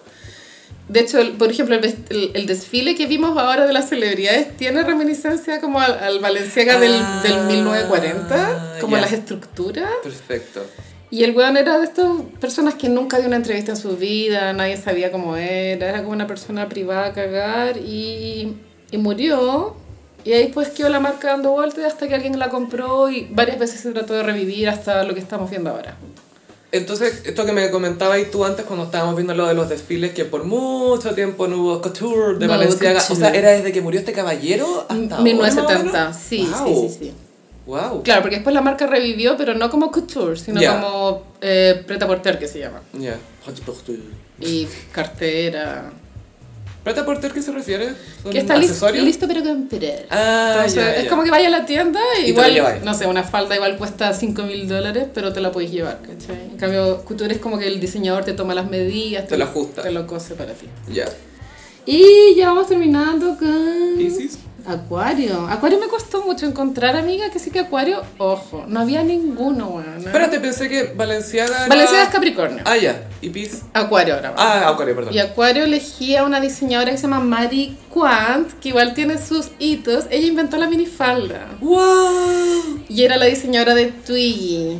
Speaker 2: De hecho, el- por ejemplo, el, ves- el- el desfile que vimos ahora de las celebridades tiene reminiscencia como al, al Valenciaga del,
Speaker 1: Ah,
Speaker 2: del 1940, como
Speaker 1: ya.
Speaker 2: las estructuras.
Speaker 1: Perfecto.
Speaker 2: Y el weón era de estas personas que nunca dio una entrevista en su vida, nadie sabía cómo era, era como una persona privada a cagar y, y murió. Y ahí pues quedó la marca dando vueltas hasta que alguien la compró y varias veces se trató de revivir hasta lo que estamos viendo ahora.
Speaker 1: Entonces, esto que me comentabas tú antes cuando estábamos viendo lo de los desfiles, que por mucho tiempo no hubo couture de
Speaker 2: No hubo
Speaker 1: Valenciaga. O sea,
Speaker 2: couture. Mm,
Speaker 1: era desde que murió este caballero hasta
Speaker 2: 1970, sí, sí, sí, sí.
Speaker 1: Wow.
Speaker 2: Claro, porque después la marca revivió, pero no como couture, sino
Speaker 1: Ya.
Speaker 2: como eh, preta-porter que se llama.
Speaker 1: Ya.
Speaker 2: Y cartera.
Speaker 1: ¿Preta Porter qué se refiere? ¿Son
Speaker 2: Que está lis-
Speaker 1: accesorios?
Speaker 2: listo para comprar.
Speaker 1: Ah,
Speaker 2: Entonces,
Speaker 1: ya,
Speaker 2: es
Speaker 1: ya.
Speaker 2: como que vaya a la tienda
Speaker 1: Y te
Speaker 2: y
Speaker 1: lo lleváis.
Speaker 2: igual, no sé, una falda igual cuesta 5 mil dólares, pero te la podéis llevar, ¿cachai? En cambio, couture es como que el diseñador te toma las medidas,
Speaker 1: Te lo ajusta.
Speaker 2: Te lo cose para ti.
Speaker 1: Ya.
Speaker 2: Ah. Y ya vamos terminando con...
Speaker 1: Isis.
Speaker 2: Acuario. Acuario me costó mucho encontrar, amiga, que sí que Acuario, ojo, no había ninguno, weón.
Speaker 1: Espérate, pensé que Valenciaga era-
Speaker 2: Valencia es Capricornio.
Speaker 1: Ah, ya. Y Pis.
Speaker 2: Acuario ahora. vamos.
Speaker 1: Ah, ok, perdón.
Speaker 2: Y Acuario elegía una diseñadora que se llama Marie Quant, que igual tiene sus hitos. Ella inventó la minifalda.
Speaker 1: ¡Wow!
Speaker 2: Y era la diseñadora de Twiggy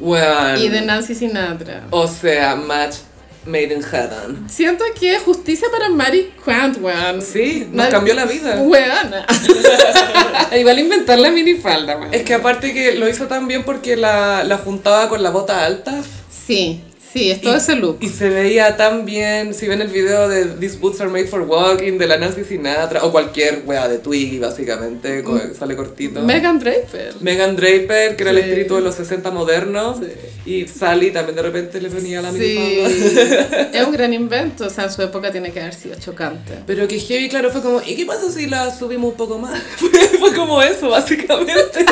Speaker 1: Bueno.
Speaker 2: y de Nancy Sinatra.
Speaker 1: O sea, match made in heaven.
Speaker 2: Siento que justicia para Mary Quant, weón.
Speaker 1: Sí, nos
Speaker 2: Mari-
Speaker 1: cambió la vida.
Speaker 2: Weona. Igual inventar la minifalda, weón.
Speaker 1: Es que aparte que lo hizo tan bien porque la, la juntaba con la bota alta
Speaker 2: Sí, sí, es todo ese look.
Speaker 1: y se veía tan bien. Si ven el video de These Boots Are Made for Walking de la Nancy Sinatra o cualquier wea de Twiggy, básicamente, co- sale cortito.
Speaker 2: Megan Draper.
Speaker 1: Megan Draper, que era el
Speaker 2: Mm. Sí.
Speaker 1: espíritu de los 60 modernos, y Sally también de repente le venía la
Speaker 2: Sí,
Speaker 1: minifalda.
Speaker 2: es un gran invento, o sea, en su época tiene que haber sido chocante.
Speaker 1: Pero que heavy, claro, fue como, ¿y qué pasa si la subimos un poco más? Fue, fue como eso, básicamente.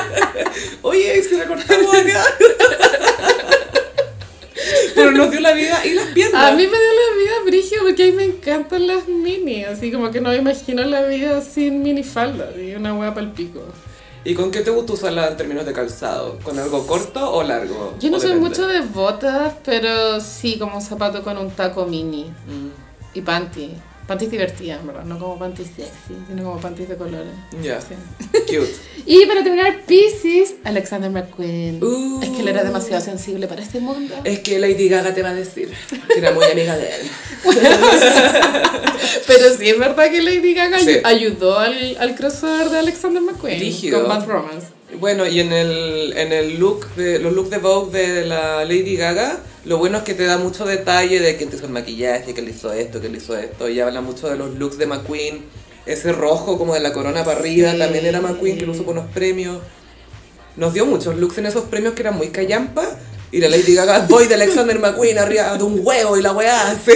Speaker 1: Oye, si la cortamos acá. Pero nos dio la vida y las piernas.
Speaker 2: A mí me dio la vida Brigio porque a mí me encantan las mini, así como que no me imagino la vida sin minifalda, y una hueá pal pico.
Speaker 1: ¿Y con qué te gusta usarla en términos de calzado? ¿Con algo corto o largo?
Speaker 2: Yo no
Speaker 1: O
Speaker 2: soy
Speaker 1: depende.
Speaker 2: mucho de botas, pero sí como un zapato con un taco mini
Speaker 1: Mm,
Speaker 2: y panty. Panties divertidas, en verdad, no como panties sexy, sino como panties de colores.
Speaker 1: Ya,
Speaker 2: Sí.
Speaker 1: cute.
Speaker 2: Y para terminar, Pisces, Alexander McQueen.
Speaker 1: Uh.
Speaker 2: Es que él era demasiado sensible para este mundo.
Speaker 1: Es que Lady Gaga te va a decir que era muy amiga de él.
Speaker 2: Pero sí es verdad que Lady Gaga
Speaker 1: Sí.
Speaker 2: ayudó al, al crossover de Alexander McQueen
Speaker 1: Brígido.
Speaker 2: con Bad Romance.
Speaker 1: Bueno, y en el, en el look, de, los looks de Vogue de la Lady Gaga, lo bueno es que te da mucho detalle de quién te hizo el maquillaje, que le hizo esto, que le hizo esto, y habla mucho de los looks de McQueen, ese rojo como de la corona para arriba,
Speaker 2: Sí.
Speaker 1: también era McQueen que lo usó por unos premios. Nos dio muchos looks en esos premios que eran muy callampa, y la Lady Gaga, voy de Alexander McQueen arriba de un huevo y la weá, así.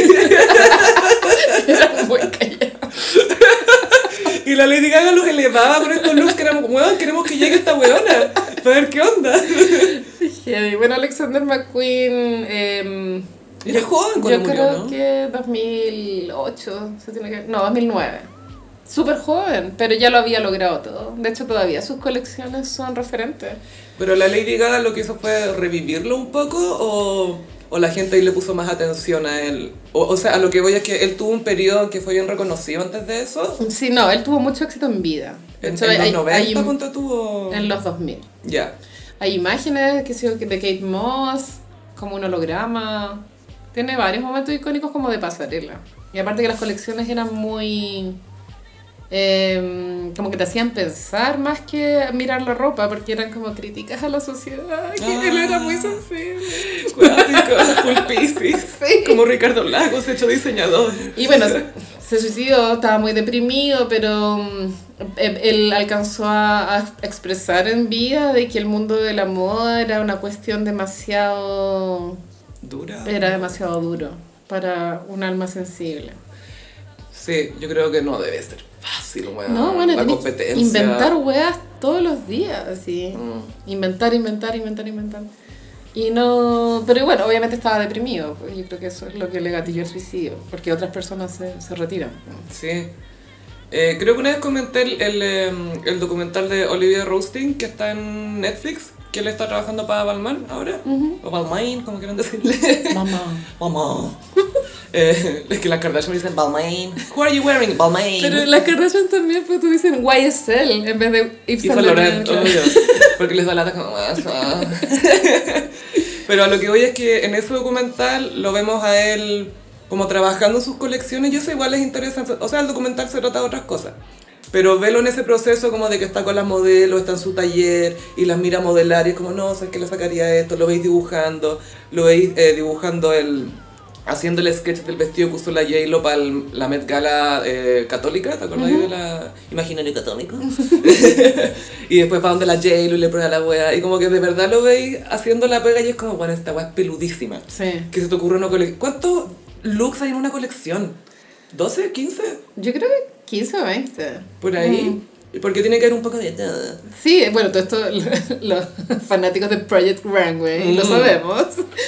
Speaker 2: Era muy callado.
Speaker 1: Y la Lady Gaga los elevaba con estos looks que eran, weón, queremos que llegue esta weona, para ver qué onda.
Speaker 2: Heavy. Bueno, Alexander McQueen... em,
Speaker 1: Era joven cuando
Speaker 2: Yo
Speaker 1: murió,
Speaker 2: creo
Speaker 1: ¿no?
Speaker 2: que 2008, se tiene que- no, 2009. Súper joven, pero ya lo había logrado todo. De hecho, todavía sus colecciones son referentes.
Speaker 1: Pero la Lady Gaga lo que hizo fue revivirlo un poco o, o la gente ahí le puso más atención a él. O, o sea, a lo que voy es que él tuvo un periodo en que fue bien reconocido antes de eso.
Speaker 2: Sí, no, él tuvo mucho éxito en vida. De
Speaker 1: En,
Speaker 2: hecho,
Speaker 1: en
Speaker 2: hay-
Speaker 1: los 90
Speaker 2: hay im-
Speaker 1: ponte tú, o-
Speaker 2: en los 2000.
Speaker 1: Ya.
Speaker 2: Hay imágenes que de Kate Moss, como un holograma. Tiene varios momentos icónicos como de pasarela. Y aparte que las colecciones eran muy... em, como que te hacían pensar más que mirar la ropa, porque eran como críticas a la sociedad, que él era muy
Speaker 1: Ah.
Speaker 2: sensible.
Speaker 1: Cuático, full Piscis.
Speaker 2: Sí.
Speaker 1: Como Ricardo Lagos, hecho diseñador.
Speaker 2: Y bueno, se- se suicidó, estaba muy deprimido, pero mm, e- él alcanzó a, a expresar en vida de que el mundo de la moda era una cuestión demasiado
Speaker 1: Dura.
Speaker 2: Era demasiado duro para un alma sensible.
Speaker 1: Sí, yo creo que no debe ser fácil, weón.
Speaker 2: No, bueno,
Speaker 1: Ah, la
Speaker 2: tenés que
Speaker 1: competencia. Mm.
Speaker 2: inventar weas todos los días, así. Inventar, inventar, inventar, inventar. Y no. Pero bueno, obviamente estaba deprimido. pues, Yo creo que eso es lo que le gatilló el suicidio. Porque otras personas se, se retiran.
Speaker 1: Sí. Eh, creo que una vez comenté el, el, em, el documental de Olivia Roasting que está en Netflix, que él está trabajando para Balmain ahora, o Balmain, como quieran decirle.
Speaker 2: Mamá.
Speaker 1: Mamá. Eh, es que las Kardashian me dicen Balmain. Who are you wearing? Balmain.
Speaker 2: Pero las Kardashian también, pues tú dicen YSL en vez de
Speaker 1: Y
Speaker 2: Yves
Speaker 1: San
Speaker 2: Saint Laurent.
Speaker 1: Laurent, obvio, porque les da lata como "Ah, ah". Pero a lo que voy es que en ese documental lo vemos a él como trabajando en sus colecciones y eso igual es interesante. O sea, el documental se trata de otras cosas. Pero velo en ese proceso como de que está con las modelos, está en su taller y las mira modelar y es como, no, ¿sabes qué le sacaría esto? Lo veis dibujando, lo veis eh, dibujando el... Haciendo el sketch del vestido que usó la J-Lo para el- la Met Gala eh, católica, ¿te acuerdas ahí de la... Imaginario católico? Y después va donde la J-Lo y le prueba la wea. Y como que de verdad lo veis haciendo la pega y es como, bueno, esta wea es peludísima.
Speaker 2: Sí.
Speaker 1: Que se te ocurre una colección. ¿Cuántos looks hay en una colección? ¿12? ¿15?
Speaker 2: Yo creo que 15 o 20.
Speaker 1: Por ahí. Porque tiene que haber un poco de todo.
Speaker 2: Sí, bueno, todo esto, lo- los fanáticos de Project Runway, lo
Speaker 1: Mm.
Speaker 2: sabemos.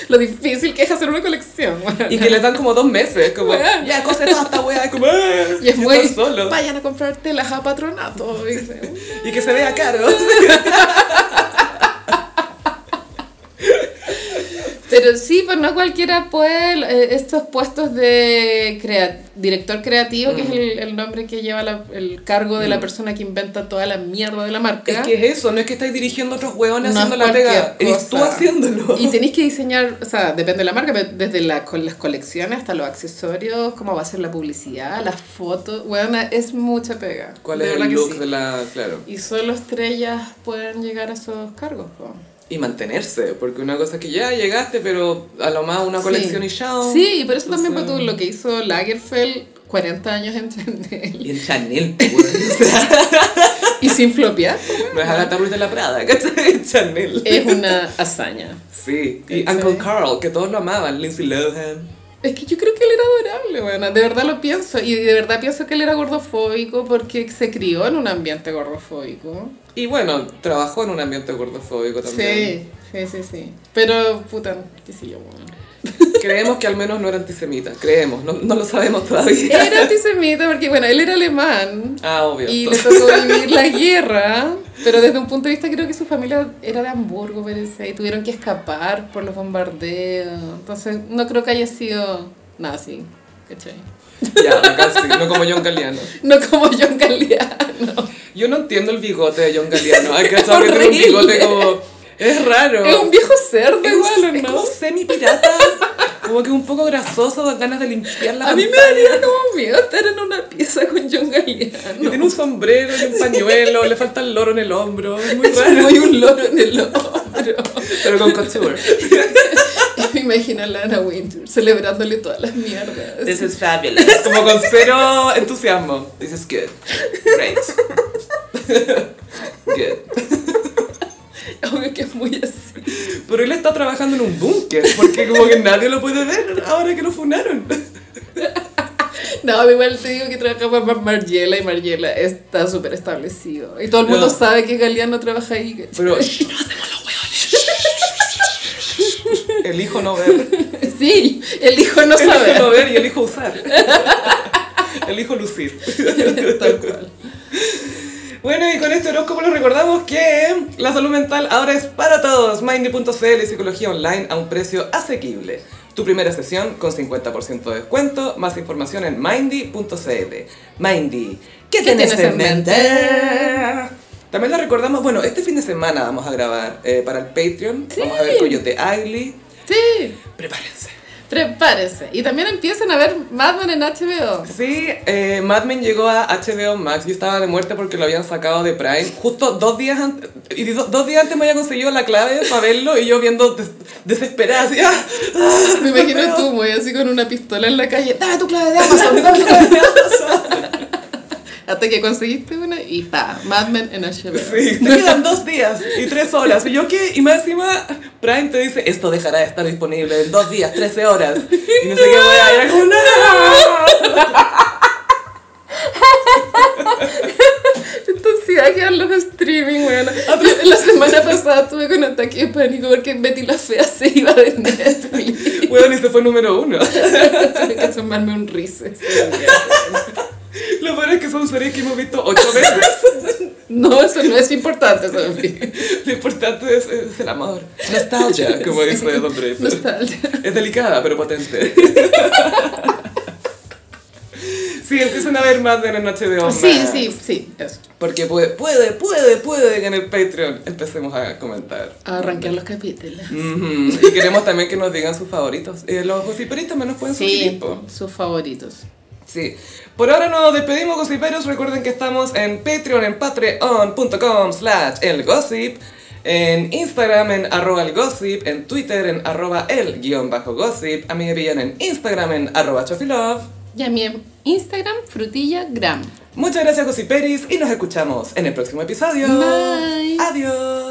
Speaker 2: Lo difícil que es hacer una colección. bueno.
Speaker 1: Y que les dan como dos meses. Como,
Speaker 2: Weón.
Speaker 1: ya, cose toda esta wea. Y como, "Ah",
Speaker 2: Y es
Speaker 1: y
Speaker 2: muy.
Speaker 1: están solos.
Speaker 2: Vayan a comprar telas a patronato. dice.
Speaker 1: Y que se vea caro.
Speaker 2: Pero sí, pues no cualquiera puede. eh, Estos puestos de crea- director creativo,
Speaker 1: Mm.
Speaker 2: que es el, el nombre que lleva la- el cargo de la persona que inventa toda la mierda de la marca.
Speaker 1: es que es eso. No es que estáis dirigiendo a otros weones
Speaker 2: No
Speaker 1: haciendo
Speaker 2: es
Speaker 1: la pega.
Speaker 2: cualquier
Speaker 1: Eres tú
Speaker 2: cosa.
Speaker 1: haciéndolo.
Speaker 2: Y tenéis que diseñar, o sea, depende de la marca, pero desde la, con las colecciones hasta los accesorios, cómo va a ser la publicidad, las fotos. Bueno, es mucha pega.
Speaker 1: ¿Cuál
Speaker 2: de
Speaker 1: es
Speaker 2: verdad
Speaker 1: el
Speaker 2: que
Speaker 1: look
Speaker 2: sí.
Speaker 1: de la...? Claro.
Speaker 2: Y solo estrellas pueden llegar a esos cargos. po.
Speaker 1: y mantenerse, porque una cosa es que ya llegaste, pero a lo más una colección
Speaker 2: Sí.
Speaker 1: y chao.
Speaker 2: Sí, y por eso también pues,
Speaker 1: Entonces-
Speaker 2: tú, lo que hizo Lagerfeld 40 años en Chanel.
Speaker 1: Y en Chanel, pues, o sea,
Speaker 2: y sin flopear,
Speaker 1: no es Agatha Ruiz de la Prada, ¿cachai? En Chanel.
Speaker 2: es una hazaña.
Speaker 1: Sí, y
Speaker 2: ¿Cachai?
Speaker 1: Uncle Carl, que todos lo amaban, Lindsay Lohan.
Speaker 2: Es que yo creo que él era adorable, bueno, de verdad lo pienso. Y de verdad pienso que él era gordofóbico porque se crió en un ambiente gordofóbico.
Speaker 1: Y bueno, trabajó en un ambiente gordofóbico también.
Speaker 2: Sí, sí, sí, sí. Pero, puta, qué sé yo, bueno.
Speaker 1: Creemos que al menos no era antisemita, creemos, no, no lo sabemos todavía.
Speaker 2: Era antisemita porque, bueno, él era alemán
Speaker 1: Ah, obvio.
Speaker 2: y le tocó vivir la guerra, pero desde un punto de vista creo que su familia era de Hamburgo, parece, y tuvieron que escapar por los bombardeos. Entonces, no creo que haya sido nazi, ¿cachai?
Speaker 1: Ya, casi, no como John Galeano.
Speaker 2: No como John Galeano.
Speaker 1: Yo no entiendo el bigote de John Galeano, hay que saber que tiene un bigote
Speaker 2: Horrible.
Speaker 1: como... Es raro.
Speaker 2: Es un viejo cerdo
Speaker 1: Es
Speaker 2: igual, ¿o
Speaker 1: es
Speaker 2: no?
Speaker 1: como semi pirata, como que un poco grasoso, las ganas de limpiar la
Speaker 2: A mí me
Speaker 1: pantalla.
Speaker 2: daría como miedo estar en una pieza con John Galeano.
Speaker 1: Y tiene un sombrero y un pañuelo, le falta el loro en el hombro, es muy
Speaker 2: Es
Speaker 1: raro.
Speaker 2: muy un loro en el hombro.
Speaker 1: Pero con couture.
Speaker 2: Me imagino a Lana Winter celebrándole todas las mierdas.
Speaker 1: is fabulous. Como con cero entusiasmo. This is good. Great. Good.
Speaker 2: Obvio que es muy así.
Speaker 1: Pero él está trabajando en un búnker, porque como que nadie lo puede ver ahora que lo funaron.
Speaker 2: No, a mí igual te digo que trabajaba para Margiela y Margiela está súper establecido. Y todo el mundo
Speaker 1: No.
Speaker 2: sabe que Galeano trabaja ahí. ¿cachai?
Speaker 1: Pero shh, no hacemos los hueones. El hijo no ver.
Speaker 2: Sí, el hijo no
Speaker 1: El hijo
Speaker 2: sabe.
Speaker 1: no ver y el hijo usar. El hijo lucir.
Speaker 2: Tal cual.
Speaker 1: Bueno, y con este horóscopo les recordamos que la salud mental ahora es para todos. Mindy.cl y psicología online a un precio asequible. Tu primera sesión con 50% de descuento. Más información en mindy.cl. Mindy, ¿qué, tenés, en mente? También les recordamos, bueno, este fin de semana vamos a grabar eh, para el Patreon. Vamos a ver Coyote Ugly.
Speaker 2: Sí,
Speaker 1: Prepárense.
Speaker 2: prepárense. Y también empiezan a ver Madman en HBO.
Speaker 1: Sí, eh, Mad Men llegó a HBO Max. Yo estaba de muerte porque lo habían sacado de Prime. Justo dos días antes, y do- dos días antes me había conseguido la clave para verlo y yo viendo des- desesperada. así, ¡ah!
Speaker 2: Me imagino tú, muy así con una pistola en la calle. Dame tu clave de Amazon, dame tu clave de Amazon". Hasta que conseguiste una y pa, Mad Men en HBO.
Speaker 1: Sí, te quedan dos días y tres horas. Y yo qué, y más encima Prime te dice, esto dejará de estar disponible en dos días, trece horas. Y no sé qué voy a ir como, "No".
Speaker 2: Entonces a quedar los streaming, weón. La semana pasada tuve con ataque de pánico porque Betty la Fea se iba de Netflix.
Speaker 1: Weón, ese fue número uno.
Speaker 2: Tuve que tomarme un risa.
Speaker 1: Lo peor es que son series que hemos visto ocho veces.
Speaker 2: No, eso no es importante, Sofi.
Speaker 1: Lo importante es, es el amor. Nostalgia, como dice Don Draper.
Speaker 2: Nostalgia.
Speaker 1: Es delicada, pero potente. Sí, empiezan a ver más de la noche de onda.
Speaker 2: Sí, sí, sí, eso.
Speaker 1: Porque puede, puede, puede, puede que en el Patreon empecemos a comentar.
Speaker 2: A arrancar los capítulos.
Speaker 1: Ujú, Y queremos también que nos digan sus favoritos. Eh, los gossiperistas también nos pueden
Speaker 2: Sí,
Speaker 1: sugerir. po.
Speaker 2: sus favoritos.
Speaker 1: Sí. Por ahora nos despedimos, gossiperos. Recuerden que estamos en Patreon, en patreon.com slash elgossip. En Instagram en arroba elgossip. En Twitter en arroba el guión bajo gossip. A mí me pillan en Instagram en arroba chofilove.
Speaker 2: Y a mi Instagram, frutillagram.
Speaker 1: Muchas gracias, gossiperis. Y nos escuchamos en el próximo episodio.
Speaker 2: Bye.
Speaker 1: Adiós.